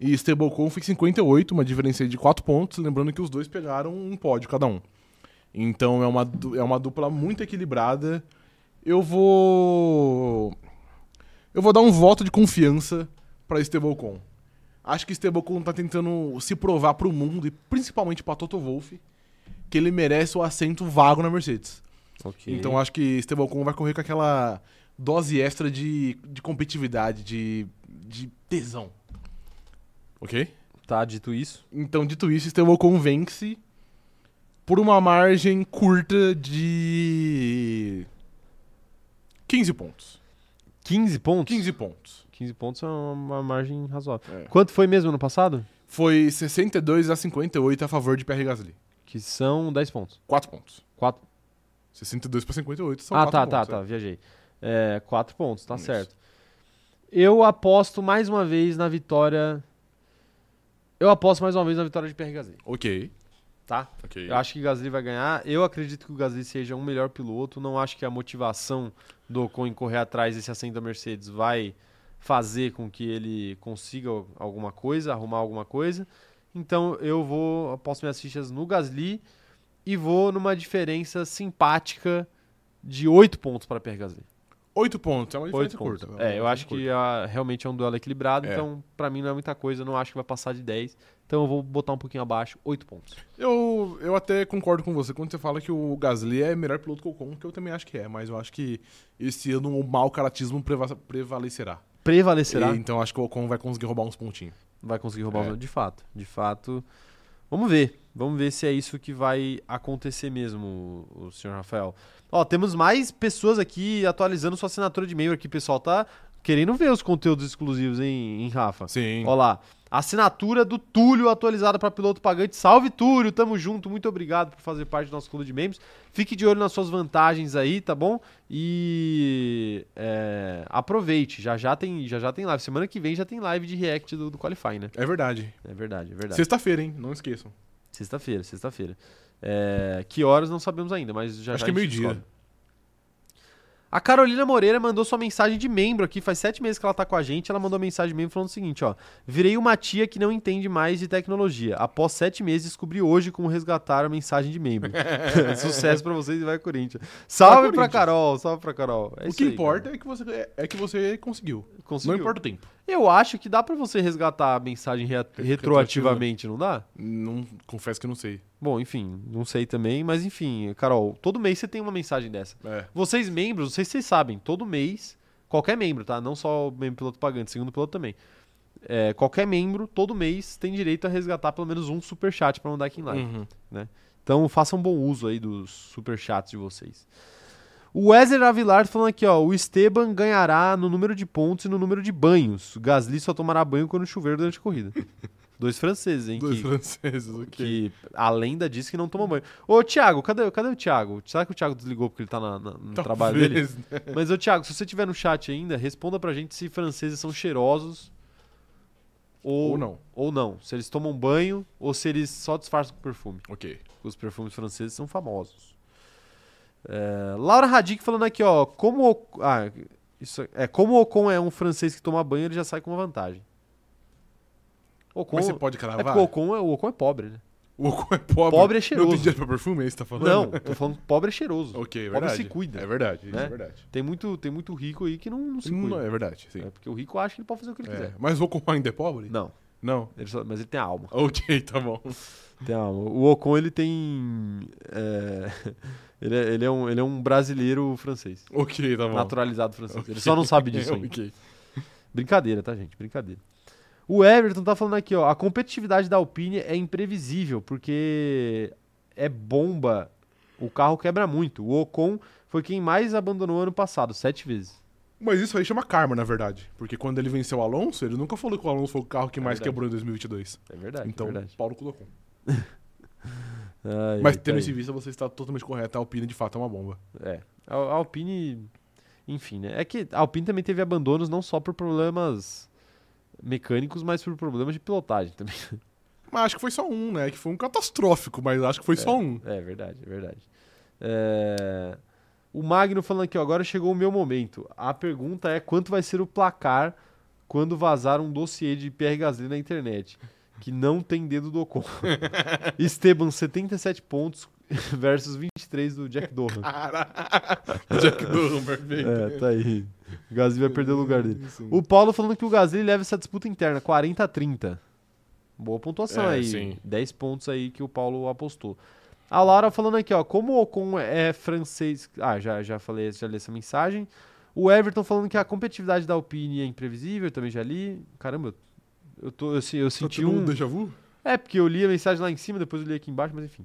B: e Esteban Ocon fez 58, uma diferença aí de 4 pontos, lembrando que os dois pegaram um pódio cada um. Então é uma, du- é uma dupla muito equilibrada. Eu vou eu vou dar um voto de confiança para Esteban Ocon. Acho que Esteban Ocon tá tentando se provar para o mundo e principalmente para Toto Wolff que ele merece o assento vago na Mercedes.
A: Ok.
B: Então acho que Esteban Ocon vai correr com aquela dose extra de, de competitividade, de, de tesão. Ok?
A: tá dito isso.
B: Então, dito isso, Esteban Ocon vence por uma margem curta de 15 pontos.
A: 15 pontos?
B: 15 pontos.
A: 15 pontos é uma margem razoável.
B: É.
A: Quanto foi mesmo ano passado?
B: Foi 62 a 58 a favor de Pierre Gasly.
A: Que são 10 pontos.
B: 4 pontos.
A: 4...
B: 62 para 58 são
A: Ah,
B: 4
A: tá,
B: pontos.
A: tá,
B: é.
A: tá, viajei. É, 4 pontos, tá
B: Isso.
A: certo. Eu aposto mais uma vez na vitória. Eu aposto mais uma vez na vitória de Pierre Gasly,
B: é. Ok.
A: tá?
B: Ok.
A: Eu acho que Gasly vai ganhar. Eu acredito que o Gasly seja um melhor piloto. Não acho que a motivação do Ocon em correr atrás desse assento da Mercedes vai fazer com que ele consiga alguma coisa, arrumar alguma coisa. Então eu vou, aposto minhas fichas no Gasly e vou numa diferença simpática de 8 pontos para Pierre Gasly.
B: 8 pontos. É uma
A: 8
B: diferença
A: pontos.
B: curta. uma
A: É, eu
B: diferença
A: acho
B: curta.
A: que ah, realmente é um duelo equilibrado,
B: É.
A: então para mim não é muita coisa, não acho que vai passar de 10. Então eu vou botar um pouquinho abaixo, 8 pontos.
B: Eu, eu até concordo com você quando você fala que o Gasly é melhor piloto que o Ocon, que eu também acho que é, mas eu acho que esse ano o mau caratismo preva- prevalecerá.
A: Prevalecerá.
B: E, então acho que o Ocon vai conseguir roubar uns pontinhos.
A: vai conseguir roubar
B: É.
A: o de fato. De fato. Vamos ver. Vamos ver se é isso que vai acontecer mesmo, o, o senhor Rafael. Ó, temos mais pessoas aqui atualizando sua assinatura de e-mail aqui, pessoal. Tá querendo ver os conteúdos exclusivos, hein, hein, Rafa?
B: Sim.
A: Ó lá. Assinatura do Túlio atualizada para piloto pagante. Salve, Túlio! Tamo junto. Muito obrigado por fazer parte do nosso clube de membros. Fique de olho nas suas vantagens aí, tá bom? E é, aproveite. Já já, tem, já já tem live. Semana que vem já tem live de react do, do Qualify, né?
B: É verdade.
A: É verdade, é verdade.
B: Sexta-feira, hein? Não esqueçam.
A: Sexta-feira, sexta-feira. É, que horas não sabemos ainda, mas já
B: acho
A: já
B: que é
A: a gente
B: meio-dia.
A: descobre. A Carolina Moreira mandou sua mensagem de membro aqui, faz sete meses que ela tá com a gente. Ela mandou mensagem de membro falando o seguinte: ó. Virei uma tia que não entende mais de tecnologia. Após sete meses, descobri hoje como resgatar a mensagem de membro. Sucesso pra vocês e vai Corinthians. Salve pra
B: Corinthians.
A: Carol, salve pra Carol. É
B: o
A: isso
B: que
A: aí,
B: importa é que, você, é, é que você conseguiu.
A: cara. Conseguiu.
B: Não importa o tempo.
A: Eu acho que dá pra você resgatar a mensagem rea- retroativamente, não dá?
B: Não, confesso que não sei.
A: Bom, enfim, não sei também, mas enfim, Carol, todo mês você tem uma mensagem dessa.
B: É.
A: Vocês membros, não sei se vocês sabem, todo mês, qualquer membro, tá? Não só o membro piloto pagante, segundo piloto também. É, qualquer membro, todo mês, tem direito a resgatar pelo menos um superchat pra mandar aqui em live.
B: Uhum.
A: Então façam bom uso aí dos superchats de vocês. O Wesley Avilar tá falando aqui, ó. O Esteban ganhará no número de pontos e no número de banhos. Gasly só tomará banho quando chover durante a corrida. Dois franceses, hein?
B: Dois
A: que-
B: franceses, ok.
A: que a lenda diz que não toma banho. Ô, Thiago, cadê, cadê o Thiago? Será que o Thiago desligou porque ele tá na- na- no trabalho dele?
B: Talvez, né?
A: Mas, ô, Thiago, se você tiver no chat ainda, responda pra gente se franceses são cheirosos ou,
B: Ou não.
A: ou não. Se eles tomam banho ou se eles só disfarçam com perfume.
B: Ok.
A: Os perfumes franceses são famosos. É, Laura Radic falando aqui, ó. Como o, ah, isso é, como o Ocon é um francês que toma banho, ele já sai com uma vantagem. Ocon,
B: Mas você pode
A: é
B: cravar?
A: porque o Ocon é, o Ocon é pobre, né?
B: O Ocon é pobre.
A: Pobre é cheiroso.
B: Não tem dinheiro pra perfume, é isso que
A: Não,
B: tá falando?
A: tô falando que pobre é cheiroso.
B: Ok, é
A: Pobre
B: verdade.
A: se cuida,
B: É verdade, isso
A: né?
B: é verdade.
A: Tem, muito, tem muito rico aí que não, não se
B: Não,
A: cuida.
B: é verdade, sim.
A: É porque o rico acha que ele pode fazer o que ele
B: É,
A: quiser.
B: Mas o Ocon ainda é pobre?
A: Não,
B: Não.
A: ele só- mas ele tem a alma.
B: Ok, tá bom.
A: Tem a alma. O Ocon, ele tem... é, ele, é, ele é um, ele é um brasileiro francês.
B: Ok, tá bom.
A: Naturalizado francês. Ele
B: Ok.
A: só não sabe disso ainda.
B: ok.
A: Brincadeira, tá, gente? Brincadeira. O Everton tá falando aqui, ó. A competitividade da Alpine é imprevisível, porque é bomba. O carro quebra muito. O Ocon foi quem mais abandonou ano passado, sete vezes.
B: Mas isso aí chama karma, na verdade. Porque quando ele venceu o Alonso, ele nunca falou que o Alonso foi o carro que mais
A: É verdade.
B: quebrou em 2022.
A: É verdade,
B: então,
A: é verdade.
B: Paulo colocou.
A: Ai,
B: Mas
A: ai,
B: tendo
A: tá
B: isso
A: aí.
B: em vista, você está totalmente correto. A Alpine, de fato, é uma bomba.
A: É. A a Alpine, enfim, né? É que a Alpine também teve abandonos não só por problemas mecânicos, mas por problemas de pilotagem também.
B: Mas acho que foi só um, né? Que foi um catastrófico, mas acho que foi só um.
A: É verdade, é verdade. É, O Magno falando aqui, ó, agora chegou o meu momento. A pergunta é quanto vai ser o placar quando vazar um dossiê de Pierre Gasly na internet, que não tem dedo do Ocon. Esteban, 77 pontos versus 23 do Jack Dohan.
B: Cara. Jack Durham, perfeito.
A: É, tá aí. O Gasly vai perder o lugar dele.
B: Sim.
A: O Paulo falando que o Gasly leva essa disputa interna, 40 a 30. Boa pontuação
B: É,
A: aí.
B: sim.
A: 10 pontos aí que o Paulo apostou. A Laura falando aqui, ó, como o Ocon é francês. Ah, já, já falei, já li essa mensagem. O Everton falando que a competitividade da Alpine é imprevisível, também já li. Caramba, eu, eu, tô, eu, se- eu
B: Tá
A: senti
B: tendo um
A: um.
B: déjà vu?
A: É, porque eu li a mensagem lá em cima, depois eu li aqui embaixo, mas enfim.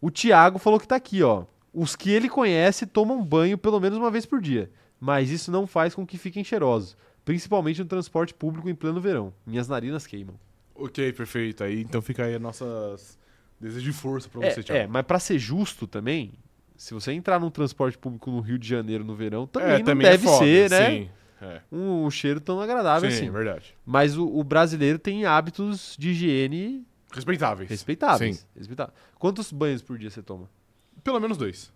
A: O Thiago falou que tá aqui, ó. Os que ele conhece tomam banho pelo menos uma vez por dia, mas isso não faz com que fiquem cheirosos, principalmente no transporte público em pleno verão. Minhas narinas queimam.
B: Ok, perfeito. Aí então fica aí a nossas desejo de força pra
A: É,
B: você,
A: é,
B: Thiago.
A: mas pra ser justo também, se você entrar num transporte público no Rio de Janeiro no verão, também
B: É,
A: não deve
B: foda,
A: ser, né?
B: Sim, é.
A: Um, cheiro tão agradável
B: Sim,
A: assim.
B: é verdade.
A: Mas o- o brasileiro tem hábitos de higiene
B: Respeitáveis.
A: respeitáveis. respeitáveis. Quantos banhos por dia você toma?
B: Pelo menos dois.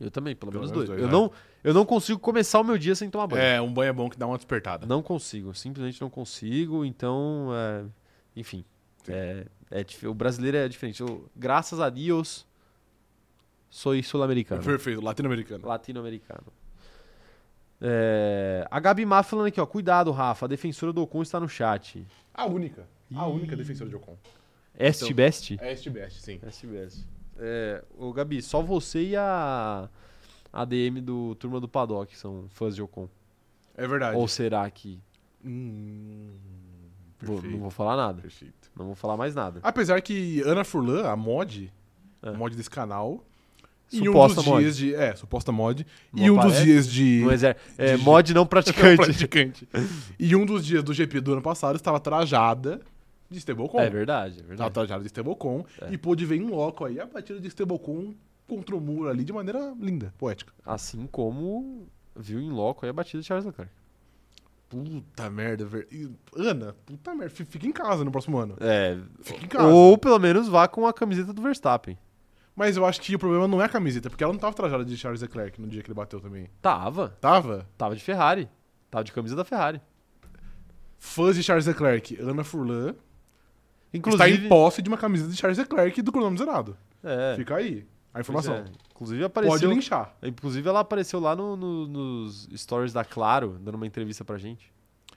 A: Eu também, pelo,
B: Pelo
A: menos,
B: menos
A: dois.
B: dois,
A: eu,
B: é.
A: não, eu não consigo começar o meu dia sem tomar banho.
B: É, um banho é bom que dá uma despertada.
A: Não consigo, simplesmente não consigo. Então, é, enfim, é, é dif- o brasileiro é diferente. Eu, graças a Deus, sou sul-americano,
B: Perfeito, latino-americano.
A: latino-americano. É, a Gabi Má falando aqui, ó, cuidado, Rafa, a defensora do Ocon está no chat.
B: A única. A única defensora de Ocon.
A: Est
B: Então-
A: best?
B: É este best, sim.
A: Est best. É, ô, Gabi, só você e a a DM do Turma do Paddock são fãs de Ocon.
B: É verdade.
A: Ou será que
B: Hum,
A: Vou-
B: perfeito.
A: não vou falar nada.
B: Perfeito.
A: Não vou falar mais nada.
B: Apesar que Ana Furlan, a mod,
A: É.
B: a mod desse canal,
A: Suposta
B: em um dos
A: mod.
B: dias de. É, suposta mod.
A: Não
B: e um dos
A: aparece?
B: dias de.
A: Não exer- é,
B: de-
A: mod não praticante.
B: praticante. e um dos dias do GP do ano passado estava trajada de Stablecon.
A: é verdade, é
B: Estava
A: verdade.
B: trajada de Stablecon
A: É.
B: e pôde ver em loco aí a batida de Stablecon contra o muro ali de maneira linda, poética.
A: Assim como viu em loco aí a batida de Charles Leclerc.
B: Puta merda, velho. E, Ana, puta merda, fi- fica em casa no próximo ano.
A: É,
B: Fica em casa.
A: ou pelo menos vá com a camiseta do Verstappen.
B: Mas eu acho que o problema não é a camiseta, porque ela não tava trajada de Charles Leclerc no dia que ele bateu também.
A: Tava,
B: Tava?
A: tava de Ferrari. Tava de camisa da Ferrari.
B: Fãs de Charles Leclerc, Ana Furlan
A: Inclusive,
B: está em posse de uma camisa de Charles Leclerc e do cronômetro zerado.
A: é,
B: Fica aí a
A: pois
B: informação.
A: é. Inclusive
B: Pode
A: apareceu,
B: linchar.
A: inclusive ela apareceu lá no- no- nos stories da Claro, dando uma entrevista pra gente.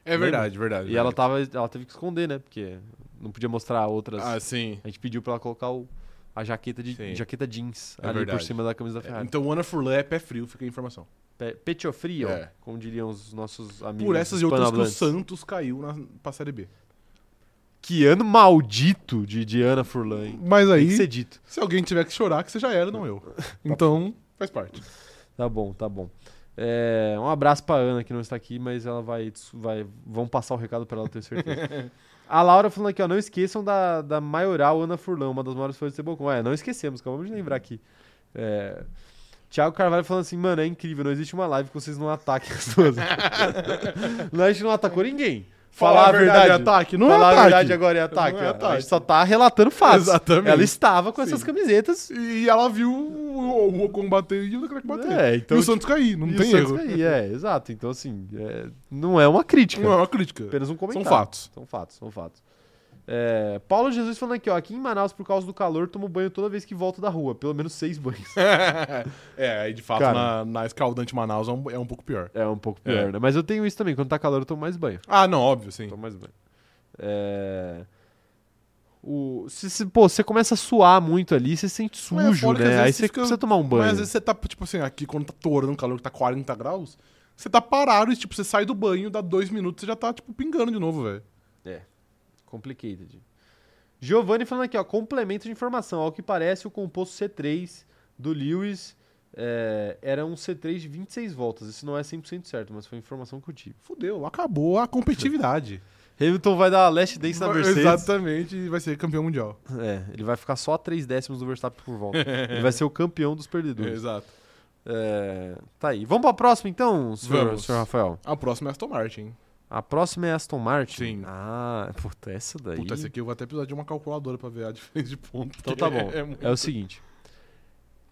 B: É verdade, verdade.
A: E ela tava, ela teve que esconder, né? Porque não podia mostrar outras
B: Ah, sim.
A: A gente pediu pra ela colocar o- a jaqueta, de,
B: Sim.
A: jaqueta jeans
B: É
A: ali por
B: verdade.
A: cima da camisa da Ferrari.
B: Então, Ana Furlan é pé frio, fica a informação.
A: Pe- Pecho frio,
B: É.
A: como diriam os nossos amigos.
B: Por essas e outras que o
A: hispanohablantes.
B: Santos caiu na, pra Série B.
A: Que ano maldito de Diana Furlan, hein?
B: Mas
A: Tem que ser
B: aí,
A: dito.
B: se alguém tiver que chorar, que você já era, não eu. Então, faz parte.
A: Tá bom, tá bom. É, um abraço pra Ana, que não está aqui, mas ela vai. vai vão passar o recado pra ela, eu tenho certeza. a Laura falando aqui, ó, não esqueçam da, da maioral Ana Furlan, uma das maiores fãs de Cebocon. É, não esquecemos, acabamos de lembrar aqui. É, Tiago Carvalho falando assim, mano, é incrível, não existe uma live que vocês não ataquem as duas. não, a gente não atacou ninguém. Falar a verdade
B: é ataque? Não
A: Falar
B: é ataque.
A: a verdade agora é ataque.
B: Não é
A: A
B: ataque.
A: gente só tá relatando fatos.
B: Exatamente.
A: Ela estava com
B: Sim.
A: essas camisetas.
B: E ela viu o, o Ocon bater e o Leclerc bater.
A: É, então,
B: e o Santos cair, não
A: e o
B: tem
A: Santos
B: erro.
A: aí, é, exato. Então, assim, é, não é uma crítica.
B: Não é uma crítica.
A: Apenas um comentário.
B: fatos.
A: São fatos, são fatos. É, Paulo Jesus falando aqui, ó. Aqui em Manaus, por causa do calor, tomo banho toda vez que volto da rua. Pelo menos seis banhos.
B: é, aí de fato
A: Cara.
B: na, na escaldante Manaus é um, é um pouco pior.
A: É um pouco pior,
B: É.
A: né? Mas eu tenho isso também. Quando tá calor, eu tomo mais banho.
B: Ah, não, óbvio, sim.
A: Tomo mais banho. É... O... Se, se- pô, você começa a suar muito ali, você se sente
B: Mas é
A: sujo,
B: fora que às
A: né?
B: vezes
A: Aí
B: você
A: você
B: fica-
A: precisa tomar um banho.
B: Mas às vezes você tá, tipo assim, aqui quando tá torando o calor que tá 40 graus, você tá parado e, tipo, você sai do banho, dá dois minutos, você já tá, tipo, pingando de novo, velho.
A: Complicated. Giovanni falando aqui, ó, complemento de informação. Ao que parece, o composto C3 do Lewis é, era um C3 de 26 voltas. Isso não é 100% certo, mas foi a informação que eu tive.
B: Fudeu, acabou a competitividade.
A: Hamilton vai dar last dance na Mercedes.
B: Exatamente, e vai ser campeão mundial.
A: É, ele vai ficar só a 3 décimos do Verstappen por volta. ele vai ser o campeão dos perdedores.
B: Exato.
A: É, tá aí. Vamos pra próxima então, senhor,
B: Vamos.
A: senhor Rafael?
B: A próxima é Aston Martin. hein?
A: A próxima é Aston Martin.
B: Sim.
A: Ah, puta, essa daí.
B: Puta, esse aqui eu vou até precisar de uma calculadora pra ver a diferença de ponto.
A: Então tá bom.
B: É, muito-
A: É o seguinte: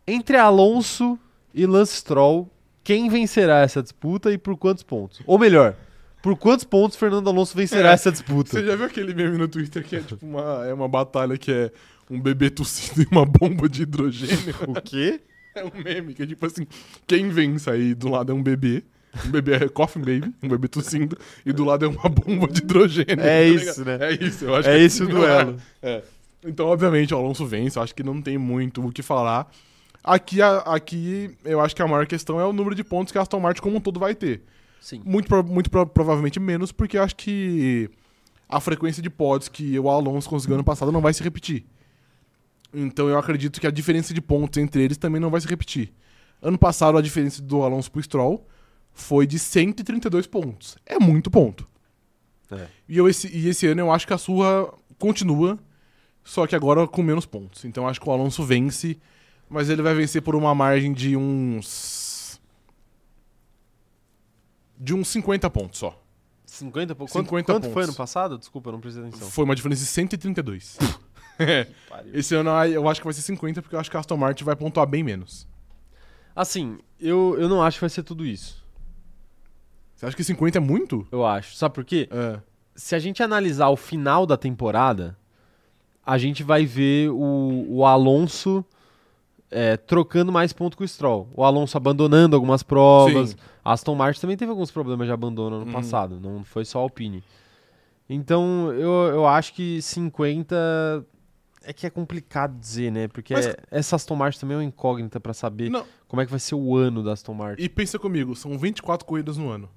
A: entre Alonso e Lance Stroll, quem vencerá essa disputa e por quantos pontos? Ou melhor, por quantos pontos Fernando Alonso vencerá
B: É.
A: essa disputa?
B: Você já viu aquele meme no Twitter que é tipo uma, é uma batalha que é um bebê tossindo e uma bomba de hidrogênio?
A: O quê?
B: É um meme que é tipo assim, quem vence aí do lado é um bebê, um bebê é coffin baby, um bebê tossindo, e do lado é uma bomba de hidrogênio.
A: É
B: ligado?
A: isso, né?
B: É isso, eu acho
A: É
B: que
A: esse o duelo.
B: É. Então, obviamente, o Alonso vence, eu acho que não tem muito o que falar. Aqui, a- aqui, eu acho que a maior questão é o número de pontos que a Aston Martin como um todo vai ter.
A: Sim.
B: Muito, pro- muito pro- provavelmente menos, porque eu acho que a frequência de pods que o Alonso conseguiu ano passado não vai se repetir. Então eu acredito que a diferença de pontos entre eles também não vai se repetir. Ano passado a diferença do Alonso pro Stroll foi de 132 pontos. É muito ponto.
A: É.
B: E, eu esse, e esse ano eu acho que a surra continua, só que agora com menos pontos. Então eu acho que o Alonso vence, mas ele vai vencer por uma margem de uns. de uns 50 pontos só.
A: 50 pontos. Quanto,
B: 50
A: quanto foi
B: pontos.
A: ano passado? Desculpa, eu não prestei atenção.
B: Foi uma diferença de 132. É. Esse ano aí eu acho que vai ser 50, porque eu acho que a Aston Martin vai pontuar bem menos.
A: Assim, eu, eu não acho que vai ser tudo isso.
B: Você acha que 50 é muito?
A: Eu acho. Sabe por quê?
B: É.
A: se a gente analisar o final da temporada, a gente vai ver o, o Alonso é, trocando mais ponto com o Stroll. O Alonso abandonando algumas provas.
B: Sim.
A: Aston Martin também teve alguns problemas de abandono no
B: Uhum.
A: passado, não foi só a Alpine. Então, eu, eu acho que 50 é que é complicado dizer, né? Porque
B: Mas-
A: é- essa Aston Martin também é uma incógnita pra saber
B: Não,
A: como é que vai ser o ano da Aston Martin.
B: e pensa comigo, são 24 corridas no ano.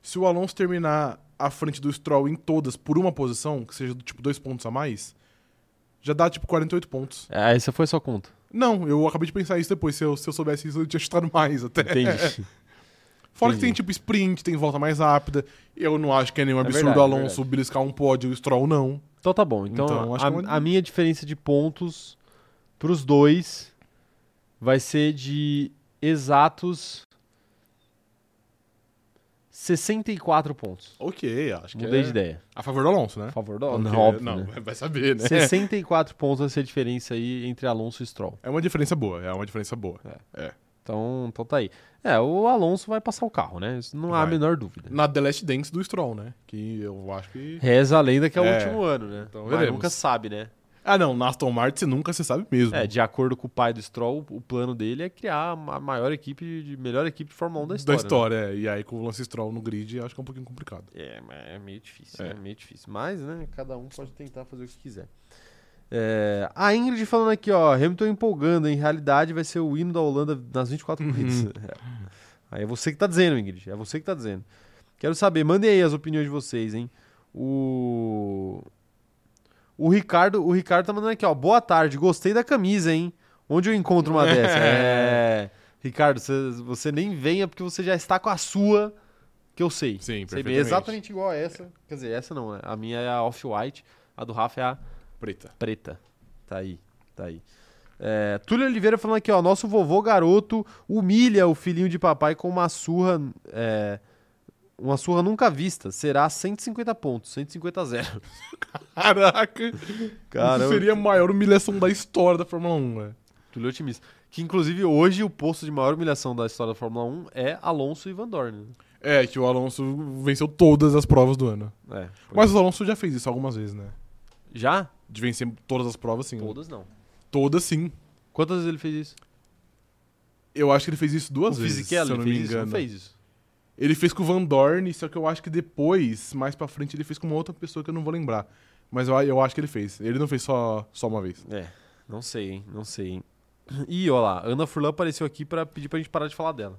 B: Se o Alonso terminar à frente do Stroll em todas por uma posição, que seja do tipo dois pontos a mais, já dá tipo 48 pontos.
A: É, essa foi a sua conta.
B: Não, eu acabei de pensar isso depois. Se eu, se eu soubesse isso, eu tinha chutado mais até.
A: Entendi.
B: Fora que
A: Entendi.
B: tem tipo sprint, tem volta mais rápida. Eu não acho que é nenhum
A: É
B: absurdo
A: verdade,
B: o
A: é
B: Alonso beliscar um pódio e o Stroll não.
A: Então tá bom. Então,
B: Então, acho
A: a,
B: que é uma-
A: a minha diferença de pontos pros dois vai ser de exatos 64 pontos.
B: Ok, acho que
A: Mudei
B: é
A: de ideia.
B: a favor do Alonso, né?
A: Por favor, não,
B: Porque-
A: não, óbvio,
B: não,
A: né?
B: vai saber, né?
A: 64 pontos vai ser a diferença aí entre Alonso e Stroll.
B: É uma diferença boa, é uma diferença boa.
A: Então, então tá aí. É, o Alonso vai passar o carro, né? Isso não há a
B: Vai.
A: menor dúvida.
B: Na The Last Dance do Stroll, né? Que eu acho que.
A: Reza a lenda que é o
B: É.
A: último ano, né?
B: Então
A: Mas
B: veremos.
A: nunca sabe, né?
B: Ah, não, na Aston Martin você nunca se sabe mesmo.
A: É, de acordo com o pai do Stroll, o plano dele é criar a ma- maior equipe, de melhor equipe de Fórmula 1 da história. né?
B: Da história, é. E aí com o Lance Stroll no grid, acho que é um pouquinho complicado.
A: É, mas é meio difícil,
B: É.
A: é. meio difícil. Mas, né, cada um pode tentar fazer o que quiser. É, a Ingrid falando aqui, ó, Hamilton empolgando, em realidade vai ser o hino da Holanda nas 24 corridas. É. Aí é você que tá dizendo, Ingrid, é você que tá dizendo. Quero saber, mandem aí as opiniões de vocês, hein. O... O Ricardo, o Ricardo tá mandando aqui, ó, boa tarde, gostei da camisa, hein. Onde eu encontro uma dessa? É... Ricardo, você, você nem venha porque você já está com a sua, que eu sei.
B: Sim,
A: Sei
B: perfeitamente.
A: bem, exatamente igual a essa. Quer dizer, essa não, né? A minha é a off-white, a do Rafa é a
B: Preta.
A: preta. Tá aí, tá aí. É, Túlio Oliveira falando aqui, ó. Nosso vovô garoto humilha o filhinho de papai com uma surra é, Uma surra nunca vista será 150 pontos, 150 a 0.
B: Caraca! Isso seria a maior humilhação da história da Fórmula 1, né?
A: tu leu é otimista. Que inclusive hoje o posto de maior humilhação da história da Fórmula 1 é Alonso e Van Dorn.
B: É, que o Alonso venceu todas as provas do ano.
A: né? É, pois-
B: Mas o Alonso já fez isso algumas vezes, né?
A: já?
B: De vencer todas as provas, sim.
A: Todas não.
B: Todas, sim.
A: Quantas vezes ele fez isso?
B: Eu acho que ele fez isso duas
A: o
B: vezes, se eu
A: Fisichella,
B: não
A: ele
B: me
A: fez isso,
B: engano.
A: não fez isso.
B: Ele fez com o Van Dorn, só que eu acho que depois, mais pra frente, ele fez com uma outra pessoa que eu não vou lembrar. Mas eu, eu acho que ele fez. Ele não fez só, só uma vez.
A: É, não sei, hein? Não sei, hein? Ih, ó lá, Ana Furlan apareceu aqui pra pedir pra gente parar de falar dela.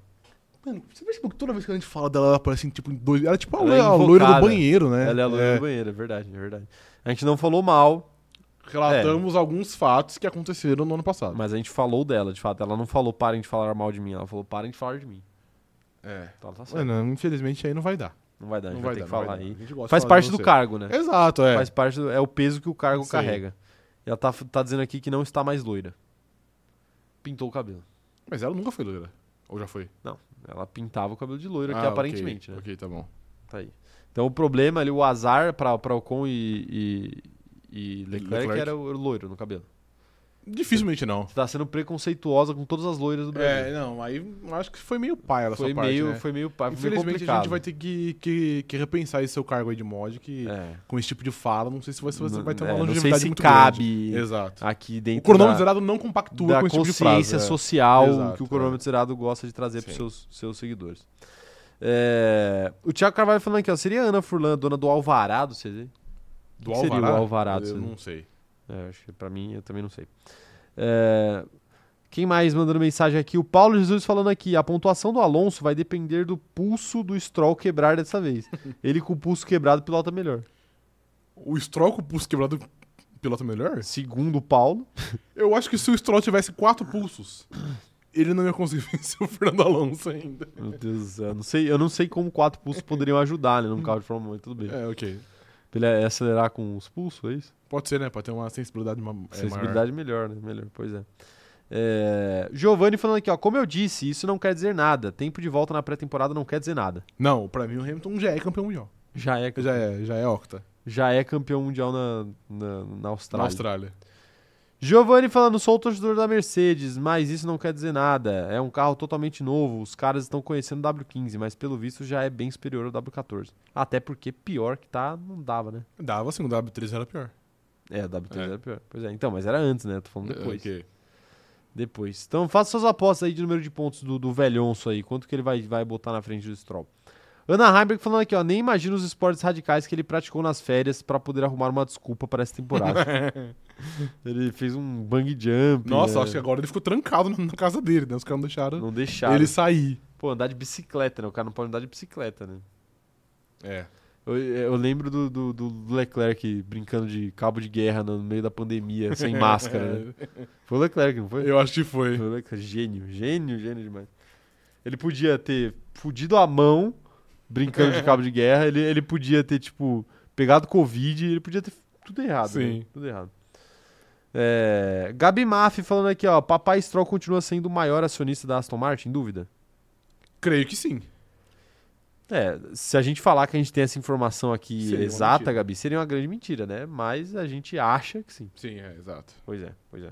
B: Mano, você percebeu que toda vez que a gente fala dela, ela aparece em, tipo em dois. Ela é tipo a,
A: Ela é
B: lo- a loira do
A: invocada.
B: banheiro, né?
A: Ela é a loira do banheiro, é verdade, é verdade. A gente não falou mal,
B: Relatamos alguns fatos que aconteceram no ano passado.
A: mas a gente falou dela, de fato. Ela não falou parem de falar mal de mim, ela falou parem de falar de mim.
B: É.
A: Então tá certo.
B: Mano, infelizmente aí não vai dar.
A: Não vai dar, a
B: Não
A: gente
B: vai
A: vai, ter
B: dar.
A: que
B: não vai
A: falar
B: dar.
A: aí.
B: A gente gosta de
A: Faz
B: falar
A: parte
B: de
A: do
B: você.
A: cargo, né?
B: Exato, é.
A: Faz parte do, é o peso que o cargo
B: Sim.
A: carrega. E ela tá, tá dizendo aqui que não está mais loira. Pintou o cabelo.
B: Mas ela nunca foi loira. Ou já foi?
A: Ela pintava o cabelo de loira,
B: Ah,
A: que
B: ok.
A: aparentemente, né?
B: Ok, tá bom.
A: Tá aí. Então o problema ali, o azar pra, pra Ocon e, e, e Leclerc,
B: Leclerc.
A: era o loiro no cabelo.
B: Dificilmente não.
A: Você tá sendo preconceituosa com todas as loiras do Brasil.
B: É, não, aí acho que foi meio pai ela
A: foi,
B: sua parte,
A: meio,
B: né?
A: foi meio pa- foi meio
B: Infelizmente a
A: É complicado.
B: gente vai ter que, que, que repensar esse seu cargo aí de mod, que
A: É.
B: com esse tipo de fala, não sei se você, você
A: Não-
B: vai ter um uma
A: é, não
B: longevidade
A: sei se
B: muito
A: cabe
B: grande. Exato.
A: aqui
B: O
A: dentro
B: cronômetro
A: da,
B: zerado não compactua
A: da
B: com esse tipo de frase.
A: consciência
B: é.
A: social
B: Exato,
A: que o
B: é.
A: cronômetro zerado gosta de trazer para
B: Sim.
A: seus, seus seguidores. É, o Thiago Carvalho falando aqui, ó, seria a Ana Furlan dona do Alvará do CZ?
B: Do
A: que seria o
B: Alvará?
A: Alvará,
B: Eu
A: você-
B: não sei.
A: É, acho que pra mim, eu também não sei. É, quem mais mandando mensagem aqui? O Paulo Jesus falando aqui, a pontuação do Alonso vai depender do pulso do Stroll quebrar dessa vez. Ele com o pulso quebrado pilota melhor.
B: O Stroll com o pulso quebrado pilota melhor?
A: Segundo o Paulo,
B: Eu acho que se o Stroll tivesse quatro pulsos, ele não ia conseguir vencer o Fernando Alonso ainda.
A: meu Deus do céu, eu não sei, eu não sei como quatro pulsos poderiam ajudar né, num carro de Fórmula 1, mas tudo bem.
B: É, ok.
A: Ele é acelerar com os pulsos, é isso?
B: Pode ser, né? Pode ter uma sensibilidade, ma- é, maior.
A: Sensibilidade melhor, né? Melhor, pois é. é. Giovanni falando aqui, ó. Como eu disse, isso não quer dizer nada. Tempo de volta na pré-temporada não quer dizer nada.
B: Não, pra mim o Hamilton já é campeão mundial.
A: Já é,
B: Já é, já é octa.
A: já é campeão mundial na, na, na
B: Na
A: Austrália.
B: Austrália.
A: Giovanni falando, sou o torcedor da Mercedes, mas isso não quer dizer nada. É um carro totalmente novo. Os caras estão conhecendo o W15, mas pelo visto já é bem superior ao W14. Até porque pior que tá, não dava, né?
B: Dava assim, o W3 era pior.
A: É, o W13
B: É.
A: era pior. Pois é, então, mas era antes, né? Tô falando depois.
B: Ok.
A: Depois. Então faça suas apostas aí de número de pontos do, do velhonço aí. Quanto que ele vai, vai botar na frente do Stroll. Ana Heimberg falando aqui, ó. Nem imagina os esportes radicais que ele praticou nas férias pra poder arrumar uma desculpa pra essa temporada. ele fez um bang jump.
B: Nossa,
A: né?
B: acho que agora ele ficou trancado na- na casa dele, né? Os caras não deixaram
A: Não deixaram.
B: ele sair.
A: Pô, andar de bicicleta, né? O cara não pode andar de bicicleta, né?
B: É.
A: Eu, eu lembro do, do, do Leclerc brincando de cabo de guerra no meio da pandemia, sem máscara. Né? Foi o Leclerc, não foi?
B: É. Eu acho que foi.
A: Foi, cara, Gênio, gênio, gênio demais. Ele podia ter fudido a mão brincando de cabo de guerra, ele, ele podia ter, tipo, pegado Covid, ele podia ter f- tudo errado.
B: Sim.
A: né? Tudo errado. É, Gabi Maff falando aqui, ó. Papai Stroll continua sendo o maior acionista da Aston Martin, dúvida?
B: Creio que sim.
A: É, se a gente falar que a gente tem essa informação aqui
B: Seria uma
A: exata,
B: mentira.
A: Gabi, seria uma grande mentira, né? Mas a gente acha que sim.
B: Sim, é, exato.
A: Pois é, pois é.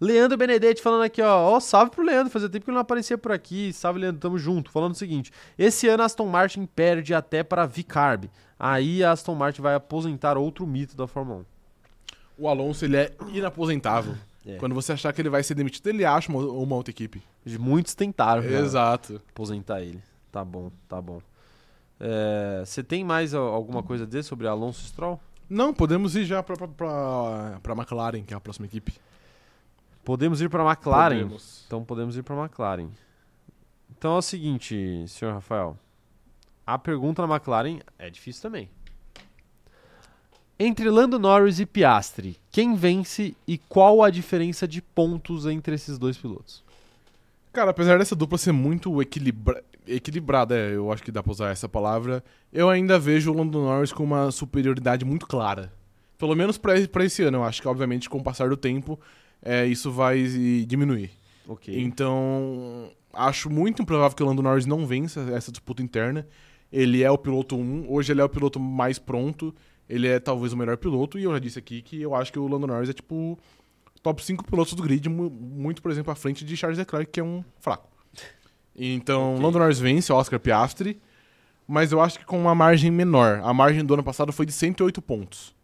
A: Leandro Benedetti falando aqui, ó. Ó, salve pro Leandro. Fazia tempo que ele não aparecia por aqui. Salve, Leandro. Tamo junto. Falando o seguinte: esse ano a Aston Martin perde até para a Vicarb. Aí a Aston Martin vai aposentar outro mito da Fórmula 1.
B: O Alonso, ele é inaposentável.
A: É.
B: Quando você achar que ele vai ser demitido, ele acha uma, uma outra equipe.
A: De Muitos tentaram né,
B: Exato.
A: aposentar ele. Tá bom, tá bom. É, Você tem mais ó, alguma coisa a dizer sobre Alonso e Stroll?
B: Não, podemos ir já pra, pra, pra, pra McLaren, que é a próxima equipe.
A: Podemos ir para McLaren.
B: Podemos.
A: Então podemos ir para McLaren. Então é o seguinte, senhor Rafael. A pergunta na McLaren é difícil também. Entre Lando Norris e Piastri, quem vence e qual a diferença de pontos entre esses dois pilotos?
B: Cara, apesar dessa dupla ser muito equilibra- equilibrada, é, eu acho que dá pra usar essa palavra, eu ainda vejo o Lando Norris com uma superioridade muito clara. Pelo menos pra pra esse ano, eu acho que, obviamente, com o passar do tempo, é, isso vai se diminuir.
A: Ok.
B: Então, acho muito improvável que o Lando Norris não vença essa disputa interna. Ele é o piloto 1, hoje ele é o piloto mais pronto, ele é talvez o melhor piloto, e eu já disse aqui que eu acho que o Lando Norris é tipo top 5 pilotos do grid, mu- muito, por exemplo, à frente de Charles Leclerc, que é um fraco. Então,
A: Ok.
B: Lando Norris vence, Oscar Piastri, mas eu acho que com uma margem menor. A margem do ano passado foi de 108 pontos,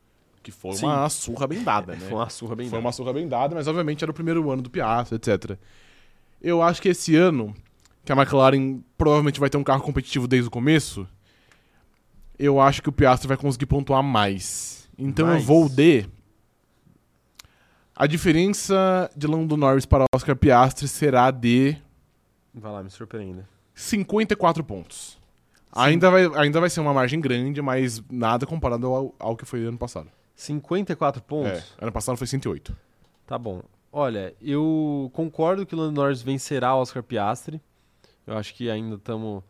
B: que foi
A: Sim.
B: uma surra bem dada, né?
A: Foi uma surra bem
B: Foi
A: dada.
B: uma surra bem dada, mas obviamente era o primeiro ano do Piastri, etc. Eu acho que esse ano, que a McLaren provavelmente vai ter um carro competitivo desde o começo, eu acho que o Piastri vai conseguir pontuar mais. Então eu
A: Mais?
B: vou de... A diferença de Lando Norris para Oscar Piastri será de
A: Vai lá, me surpreenda.
B: 54 pontos. Ainda vai, ainda vai ser uma margem grande, mas nada comparado ao, ao que foi ano passado.
A: 54 pontos?
B: É, ano passado foi 108.
A: Tá bom. Olha, eu concordo que o Lando Norris vencerá o Oscar Piastri. Eu acho que ainda estamos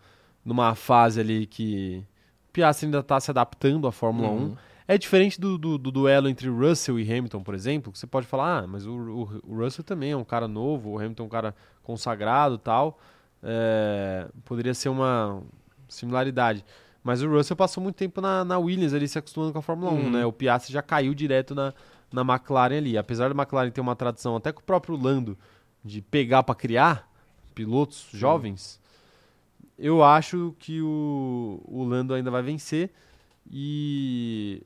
A: numa fase ali que o Piastri ainda está se adaptando à Fórmula
B: Uhum.
A: 1. É diferente do, do- do duelo entre Russell e Hamilton, por exemplo, que você pode falar, ah, mas o, o- o Russell também é um cara novo, o Hamilton é um cara consagrado e tal. É, poderia ser uma similaridade. Mas o Russell passou muito tempo na, na Williams ali se acostumando com a Fórmula 1,
B: Uhum.
A: né? O Piastri já caiu direto na, na McLaren ali. Apesar da McLaren ter uma tradição até com o próprio Lando de pegar para criar pilotos jovens, eu acho que o, o Lando ainda vai vencer e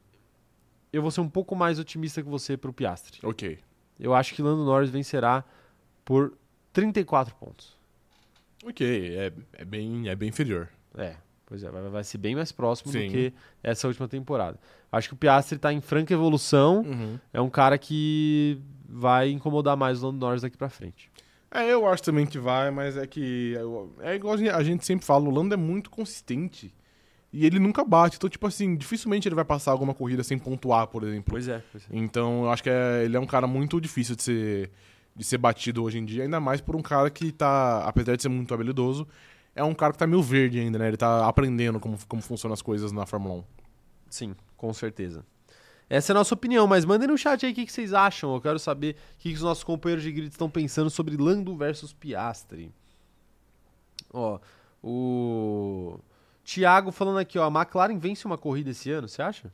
A: eu vou ser um pouco mais otimista que você pro Piastri.
B: Ok.
A: Eu acho que Lando Norris vencerá por 34 pontos.
B: Ok, é, é, bem, é bem inferior.
A: É, pois é, vai, vai ser bem mais próximo
B: Sim.
A: do que essa última temporada. Acho que o Piastri tá em franca evolução, é um cara que vai incomodar mais o Lando Norris daqui pra frente.
B: É, eu acho também que vai, mas é que. eu- É igual a gen- a gente sempre fala, o Lando é muito consistente. E ele nunca bate. Então, tipo assim, dificilmente ele vai passar alguma corrida sem pontuar, por exemplo.
A: é, pois é.
B: Então, eu acho que é- ele é um cara muito difícil de ser, de ser batido hoje em dia, ainda mais por um cara que tá, apesar de ser muito habilidoso, é um cara que tá meio verde ainda, né? Ele tá aprendendo como, como funcionam as coisas na Fórmula 1.
A: Sim, com certeza. Essa é a nossa opinião, mas mandem no chat aí o que, que vocês acham. Eu quero saber o que, que os nossos companheiros de grid estão pensando sobre Lando versus Piastri. Ó, o Thiago falando aqui, ó, a McLaren vence uma corrida esse ano, você acha?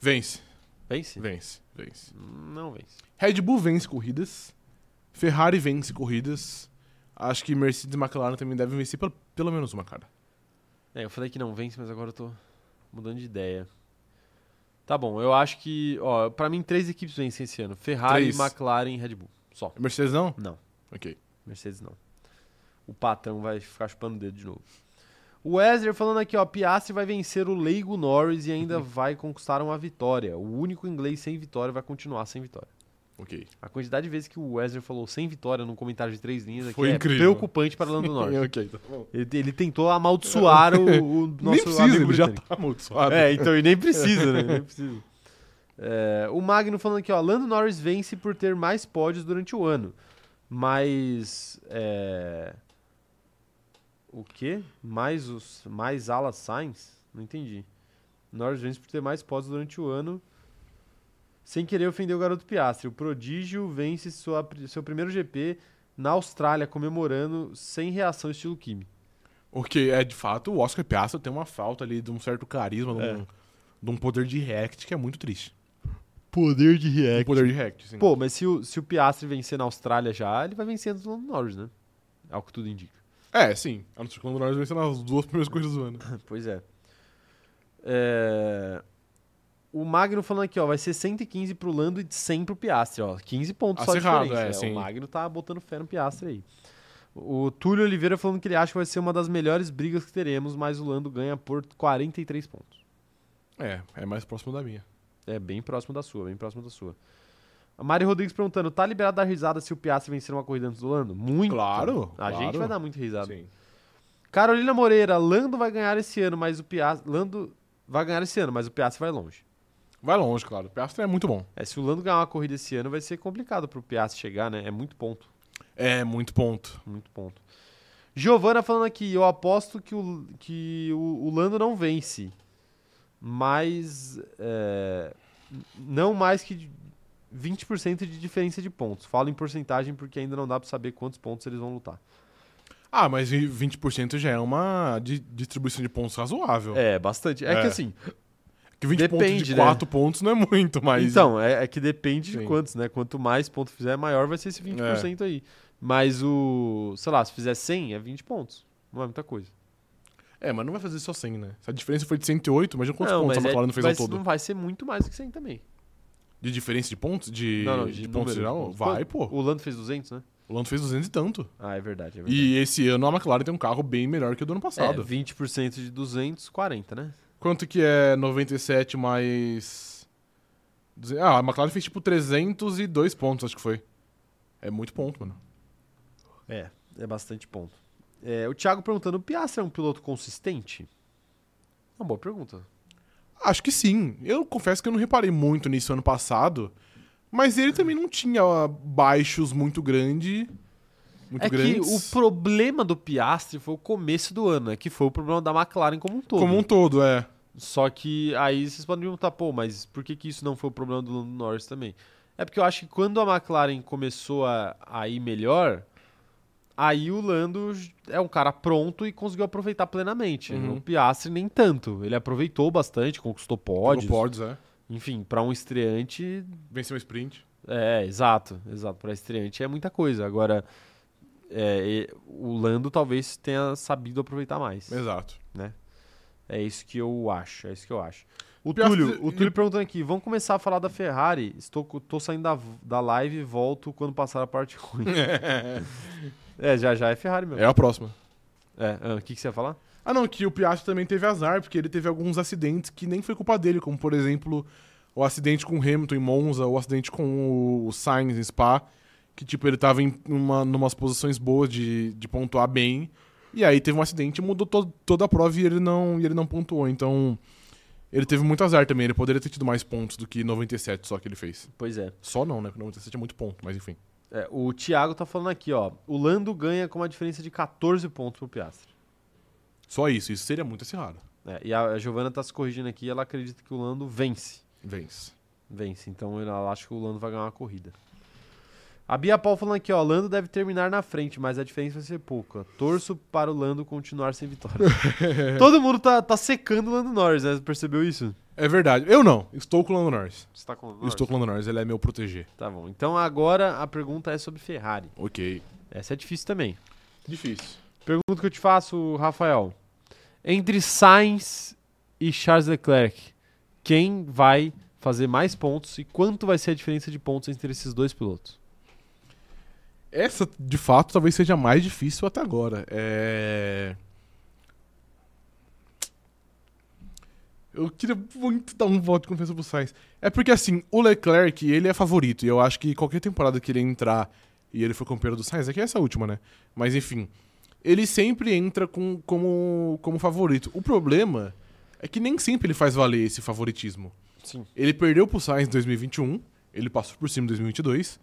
B: Vence,
A: Vence?
B: vence, vence.
A: Não vence.
B: Red Bull vence corridas. Ferrari vence corridas. Acho que Mercedes e McLaren também devem vencer pel- pelo menos uma, cara.
A: É, eu falei que não vence, mas agora eu tô mudando de ideia. Tá bom, eu acho que, ó, pra mim três equipes vencem esse ano. Ferrari,
B: Três.
A: McLaren e Red Bull. Só.
B: É Mercedes não?
A: Não.
B: Ok.
A: Mercedes não. O patrão vai ficar chupando o dedo de novo. O Wesley falando aqui, ó, Piastri vai vencer o Leigo Norris e ainda vai conquistar uma vitória. O único inglês sem vitória vai continuar sem vitória.
B: Ok.
A: A quantidade de vezes que o Wesley falou sem vitória num comentário de três linhas aqui
B: Foi
A: é
B: incrível.
A: preocupante para Lando Norris.
B: ok, tá bom.
A: ele, ele tentou amaldiçoar o, o nosso
B: Nem precisa,
A: amigo
B: ele já
A: britânico.
B: tá amaldiçoado.
A: É, então, e nem precisa, né? Nem precisa. É, o Magno falando aqui, ó, Lando Norris vence por ter mais pódios durante o ano. Mas. é, O quê? Mais, os, mais alas Sainz? Não entendi. Norris vence por ter mais pódios durante o ano. Sem querer ofender o garoto Piastri. O prodígio vence sua, pri- seu primeiro GP na Austrália, comemorando sem reação estilo Kimi.
B: Ok, é de fato, o Oscar Piastri tem uma falta ali de um certo carisma, de um, de um poder de react que é muito triste.
A: Poder de
B: Um poder de react, sim.
A: Pô, mas se o, se o Piastri vencer na Austrália já, ele vai vencer antes do Lando Norris, né? Ao que tudo indica.
B: É, sim. A não ser que o Lando Norris vença nas duas primeiras corridas do ano.
A: Pois é. É, O Magno falando aqui, ó, vai ser 115 pro Lando e 100 pro Piastri, ó. 15 pontos só
B: Acirrado,
A: de diferença.
B: é, sim.
A: O Magno tá botando fé no Piastri aí. O Túlio Oliveira falando que ele acha que vai ser uma das melhores brigas que teremos, mas o Lando ganha por 43 pontos.
B: É, é mais próximo da minha.
A: É bem próximo da sua, bem próximo da sua. A Mari Rodrigues perguntando: tá liberado dar risada se o Piastri vencer uma corrida antes do Lando? Muito.
B: Claro,
A: A
B: claro.
A: gente vai dar muito risada.
B: Sim.
A: Carolina Moreira, Lando vai ganhar esse ano, mas o Piastri. Lando vai ganhar esse ano, mas o Piastri vai longe.
B: Vai longe, claro. O Piastri é muito bom.
A: É, se o Lando ganhar uma corrida esse ano, vai ser complicado pro Piastri chegar, né? É muito ponto.
B: É, muito ponto.
A: Muito ponto. Giovana falando aqui, eu aposto que o, que o, o Lando não vence. Mas. é, n- não mais que. 20% de diferença de pontos. Falo em porcentagem porque ainda não dá pra saber quantos pontos eles vão lutar.
B: Ah, mas 20% já é uma di- distribuição de pontos razoável.
A: É, bastante. É,
B: É.
A: que assim.
B: Que 20 pontos
A: Depende,
B: de
A: né?
B: 4 pontos não é muito, mas.
A: Então, é, é que depende de
B: Sim. É.
A: quantos, né? Quanto mais ponto fizer, maior vai ser esse 20% aí. Mas o. Sei lá, se fizer 100, é 20 pontos. Não é muita coisa.
B: É, mas não vai fazer só 100, né? Se a diferença foi de 108, imagina quantos
A: não,
B: pontos a
A: mas, é-
B: McLaren fez ao
A: mas
B: todo.
A: não vai ser muito mais do que 100 também.
B: De diferença de pontos? De,
A: não, não,
B: de,
A: número
B: pontos
A: de
B: geral?
A: pontos.
B: Vai,
A: Quanto-
B: pô.
A: O Lando fez 200, né?
B: O Lando fez 200 e tanto.
A: Ah, é verdade. É verdade.
B: E esse ano a McLaren tem um carro bem melhor que o do ano
A: É,
B: passado.
A: 20% de 200, 40, né?
B: Quanto que é 97 mais. duze- Ah, a McLaren fez tipo 302 pontos, acho que foi. É muito ponto, mano.
A: É, é bastante ponto. É, o Thiago perguntando: o Piastri é um piloto consistente? Uma boa pergunta.
B: Acho que sim. Eu confesso que eu não reparei muito nisso ano passado. Mas ele também não tinha ah, baixos muito grande. Muito
A: é
B: grandes.
A: que o problema do Piastri foi o começo do ano, é que foi o problema da McLaren como um todo.
B: Como um todo, é.
A: Só que aí vocês podem me perguntar, pô, mas por que, que isso não foi o problema do Lando Norris também? É porque eu acho que quando a McLaren começou a, a ir melhor, aí o Lando j- é um cara pronto e conseguiu aproveitar plenamente.
B: Uhum.
A: O Piastri nem tanto. Ele aproveitou bastante, conquistou pódios.
B: Pegou pódios, é.
A: Enfim, pra um estreante,
B: Venceu o sprint.
A: é, exato, exato. Para estreante é muita coisa. Agora, é, e- o Lando talvez tenha sabido aproveitar mais.
B: Exato.
A: É isso que eu acho, é isso que eu acho. O
B: Pior que-
A: Túlio, o Túlio perguntando aqui, vamos começar a falar da Ferrari? Estou, co- tô saindo da, v- da live e volto quando passar a parte ruim. é, já já é Ferrari mesmo.
B: É a próxima.
A: É, ah, o que, que você ia falar?
B: Ah, não, que o Piastri também teve azar, porque ele teve alguns acidentes que nem foi culpa dele, como por exemplo o acidente com o Hamilton em Monza, o acidente com o Sainz em Spa, que tipo ele tava em uma, numas posições boas de, de pontuar bem, e aí teve um acidente, mudou to- toda a prova e ele não e ele não pontuou, então ele teve muito azar também, ele poderia ter tido mais pontos do que 97 só que ele fez.
A: Pois é.
B: Só não, né? Porque 97 é muito ponto, mas enfim.
A: É, o Thiago tá falando aqui, ó. O Lando ganha com uma diferença de 14 pontos pro Piastri.
B: Só isso, isso seria muito acirrado.
A: É, e a Giovanna tá se corrigindo aqui, ela acredita que o Lando vence.
B: Vence.
A: Vence, então ela acha que o Lando vai ganhar uma corrida. A Bia Paul falando aqui, ó, Lando deve terminar na frente, mas a diferença vai ser pouca. Torço para o Lando continuar sem vitória. Todo mundo tá, tá secando o Lando Norris, né? Você Percebeu isso?
B: É verdade. Eu não. Estou com o Lando Norris.
A: Você tá com o Lando
B: Eu estou com o Lando Norris, ele é meu proteger.
A: Tá bom. Então agora a pergunta é sobre Ferrari.
B: Ok.
A: Essa é difícil também.
B: Difícil.
A: Pergunta que eu te faço, Rafael. Entre Sainz e Charles Leclerc, quem vai fazer mais pontos e quanto vai ser a diferença de pontos entre esses dois pilotos?
B: Essa, de fato, talvez seja a mais difícil até agora. É... Eu queria muito dar um voto de confiança pro Sainz. É porque, assim, o Leclerc, ele é favorito. E eu acho que qualquer temporada que ele entrar e ele for campeão do Sainz, é que é essa última, né? Mas, enfim. Ele sempre entra com, como, como favorito. O problema é que nem sempre ele faz valer esse favoritismo.
A: Sim.
B: Ele perdeu pro Sainz em 2021, ele passou por cima em 2022.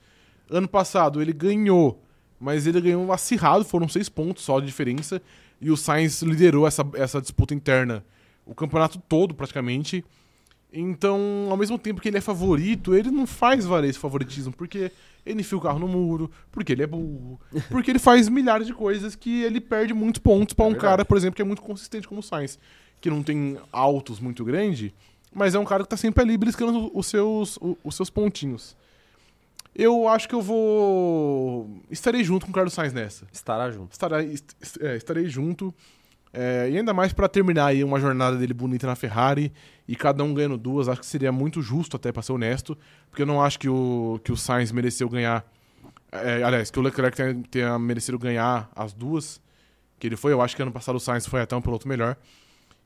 B: Ano passado ele ganhou, mas ele ganhou um acirrado, foram seis pontos só de diferença. E o Sainz liderou essa, essa disputa interna o campeonato todo, praticamente. Então, ao mesmo tempo que ele é favorito, ele não faz valer esse favoritismo, porque ele enfia o carro no muro, porque ele é burro, porque ele faz milhares de coisas que ele perde muitos pontos pra
A: É
B: um
A: verdade.
B: cara, por exemplo, que é muito consistente como o Sainz, que não tem altos muito grande, mas é um cara que tá sempre ali beliscando os seus, o- os seus pontinhos. Eu acho que eu vou. Estarei junto com o Carlos Sainz nessa.
A: Estará junto.
B: Estarei, est- est- é, estarei junto. É, e ainda mais pra terminar aí uma jornada dele bonita na Ferrari e cada um ganhando duas, acho que seria muito justo, até pra ser honesto, porque eu não acho que o, que o Sainz mereceu ganhar. é, aliás, que o Leclerc tenha, tenha merecido ganhar as duas que ele foi. Eu acho que ano passado o Sainz foi até um piloto melhor.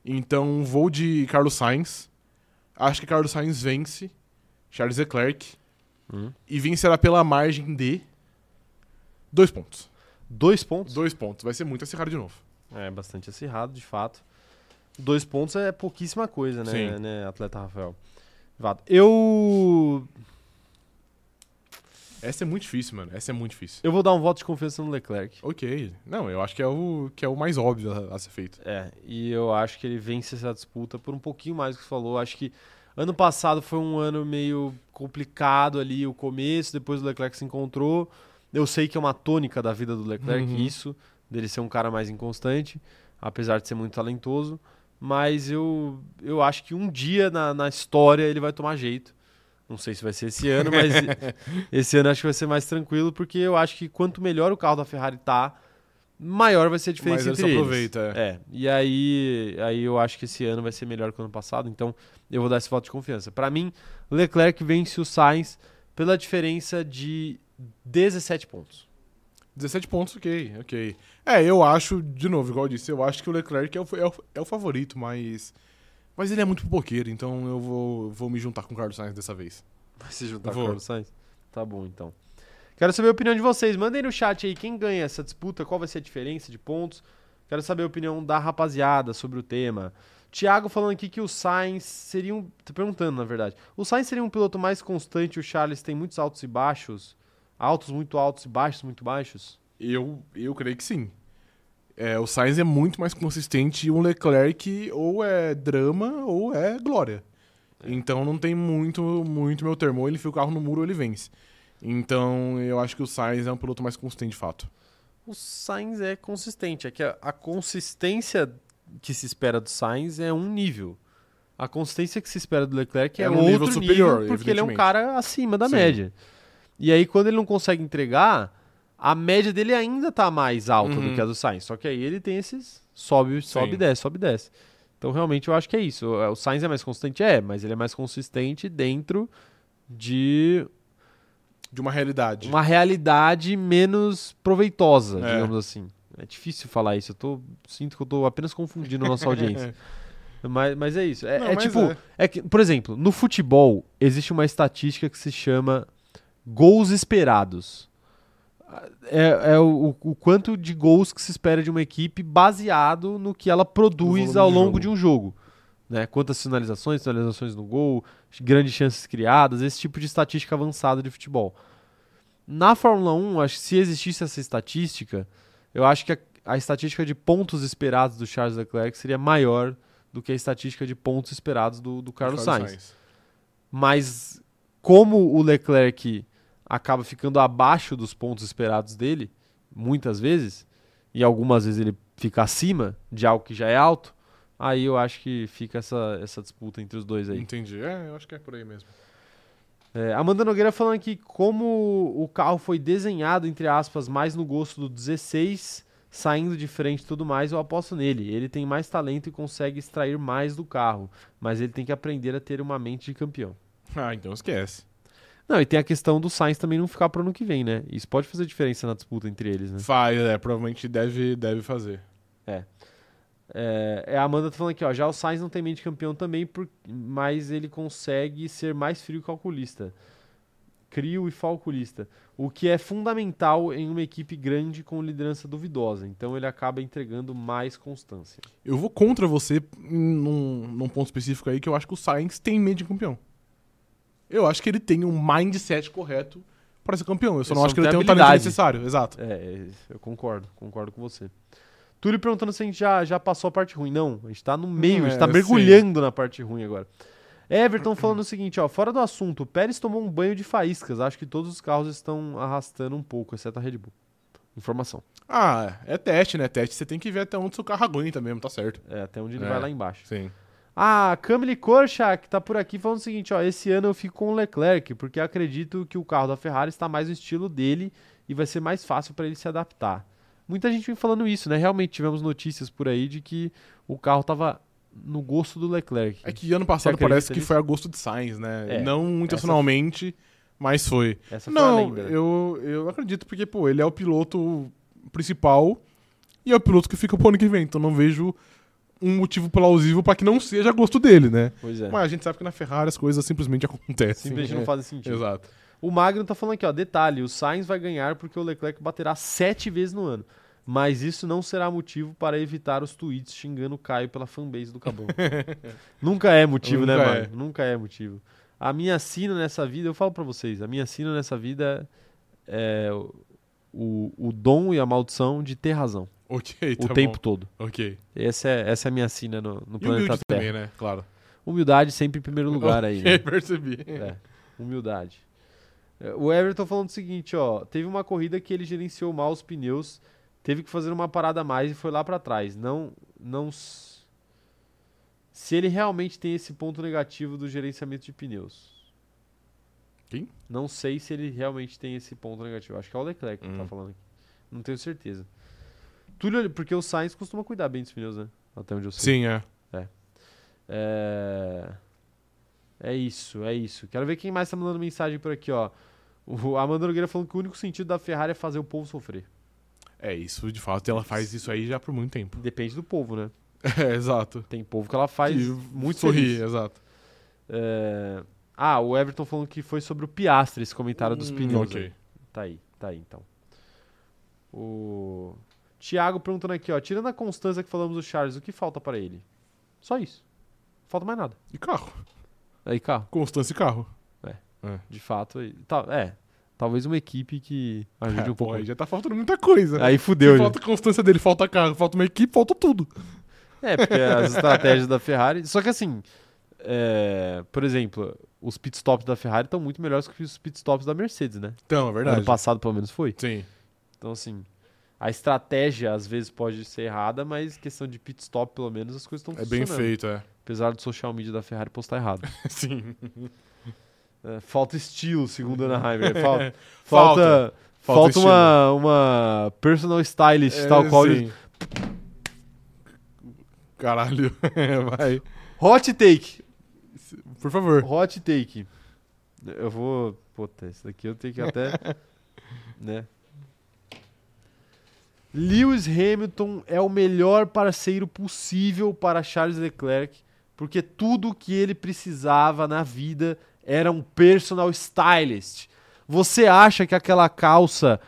B: Então vou de Carlos Sainz. Acho que Carlos Sainz vence Charles Leclerc
A: Hum.
B: e vencerá pela margem de dois pontos.
A: Dois pontos?
B: Dois pontos. Vai ser muito acirrado de novo.
A: É bastante acirrado, de fato. Dois pontos é pouquíssima coisa, né,
B: Sim.
A: né, atleta Rafael? Vato. Eu
B: Essa é muito difícil, mano. Essa é muito difícil.
A: eu vou dar um voto de confiança no Leclerc.
B: Ok. Não, eu acho que é o, que é o mais óbvio a, a ser feito.
A: É, e eu acho que ele vence essa disputa por um pouquinho mais do que você falou. Acho que Ano passado foi um ano meio complicado ali, o começo, depois o Leclerc se encontrou. Eu sei que é uma tônica da vida do Leclerc,
B: Uhum.
A: isso, dele ser um cara mais inconstante, apesar de ser muito talentoso. Mas eu, eu acho que um dia na, na história ele vai tomar jeito. Não sei se vai ser esse ano, mas esse ano acho que vai ser mais tranquilo, porque eu acho que quanto melhor o carro da Ferrari tá, maior vai ser a diferença
B: Mas
A: entre
B: ele só
A: eles.
B: aproveita. é.
A: É, e aí, aí eu acho que esse ano vai ser melhor que o ano passado, então eu vou dar esse voto de confiança. Pra mim, Leclerc vence o Sainz pela diferença de 17 pontos.
B: 17 pontos, ok, ok. É, eu acho, de novo, igual eu disse, eu acho que o Leclerc é o, é o, é o favorito, mas. Mas ele é muito pipoqueiro, então eu vou, vou me juntar com o Carlos Sainz dessa vez.
A: Vai se juntar
B: Vou.
A: com o Carlos Sainz? Tá bom, então. Quero saber a opinião de vocês. Mandem no chat aí quem ganha essa disputa, qual vai ser a diferença de pontos. Quero saber a opinião da rapaziada sobre o tema. Thiago falando aqui que o Sainz seria um. Tô perguntando, na verdade. O Sainz seria um piloto mais constante, o Charles tem muitos altos e baixos. Altos muito altos e baixos muito baixos.
B: Eu, eu creio que sim. É, o Sainz é muito mais consistente e o Leclerc ou é drama ou é glória.
A: É.
B: Então não tem muito, muito meu termo. Ou ele enfia o carro no muro ou ele vence. Então eu acho que o Sainz é um piloto mais consistente de fato.
A: O Sainz é consistente. É que a, a consistência que se espera do Sainz é um nível. A consistência que se espera do Leclerc é,
B: É num
A: outro nível
B: nível superior,
A: porque ele é um
B: evidentemente.
A: cara acima da
B: Sim.
A: média. E aí, quando ele não consegue entregar, a média dele ainda tá mais alta do
B: Uhum.
A: que a do Sainz. Só que aí ele tem esses sobe, sobe,
B: Sim.
A: desce, sobe, desce. Então, realmente, eu acho que é isso. O o Sainz é mais consistente? É, mas ele é mais consistente dentro de
B: De uma realidade.
A: uma realidade menos proveitosa,
B: É.
A: digamos assim. É difícil falar isso, eu tô, sinto que eu tô apenas confundindo a nossa audiência. mas, mas é isso. É,
B: Não,
A: é
B: mas
A: tipo,
B: é.
A: é. que, por exemplo, no futebol existe uma estatística que se chama gols esperados. É, é o, o quanto de gols que se espera de uma equipe baseado no que ela produz
B: volume
A: ao
B: de
A: longo
B: jogo.
A: de um jogo. Né? Quantas sinalizações, sinalizações no gol, grandes chances criadas, esse tipo de estatística avançada de futebol. Na Fórmula 1, acho que se existisse essa estatística, eu acho que a, a estatística de pontos esperados do Charles Leclerc seria maior do que a estatística de pontos esperados do, do Carlos, Sainz. Mas como o Leclerc acaba ficando abaixo dos pontos esperados dele, muitas vezes, e algumas vezes ele fica acima de algo que já é alto, aí eu acho que fica essa, essa disputa entre os dois aí.
B: Entendi. É, eu acho que é por aí mesmo.
A: É, Amanda Nogueira falando aqui como o carro foi desenhado, entre aspas, mais no gosto do 16, saindo de frente e tudo mais, eu aposto nele. Ele tem mais talento e consegue extrair mais do carro, mas ele tem que aprender a ter uma mente de campeão.
B: Ah,
A: É.
B: então esquece.
A: Não, e tem a questão do Sainz também não ficar pro ano que vem, né? Isso pode fazer diferença na disputa entre eles, né?
B: Faz, é, provavelmente deve, deve fazer.
A: É, é, a Amanda tá falando aqui, ó. Já o Sainz não tem mente de campeão também, por- mas ele consegue ser mais frio e calculista. Crio e falculista. O que é fundamental em uma equipe grande com liderança duvidosa. Então ele acaba entregando mais constância.
B: Eu vou contra você num, num ponto específico aí que eu acho que o Sainz tem medo de campeão. Eu acho que ele tem um mindset correto pra ser campeão. Eu só
A: Ele
B: não
A: só
B: acho que
A: não
B: ele tem
A: tem
B: o talento
A: habilidade.
B: necessário. Exato.
A: É, eu concordo, concordo com você. Túlio perguntando se a gente já, já passou a parte ruim. Não, a gente tá no meio, a gente
B: É,
A: tá
B: eu
A: mergulhando na parte ruim agora. Everton falando o seguinte, ó, fora do assunto, o Pérez tomou um banho de faíscas. Acho que todos os carros estão arrastando um pouco, exceto a Red Bull. Informação.
B: Ah, é teste, né? Teste você tem que ver até onde seu carro aguenta mesmo, tá certo.
A: É, até onde ele
B: É.
A: vai lá embaixo.
B: Sim.
A: Ah, Camille Korchak tá por aqui falando o seguinte, ó, esse ano eu fico com o Leclerc, porque acredito que o carro da Ferrari está mais no estilo dele e vai ser mais fácil para ele se adaptar. Muita gente vem falando isso, né? Realmente tivemos notícias por aí de que o carro tava no gosto do Leclerc.
B: É que ano passado
A: acredita
B: parece que
A: nisso?
B: foi a gosto de Sainz, né?
A: É,
B: não intencionalmente, mas foi.
A: Essa foi a
B: Não,
A: lenda. né?
B: eu, eu acredito porque, pô, ele é o piloto principal e é o piloto que fica pro ano que vem. Então não vejo um motivo plausível pra que não seja a gosto dele, né?
A: Pois é.
B: Mas a gente sabe que na Ferrari as coisas simplesmente acontecem.
A: Simplesmente não fazem sentido.
B: Exato.
A: O Magno tá falando aqui, ó, detalhe, o Sainz vai ganhar porque o Leclerc baterá sete vezes no ano. Mas isso não será motivo para evitar os tweets xingando o Caio pela fanbase do Caboclo. Nunca é motivo, né,
B: Nunca
A: mano?
B: é.
A: Nunca é motivo. A minha sina nessa vida, eu falo pra vocês, a minha sina nessa vida é o, o dom e a maldição de ter razão
B: Ok, tá
A: o
B: bom.
A: tempo todo.
B: Ok.
A: Essa é, essa é a minha sina no, no
B: E o
A: planeta
B: Build
A: Terra.
B: também, né? Claro.
A: Humildade sempre em primeiro lugar aí. né?
B: Percebi.
A: É, humildade. É, O Everton falando o seguinte, ó, teve uma corrida que ele gerenciou mal os pneus, teve que fazer uma parada a mais e foi lá pra trás. Não, não s- se ele realmente tem esse ponto negativo do gerenciamento de pneus.
B: Quem?
A: Não sei se ele realmente tem esse ponto negativo. Acho que é o Leclerc que tá
B: Hum.
A: falando aqui. Não tenho certeza. Túlio, porque o Sainz costuma cuidar bem dos pneus, né? Até onde eu sei.
B: Sim, é.
A: É... é isso, é isso. Quero ver quem mais tá mandando mensagem por aqui, ó. O a Amanda Nogueira falando que o único sentido da Ferrari é fazer o povo sofrer.
B: É isso, de fato, ela faz isso aí já por muito tempo.
A: Depende do povo, né?
B: É, exato.
A: Tem povo que ela faz
B: E
A: muito
B: sorri,
A: feliz.
B: exato.
A: É... Ah, o Everton falando que foi sobre o Piastre esse comentário dos
C: Hum,
A: pneus.
B: ok.
A: né? Tá aí, tá aí então. O Thiago perguntando aqui, ó. Tirando a constância que falamos do Charles, o que falta para ele? Só isso. Falta mais nada.
B: E carro.
A: Aí, carro.
B: Constância e carro.
A: De fato, e- tá, é. Talvez uma equipe que ajude
B: É,
A: um pouco.
B: pô, aí já tá faltando muita coisa.
A: Aí
B: Se
A: fudeu.
B: falta constância dele, falta carro, falta uma equipe, falta tudo.
A: É, porque as estratégias da Ferrari. Só que assim, é, por exemplo, os pitstops da Ferrari estão muito melhores que os pitstops da Mercedes, né?
B: Então, é verdade.
A: Ano passado, pelo menos, foi.
B: Sim.
A: Então, assim, a estratégia às vezes pode ser errada, mas questão de pitstop, pelo menos, as coisas estão
B: É bem
A: funcionando.
B: feito, é.
A: Apesar do social media da Ferrari postar errado.
B: Sim.
A: É, falta estilo, segundo a Ana Heimer. Falta, falta,
B: Falta.
A: falta,
B: Falta estilo. É,
A: uma, uma personal stylist, tal qual eles
B: sim. Caralho. É, Vai.
A: Hot take.
B: Por favor.
A: Hot take. Eu vou. Puta, isso daqui eu tenho que até. né? Lewis Hamilton é o melhor parceiro possível para Charles Leclerc, porque tudo o que ele precisava na vida era um personal stylist. Você acha que aquela calça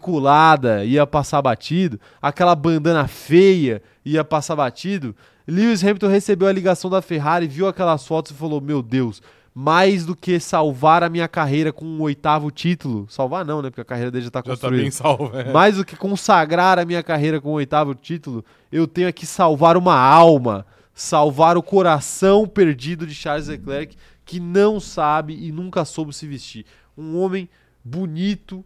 A: quadriculada ia passar batido? Aquela bandana feia ia passar batido? Lewis Hamilton recebeu a ligação da Ferrari, viu aquelas fotos e falou: Meu Deus, mais do que salvar a minha carreira com um oitavo título. Salvar não, né? Porque a carreira dele já tá
B: Já tá bem
A: construída.
B: salvo, é.
A: Mais do que consagrar a minha carreira com o oitavo título, eu tenho aqui salvar uma alma, salvar o coração perdido de Charles Leclerc, que não sabe e nunca soube se vestir. Um homem bonito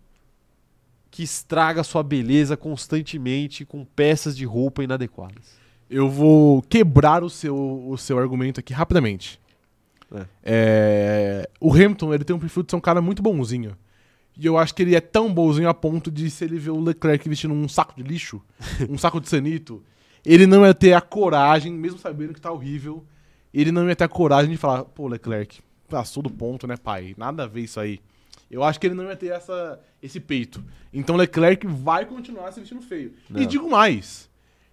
A: que estraga sua beleza constantemente com peças de roupa inadequadas.
B: Eu vou quebrar o seu, o seu argumento aqui rapidamente.
A: É.
B: É, o Hamilton ele tem um perfil de ser um cara muito bonzinho. E eu acho que ele é tão bonzinho a ponto de, se ele vê o Leclerc vestindo um saco de lixo, um saco de sanito, ele não ia ter a coragem, mesmo sabendo que tá horrível, ele não ia ter a coragem de falar: pô, Leclerc, passou do ponto, né, pai? Nada a ver isso aí. Eu acho que ele não ia ter essa, esse peito. Então Leclerc vai continuar se vestindo feio. E
A: Não.
B: digo mais.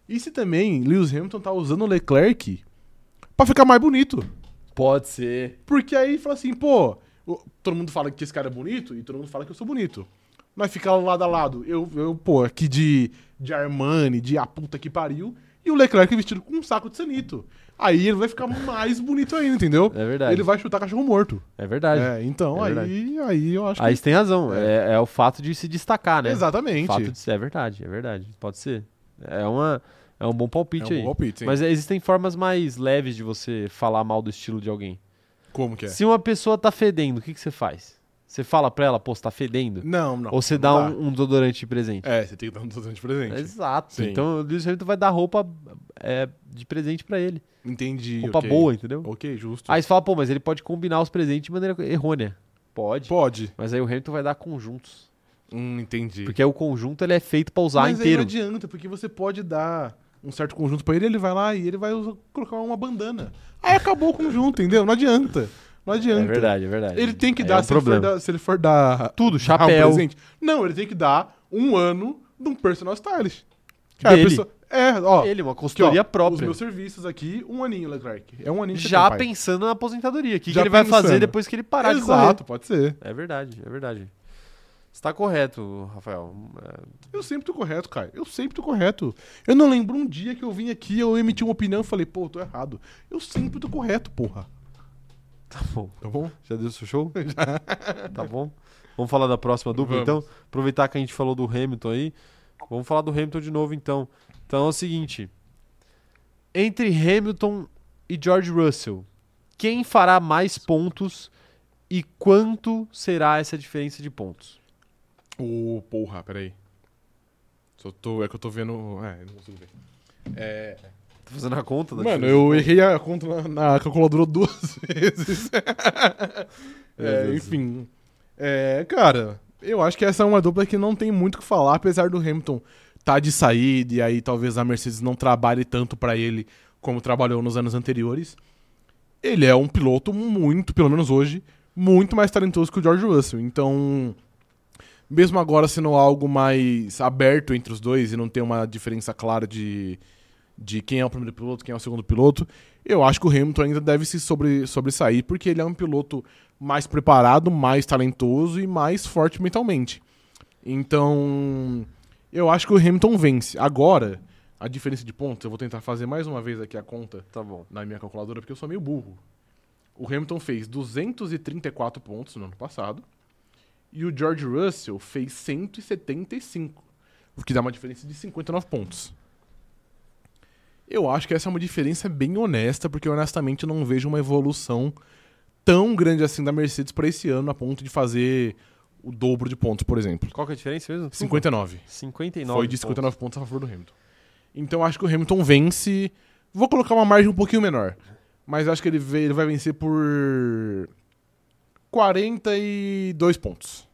B: E se também Lewis Hamilton tá usando o Leclerc pra ficar mais bonito.
A: Pode ser.
B: Porque aí fala assim, pô, o- todo mundo fala que esse cara é bonito e todo mundo fala que eu sou bonito. Mas ficar lado a lado, eu, eu pô, aqui de, de Armani, de a puta que pariu, e o Leclerc vestido com um saco de sanito. Aí ele vai ficar mais bonito ainda, entendeu?
A: É verdade.
B: Ele vai chutar cachorro morto.
A: É verdade.
B: É, então
A: É
B: aí, aí eu acho
A: Aí
B: que...
A: você tem razão. É. é o fato de se destacar, né?
B: Exatamente. um
A: Fato de ser, é verdade, é verdade. Pode ser. É, uma, é um bom palpite
B: é um
A: aí.
B: bom palpite, sim.
A: Mas existem formas mais leves de você falar mal do estilo de alguém.
B: Como que é?
A: Se uma pessoa tá fedendo, o que, que você faz? Você fala pra ela, pô, você tá fedendo?
B: Não, não.
A: Ou você
B: não
A: dá
B: dá.
A: um, um desodorante de presente?
B: É, você tem que dar um desodorante de presente.
A: Exato.
B: Sim.
A: Então o Lewis Hamilton vai dar roupa é, de presente pra ele.
B: Entendi,
A: Roupa
B: ok.
A: boa, entendeu?
B: Ok, justo.
A: Aí você fala, pô, mas ele pode combinar os presentes de maneira errônea. Pode.
B: Pode.
A: Mas aí o Hamilton vai dar conjuntos.
B: Hum, entendi.
A: Porque o conjunto ele é feito pra usar
B: Mas
A: inteiro.
B: aí não adianta, porque você pode dar um certo conjunto pra ele, ele vai lá e ele vai usar- colocar uma bandana. Aí acabou o conjunto, entendeu? Não adianta. Não adianta.
A: É verdade, é verdade.
B: Ele tem que
A: Aí
B: dar,
A: é um
B: se, ele for
A: problema.
B: dar se ele for dar
A: Tudo,
B: dar
A: chapéu.
B: Um presente. Não, ele tem que dar um ano de um personal stylist. Que a
A: Dele.
B: pessoa- é, ó.
A: Ele, uma
B: aqui, ó,
A: consultoria
B: Os
A: própria.
B: meus serviços aqui, um aninho, Leclerc. É um aninho que você
A: Já
B: tem, pai.
A: pensando na aposentadoria. O que, que
B: Já
A: ele vai fazer
B: pensando.
A: depois que ele parar
B: Exato, pode ser.
A: de correr? É verdade, é verdade. Está correto, Rafael. É,
B: Eu sempre tô correto, cara. Eu sempre tô correto. Eu não lembro um dia que eu vim aqui, eu emiti uma opinião e falei, pô, tô errado. Eu sempre tô correto, porra.
A: Tá bom.
B: Tá bom?
A: Já deu seu show? Tá bom. Vamos falar da próxima dupla, então? Aproveitar que a gente falou do Hamilton aí. Vamos falar do Hamilton de novo, então. Então é o seguinte. Entre Hamilton e George Russell, quem fará mais pontos e quanto será essa diferença de pontos.
B: Ô, porra, peraí. Só tô, é que eu tô vendo. É, eu não consigo ver. É,
A: Tá fazendo a conta da
B: mano,
A: diferença?
B: eu errei a conta na, na calculadora duas vezes. É,
A: Deus.
B: enfim. É, cara, eu acho que essa é uma dupla que não tem muito o que falar, apesar do Hamilton tá de saída e aí talvez a Mercedes não trabalhe tanto pra ele como trabalhou nos anos anteriores. Ele é um piloto muito, pelo menos hoje, muito mais talentoso que o George Russell. Então, mesmo agora sendo algo mais aberto entre os dois e não ter uma diferença clara de, de quem é o primeiro piloto, quem é o segundo piloto, eu acho que o Hamilton ainda deve se sobre, sobressair, porque ele é um piloto mais preparado, mais talentoso e mais forte mentalmente. Então, eu acho que o Hamilton vence. Agora, a diferença de pontos, eu vou tentar fazer mais uma vez aqui a conta
A: Tá bom.
B: na minha calculadora, porque eu sou meio burro. O Hamilton fez 234 pontos no ano passado. E o George Russell fez 175. O que dá uma diferença de 59 pontos. Eu acho que essa é uma diferença bem honesta, porque honestamente eu não vejo uma evolução tão grande assim da Mercedes para esse ano, a ponto de fazer o dobro de pontos, por exemplo.
A: Qual que é a diferença mesmo?
B: 59.
A: 59.
B: Foi de
A: pontos.
B: 59 pontos. a favor do Hamilton. Então acho que o Hamilton vence. Vou colocar uma margem um pouquinho menor. Mas acho que ele, ve- ele vai vencer por 42 pontos.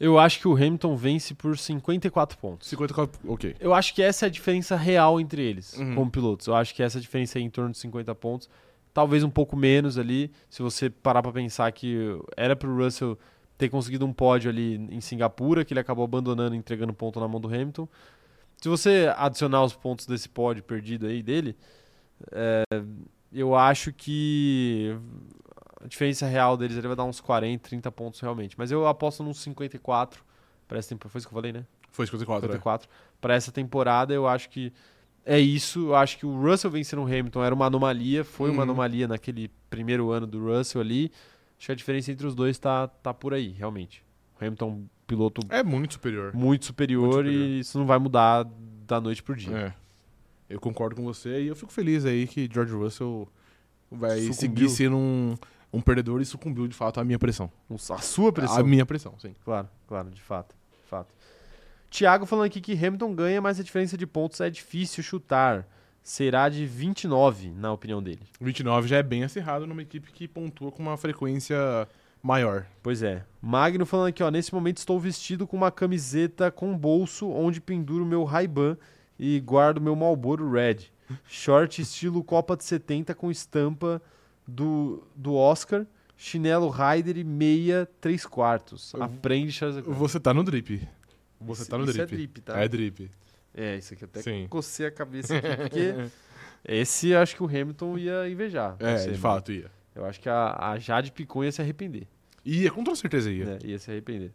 A: Eu acho que o Hamilton vence por 54 pontos.
B: 54. Ok.
A: Eu acho que essa é a diferença real entre eles,
B: Uhum.
A: como pilotos. Eu acho que essa diferença é em torno de 50 pontos. Talvez um pouco menos ali, se você parar pra pensar que era pro Russell ter conseguido um pódio ali em Singapura, que ele acabou abandonando e entregando ponto na mão do Hamilton. Se você adicionar os pontos desse pódio perdido aí dele, é, eu acho que a diferença real deles ele vai dar uns 40, 30 pontos realmente. Mas eu aposto num 54. Parece tempo, foi isso que eu falei, né?
B: Foi 54.
A: 54 para essa temporada. Eu acho que é isso. Eu acho que o Russell vencendo o Hamilton era uma anomalia, foi uma
B: Uhum.
A: anomalia naquele primeiro ano do Russell ali. Acho que a diferença entre os dois tá, tá por aí, realmente. O Hamilton é um piloto
B: É, é muito superior.
A: muito superior,
B: Muito superior.
A: e isso não vai mudar da noite pro dia.
B: É. Eu concordo com você e eu fico feliz aí que George Russell vai
A: Sucumbiu.
B: seguir sendo um, um perdedor e sucumbiu de fato à minha pressão.
A: A sua pressão.
B: A minha pressão, sim.
A: Um Claro, claro, de fato. de fato. Tiago falando aqui que Hamilton ganha, mas a diferença de pontos é difícil chutar. Será de 29, na opinião dele.
B: 29 já é bem acirrado numa equipe que pontua com uma frequência maior.
A: Pois é. Magno falando aqui, ó. Nesse momento estou vestido com uma camiseta com bolso onde penduro meu Ray-Ban e guardo meu Marlboro Red. Short estilo Copa de 70 com estampa do, do Oscar. Chinelo Raider e meia três quartos.
B: Eu-
A: Aprende, Charles Leclerc.
B: Você tá no drip. Você
A: Isso-
B: tá no
A: isso
B: drip.
A: é drip, tá?
B: É drip.
A: É, isso aqui até
B: Sim.
A: cocei a cabeça aqui, porque esse eu acho que o Hamilton ia invejar.
B: É,
A: Não sei,
B: de
A: mano.
B: fato, ia.
A: Eu acho que a, a Jade Picon ia se arrepender.
B: Ia, com toda certeza ia.
A: né? Ia se arrepender.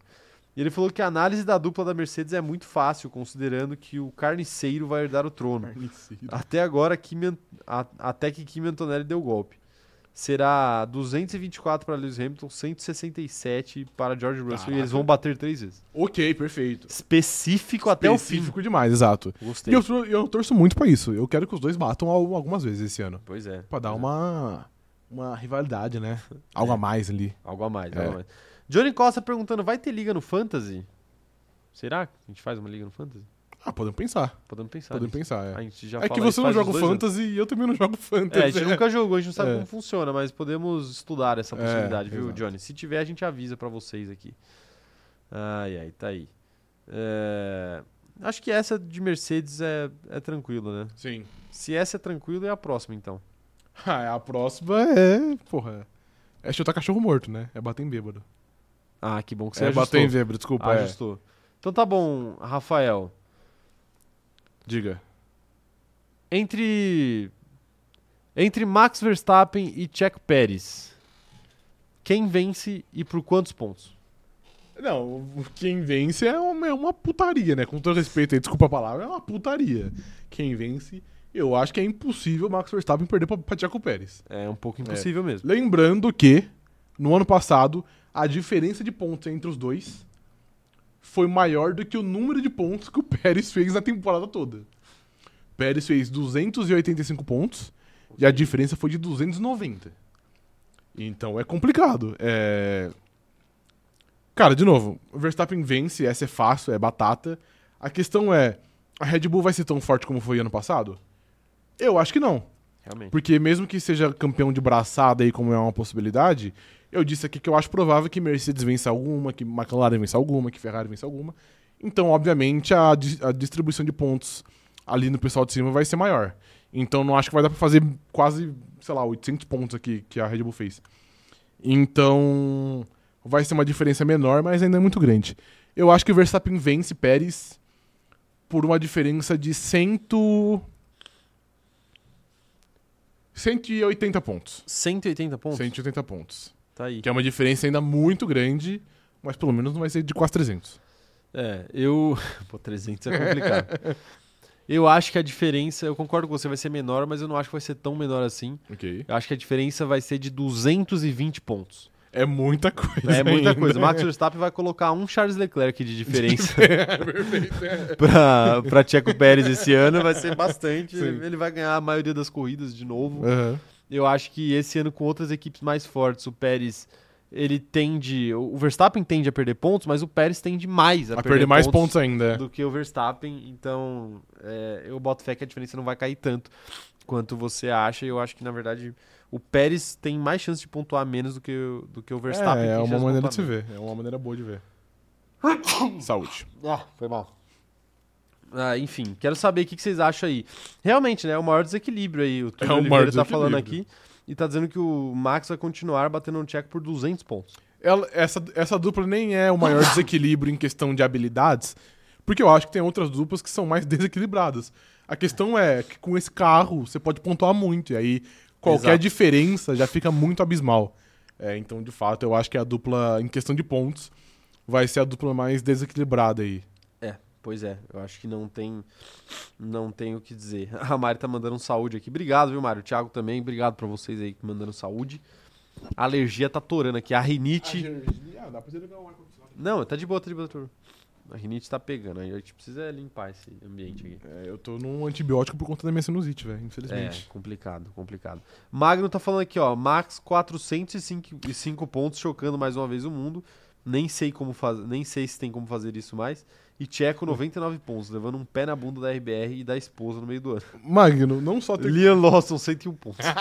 A: E ele falou que a análise da dupla da Mercedes é muito fácil, considerando que o carniceiro vai herdar o trono.
B: Carniceiro.
A: Até agora, Kimi An- a- até que Kimi Antonelli deu golpe. Será 224 para Lewis Hamilton, 167 para George Russell e eles vão bater três vezes.
B: Ok, perfeito.
A: Específico até o fim.
B: Específico demais, exato. E
A: Gostei.
B: eu, tor- eu torço muito pra isso. Eu quero que os dois batam al- algumas vezes esse ano.
A: Pois é.
B: Pra dar
A: pois é.
B: uma, uma rivalidade, né? Algo a mais ali.
A: Algo a mais,
B: É.
A: algo a mais. Johnny Costa perguntando: vai ter liga no Fantasy? Será que a gente faz uma liga no Fantasy?
B: Ah, podemos pensar.
A: Podemos pensar.
B: Podemos
A: nisso.
B: pensar,
A: A
B: é.
A: gente já
B: É
A: fala
B: que
A: isso
B: você não
A: faz uns
B: joga o
A: dois anos.
B: Fantasy e eu também não jogo Fantasy.
A: É, a gente nunca jogou, a gente não sabe
B: É.
A: como funciona, mas podemos estudar essa
B: É,
A: possibilidade, viu,
B: exato.
A: Johnny? Se tiver, a gente avisa pra vocês aqui. Ai, ai, tá aí. É, Acho que essa de Mercedes é, é tranquila, né?
B: Sim.
A: Se essa é tranquila, é a próxima, então.
B: Ah, a próxima é. Porra. É chutar cachorro morto, né? É bater em bêbado.
A: Ah, que bom que você
B: é
A: ajustou. Ah,
B: bater em bêbado, desculpa. é.
A: ajustou. Então tá bom, Rafael.
B: Diga.
A: Entre entre Max Verstappen e Checo Pérez, quem vence e por quantos pontos?
B: Não, quem vence é uma, é uma putaria, né? Com todo respeito aí, desculpa a palavra, é uma putaria. Quem vence, eu acho que é impossível o Max Verstappen perder pra, pra Tiago Pérez.
A: É um pouco impossível mesmo.
B: Lembrando que, no ano passado, a diferença de pontos entre os dois foi maior do que o número de pontos que o Pérez fez na temporada toda. Pérez fez 285 pontos e a diferença foi de 290. Então é complicado. É... Cara, de novo, o Verstappen vence, essa é fácil, é batata. A questão é, a Red Bull vai ser tão forte como foi ano passado? Eu acho que não.
A: Realmente.
B: Porque mesmo que seja campeão de braçada aí, como é uma possibilidade, eu disse aqui que eu acho provável que Mercedes vença alguma, que McLaren vença alguma, que Ferrari vença alguma. Então, obviamente, a, di- a distribuição de pontos ali no pessoal de cima vai ser maior. Então, não acho que vai dar pra fazer quase, sei lá, 800 pontos aqui que a Red Bull fez. Então, vai ser uma diferença menor, mas ainda é muito grande. Eu acho que o Verstappen vence Pérez por uma diferença de 100... 180 pontos.
A: 180 pontos?
B: 180 pontos.
A: Tá aí.
B: Que é uma diferença ainda muito grande, mas pelo menos não vai ser de quase 300.
A: É, eu. Pô, 300 é complicado. eu acho que a diferença, eu concordo com você, vai ser menor, mas eu não acho que vai ser tão menor assim.
B: Ok.
A: Eu acho que a diferença vai ser de 220 pontos.
B: É muita coisa.
A: É muita
B: ainda.
A: coisa. Max Verstappen vai colocar um Charles Leclerc de diferença
B: É, perfeito. é.
A: pra, pra Checo Pérez esse ano, vai ser bastante.
B: Sim.
A: Ele vai ganhar a maioria das corridas de novo.
B: Aham.
A: Eu acho que esse ano com outras equipes mais fortes, o Pérez ele tende, o Verstappen tende a perder pontos, mas o Pérez tende mais a,
B: A perder mais
A: pontos
B: pontos ainda. é.
A: do que o Verstappen, então é, eu boto fé que a diferença não vai cair tanto quanto você acha. E eu acho que, na verdade, o Pérez tem mais chance de pontuar menos do que, o- do que o Verstappen.
B: É,
A: que
B: é
A: já
B: uma
A: se
B: maneira de se
A: pontua
B: ver. É uma maneira boa de ver. Saúde.
A: menos. Ah, foi mal. Ah, enfim, quero saber o que que vocês acham aí. Realmente, né? É o maior desequilíbrio aí. O Túlio
B: É o maior
A: Oliveira tá falando
B: desequilíbrio.
A: aqui e tá dizendo que o Max vai continuar batendo no check por 200 pontos.
B: Ela- essa, essa dupla nem é o maior desequilíbrio em questão de habilidades, porque eu acho que tem outras duplas que são mais desequilibradas. A questão é que com esse carro você pode pontuar muito, e aí qualquer
A: Exato.
B: diferença já fica muito abismal. É, então, de fato, eu acho que a dupla, em questão de pontos, vai ser a dupla mais desequilibrada aí.
A: É, pois é. Eu acho que não tem não tem o que dizer. A Mari tá mandando um saúde aqui. Obrigado, viu, Mário? O Thiago também. Obrigado pra vocês aí que mandando saúde. A alergia tá torando aqui. A rinite.
B: Ah, dá pra você ligar o ar-condicionado.
A: Não, tá de boa, tá de boa, tá de boa. A rinite tá pegando. A gente precisa limpar esse ambiente aqui.
B: É, eu tô num antibiótico por conta da minha sinusite, velho,
A: É,
B: infelizmente.
A: complicado, complicado. Magno tá falando aqui, ó. Max 405 e cinco pontos, chocando mais uma vez o mundo. Nem sei como fazer, nem sei se tem como fazer isso mais. E Tcheco 99 pontos, levando um pé na bunda da RBR e da esposa no meio do ano.
B: Magno, não só tem
A: Liam Lawson, 101 pontos.
B: Ah,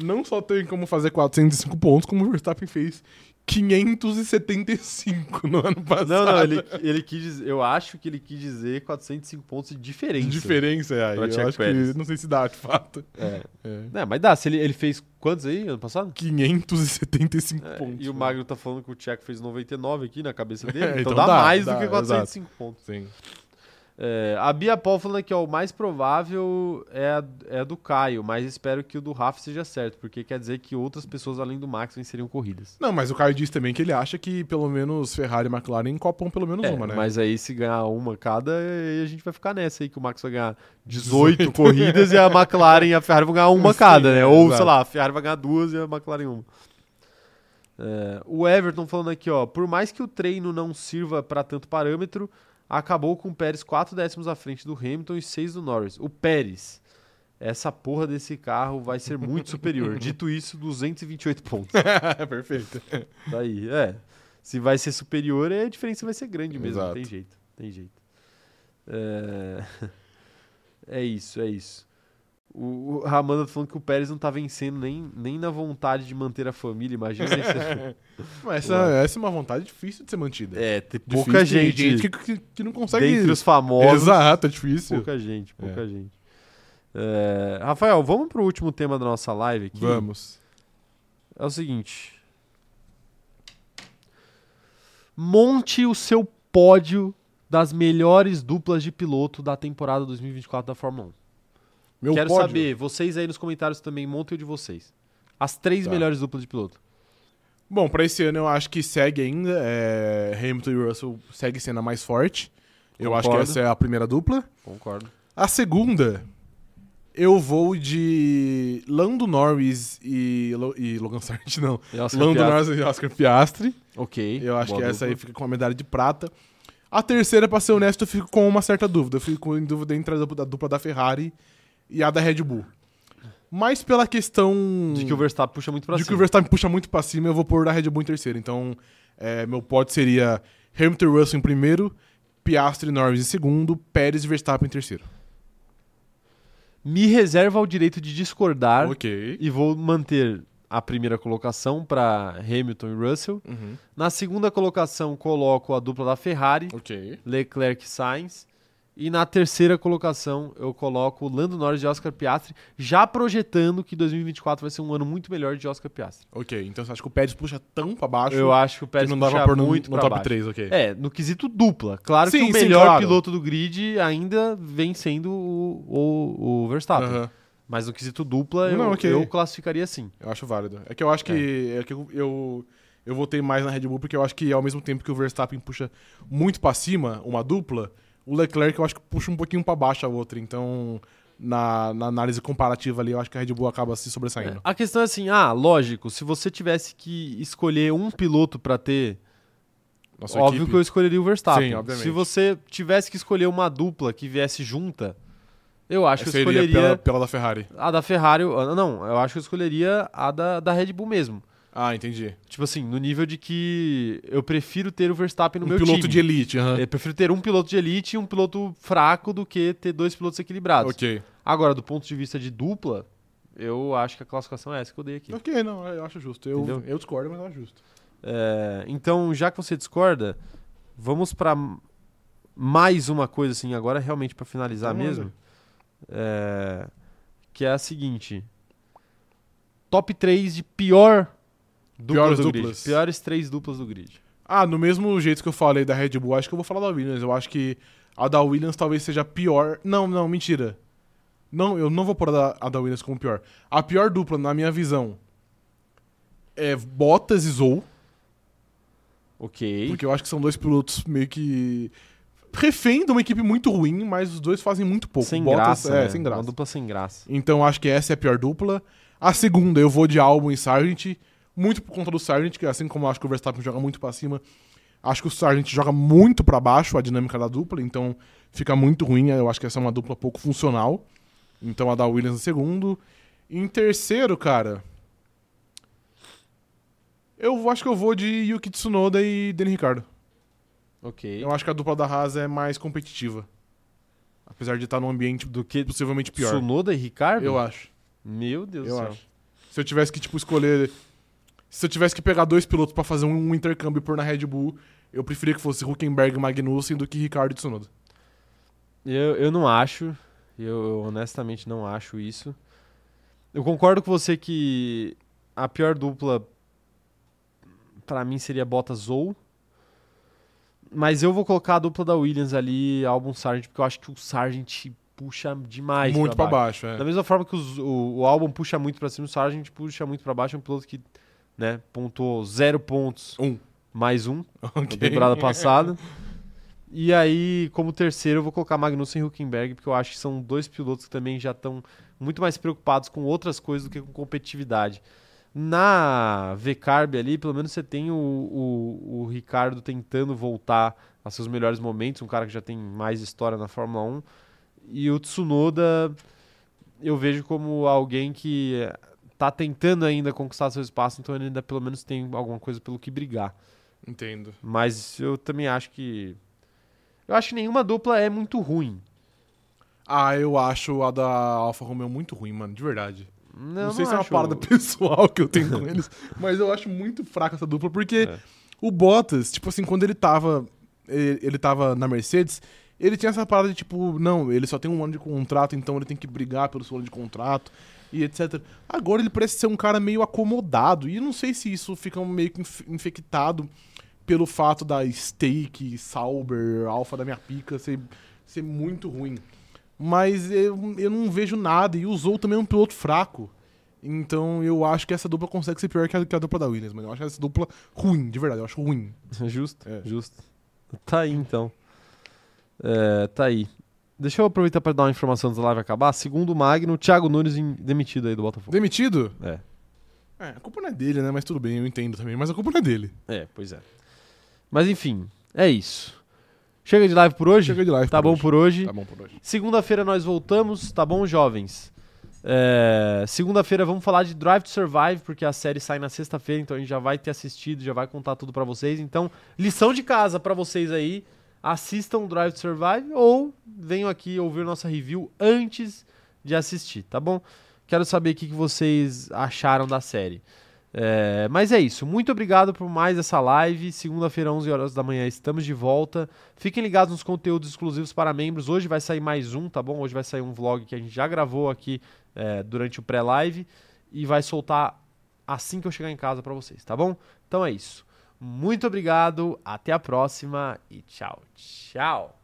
B: não só tem como fazer 405 pontos, como o Verstappen fez 575 no ano passado.
A: Não, não, ele, ele quis dizer, eu acho que ele quis dizer 405 pontos de
B: Que
A: diferença.
B: diferença é aí.
A: Pra
B: Eu
A: Checo
B: acho
A: Pérez.
B: que não sei se dá, de fato.
A: É.
B: É.
A: Não, mas dá, se ele, ele fez quantos aí ano passado?
B: 575
A: É,
B: pontos.
A: e o
B: né?
A: Magno tá falando que o Tcheco fez 99 aqui na cabeça dele,
B: É,
A: então,
B: então
A: dá,
B: dá,
A: mais
B: dá,
A: do que 405 pontos.
B: Sim.
A: É, a Bia Paul falando aqui, ó, o mais provável é a, é a do Caio, mas espero que o do Rafa seja certo, porque quer dizer que outras pessoas além do Max venceriam corridas.
B: Não, mas o Caio disse também que ele acha que pelo menos Ferrari e McLaren copam pelo menos
A: É,
B: uma, né?
A: Mas aí se ganhar uma cada, aí a gente vai ficar nessa aí, que o Max vai ganhar 18 corridas e a McLaren e a Ferrari vão ganhar uma
B: Sim,
A: cada, né?
B: é,
A: Ou,
B: exato.
A: sei lá, a Ferrari vai ganhar duas e a McLaren uma. É, o Everton falando aqui, ó, por mais que o treino não sirva para tanto parâmetro, acabou com o Pérez 4 décimos à frente do Hamilton e 6 do Norris. O Pérez, essa porra desse carro vai ser muito superior. Dito isso, 228 pontos.
B: Perfeito.
A: Daí, é. Se vai ser superior, é, a diferença vai ser grande mesmo. não
B: Exato.
A: Tem jeito, tem jeito. É, é isso, é isso. O, o Amanda falando que o Pérez não tá vencendo nem, nem na vontade de manter a família, imagina. se-
B: Mas essa,
A: Ué.
B: essa é uma vontade difícil de ser mantida.
A: é, tem
B: Difícil,
A: pouca
B: tem
A: gente,
B: que, que, que não consegue.
A: dentre os famosos.
B: Exato, é difícil.
A: Pouca gente, pouca gente. É, Rafael, vamos pro último tema da nossa live aqui?
B: Vamos.
A: É o seguinte. Monte o seu pódio das melhores duplas de piloto da temporada 2024 da Fórmula 1.
B: Meu
A: Quero
B: pódio.
A: saber, vocês aí nos comentários também, montem o de vocês. As três
B: Tá.
A: melhores duplas de piloto.
B: Bom, pra esse ano eu acho que segue ainda. é, Hamilton e Russell segue sendo a mais forte. Eu acho que
A: Concordo.
B: essa é a primeira dupla.
A: Concordo.
B: A segunda, eu vou de Lando Norris e, Lo- e Logan Sargent, não. Lando Norris e Oscar Piastri.
A: é Ok.
B: Eu acho
A: boa
B: que essa aí
A: dupla.
B: fica com a medalha de prata. A terceira, pra ser honesto, eu fico com uma certa dúvida. Eu fico em dúvida entre a dupla, a dupla da Ferrari e a da Red Bull. Mas pela questão
A: De que o Verstappen puxa muito pra
B: um de que o
A: cima.
B: Verstappen puxa muito pra cima, eu vou pôr a Red Bull em terceiro. Então, é, meu pódio seria Hamilton e Russell em primeiro, Piastri e Norris em segundo, Pérez e Verstappen em terceiro.
A: Me reserva o direito de discordar
B: Ok.
A: e vou manter a primeira colocação pra Hamilton e Russell.
B: Uhum.
A: Na segunda colocação, coloco a dupla da Ferrari,
B: Ok.
A: Leclerc e Sainz. E na terceira colocação, eu coloco o Lando Norris e Oscar Piastri, já projetando que 2024 vai ser um ano muito melhor de Oscar Piastri.
B: Ok. Então você acha que o Pérez puxa tão pra baixo
A: eu acho que o
B: que
A: Pérez
B: não dá
A: puxa
B: pra pôr no,
A: muito
B: no
A: pra
B: top
A: baixo.
B: 3, ok.
A: É, no quesito dupla. Claro
B: Sim,
A: que o
B: sim,
A: melhor
B: claro.
A: piloto do grid ainda vem sendo o, o, o Verstappen.
B: Aham.
A: Mas no quesito dupla, eu,
B: Não, ok.
A: eu classificaria assim.
B: Eu acho válido. É que eu acho que, é que eu, eu, eu votei mais na Red Bull porque eu acho que ao mesmo tempo que o Verstappen puxa muito pra cima, uma dupla, o Leclerc eu acho que puxa um pouquinho pra baixo a outra. Então, na, na análise comparativa ali, eu acho que a Red Bull acaba se sobressaindo.
A: A questão é assim, ah, lógico, se você tivesse que escolher um piloto pra ter
B: Nossa
A: Óbvio
B: equipe-
A: que eu escolheria o Verstappen.
B: Sim, obviamente.
A: Se você tivesse que escolher uma dupla que viesse junta, eu acho que eu
B: Seria
A: escolheria
B: pela, pela da Ferrari.
A: a da Ferrari. ah, Não, eu acho que eu escolheria a da, da Red Bull mesmo.
B: Ah, entendi.
A: Tipo assim, no nível de que eu prefiro ter o Verstappen no
B: um
A: meu
B: piloto
A: time.
B: de elite, né? aham.
A: Eu prefiro ter um piloto de elite e um piloto fraco do que ter dois pilotos equilibrados.
B: Ok.
A: Agora, do ponto de vista de dupla, eu acho que a classificação é essa que eu dei aqui.
B: Ok, não, eu acho justo. Eu,
A: Entendeu?
B: eu discordo, mas eu acho justo.
A: É, então, já que você discorda, vamos pra mais uma coisa assim agora realmente pra finalizar
B: Então,
A: mesmo, É, que é a seguinte: top 3 de pior dupla
B: Piores
A: do
B: duplas.
A: grid, piores três duplas do grid.
B: Ah, no mesmo jeito que eu falei da Red Bull, acho que eu vou falar da Williams. Eu acho que a da Williams talvez seja a pior. Não, não, mentira. Não, eu não vou pôr a da, a da Williams como pior. A pior dupla, na minha visão, é Bottas e Zou.
A: Ok.
B: Porque eu acho que são dois pilotos meio que. refém de uma equipe muito ruim, mas os dois fazem muito pouco.
A: sem
B: Bottas-
A: graça,
B: é,
A: né?
B: sem
A: Uma
B: graça.
A: dupla sem graça.
B: Então acho que essa é a pior dupla. A segunda, eu vou de Albon e Sargent. Muito por conta do Sargent, que assim como eu acho que o Verstappen joga muito pra cima, acho que o Sargent joga muito pra baixo a dinâmica da dupla, então fica muito ruim. Eu acho que essa é uma dupla pouco funcional. Então a da Williams em segundo. Em terceiro, cara. Eu vou- acho que eu vou de Yuki Tsunoda e Dani Ricardo.
A: Ok.
B: Eu acho que a dupla da Haas é mais competitiva. Apesar de estar num ambiente
A: Do que
B: possivelmente pior.
A: Tsunoda e Ricardo?
B: Eu acho.
A: Meu Deus
B: Eu
A: do céu.
B: acho. Se eu tivesse que, tipo, escolher. Se eu tivesse que pegar dois pilotos pra fazer um intercâmbio e pôr na Red Bull, eu preferia que fosse Huckenberg e Magnussen do que Ricardo e Tsunoda.
A: Eu, eu não acho. Eu, eu honestamente não acho isso. Eu concordo com você que a pior dupla pra mim seria Bottas ou. Mas eu vou colocar a dupla da Williams ali, Albon Sargent, porque eu acho que o Sargent puxa demais.
B: Muito pra baixo,
A: Da
B: é.
A: mesma forma que os- o, o Albon puxa muito pra cima, o Sargent puxa muito pra baixo. É um piloto que né, pontuou zero pontos
B: Um.
A: mais um na
B: Ok.
A: temporada passada. E aí, como terceiro, eu vou colocar Magnussen e Huckenberg, porque eu acho que são dois pilotos que também já estão muito mais preocupados com outras coisas do que com competitividade. Na VCarb ali, pelo menos você tem o, o, o Ricardo tentando voltar a seus melhores momentos, um cara que já tem mais história na Fórmula 1. E o Tsunoda eu vejo como alguém que eh, tá tentando ainda conquistar seu espaço, então ele ainda pelo menos tem alguma coisa pelo que brigar.
B: Entendo.
A: Mas eu também acho que. Eu acho que nenhuma dupla é muito ruim.
B: Ah, eu acho a da Alfa Romeo muito ruim, mano, de verdade.
A: Não,
B: não sei se é uma
A: acho-
B: parada pessoal que eu tenho com eles, mas eu acho muito fraca essa dupla, porque
A: É.
B: o Bottas, tipo assim, quando ele tava. Ele, ele tava na Mercedes, ele tinha essa parada de tipo, não, ele só tem um ano de contrato, então ele tem que brigar pelo seu ano de contrato e etc. Agora ele parece ser um cara meio acomodado, e eu não sei se isso fica um meio que inf- infectado pelo fato da Steak, Sauber, Alfa da minha pica ser, ser muito ruim. Mas eu, eu não vejo nada, e o Zou também é um piloto fraco. Então eu acho que essa dupla consegue ser pior que a, que a dupla da Williams, mano. Eu acho essa dupla ruim, de verdade, eu acho ruim.
A: Justo,
B: É.
A: justo. Tá aí então. É, tá aí. Deixa eu aproveitar pra dar uma informação antes da live acabar. Segundo o Magno, o Thiago Nunes em- demitido aí do Botafogo.
B: Demitido?
A: É.
B: É, a culpa não é dele, né? Mas tudo bem, eu entendo também, mas a culpa não é dele.
A: É, pois é. Mas enfim, é isso. Chega de live por hoje?
B: Chega de live.
A: Tá
B: por
A: bom
B: hoje.
A: por hoje.
B: Tá bom por hoje.
A: Segunda-feira nós voltamos, tá bom, jovens? É, Segunda-feira vamos falar de Drive to Survive, porque a série sai na sexta-feira, então a gente já vai ter assistido, já vai contar tudo pra vocês. Então, lição de casa pra vocês aí. Assistam Drive to Survive ou venham aqui ouvir nossa review antes de assistir, tá bom? Quero saber o que que vocês acharam da série. É, mas é isso. Muito obrigado por mais essa live. Segunda-feira, 11 horas da manhã, estamos de volta. Fiquem ligados nos conteúdos exclusivos para membros. Hoje vai sair mais um, tá bom? Hoje vai sair um vlog que a gente já gravou aqui é, durante o pré-live e vai soltar assim que eu chegar em casa para vocês, tá bom? Então é isso. Muito obrigado, até a próxima e tchau, tchau.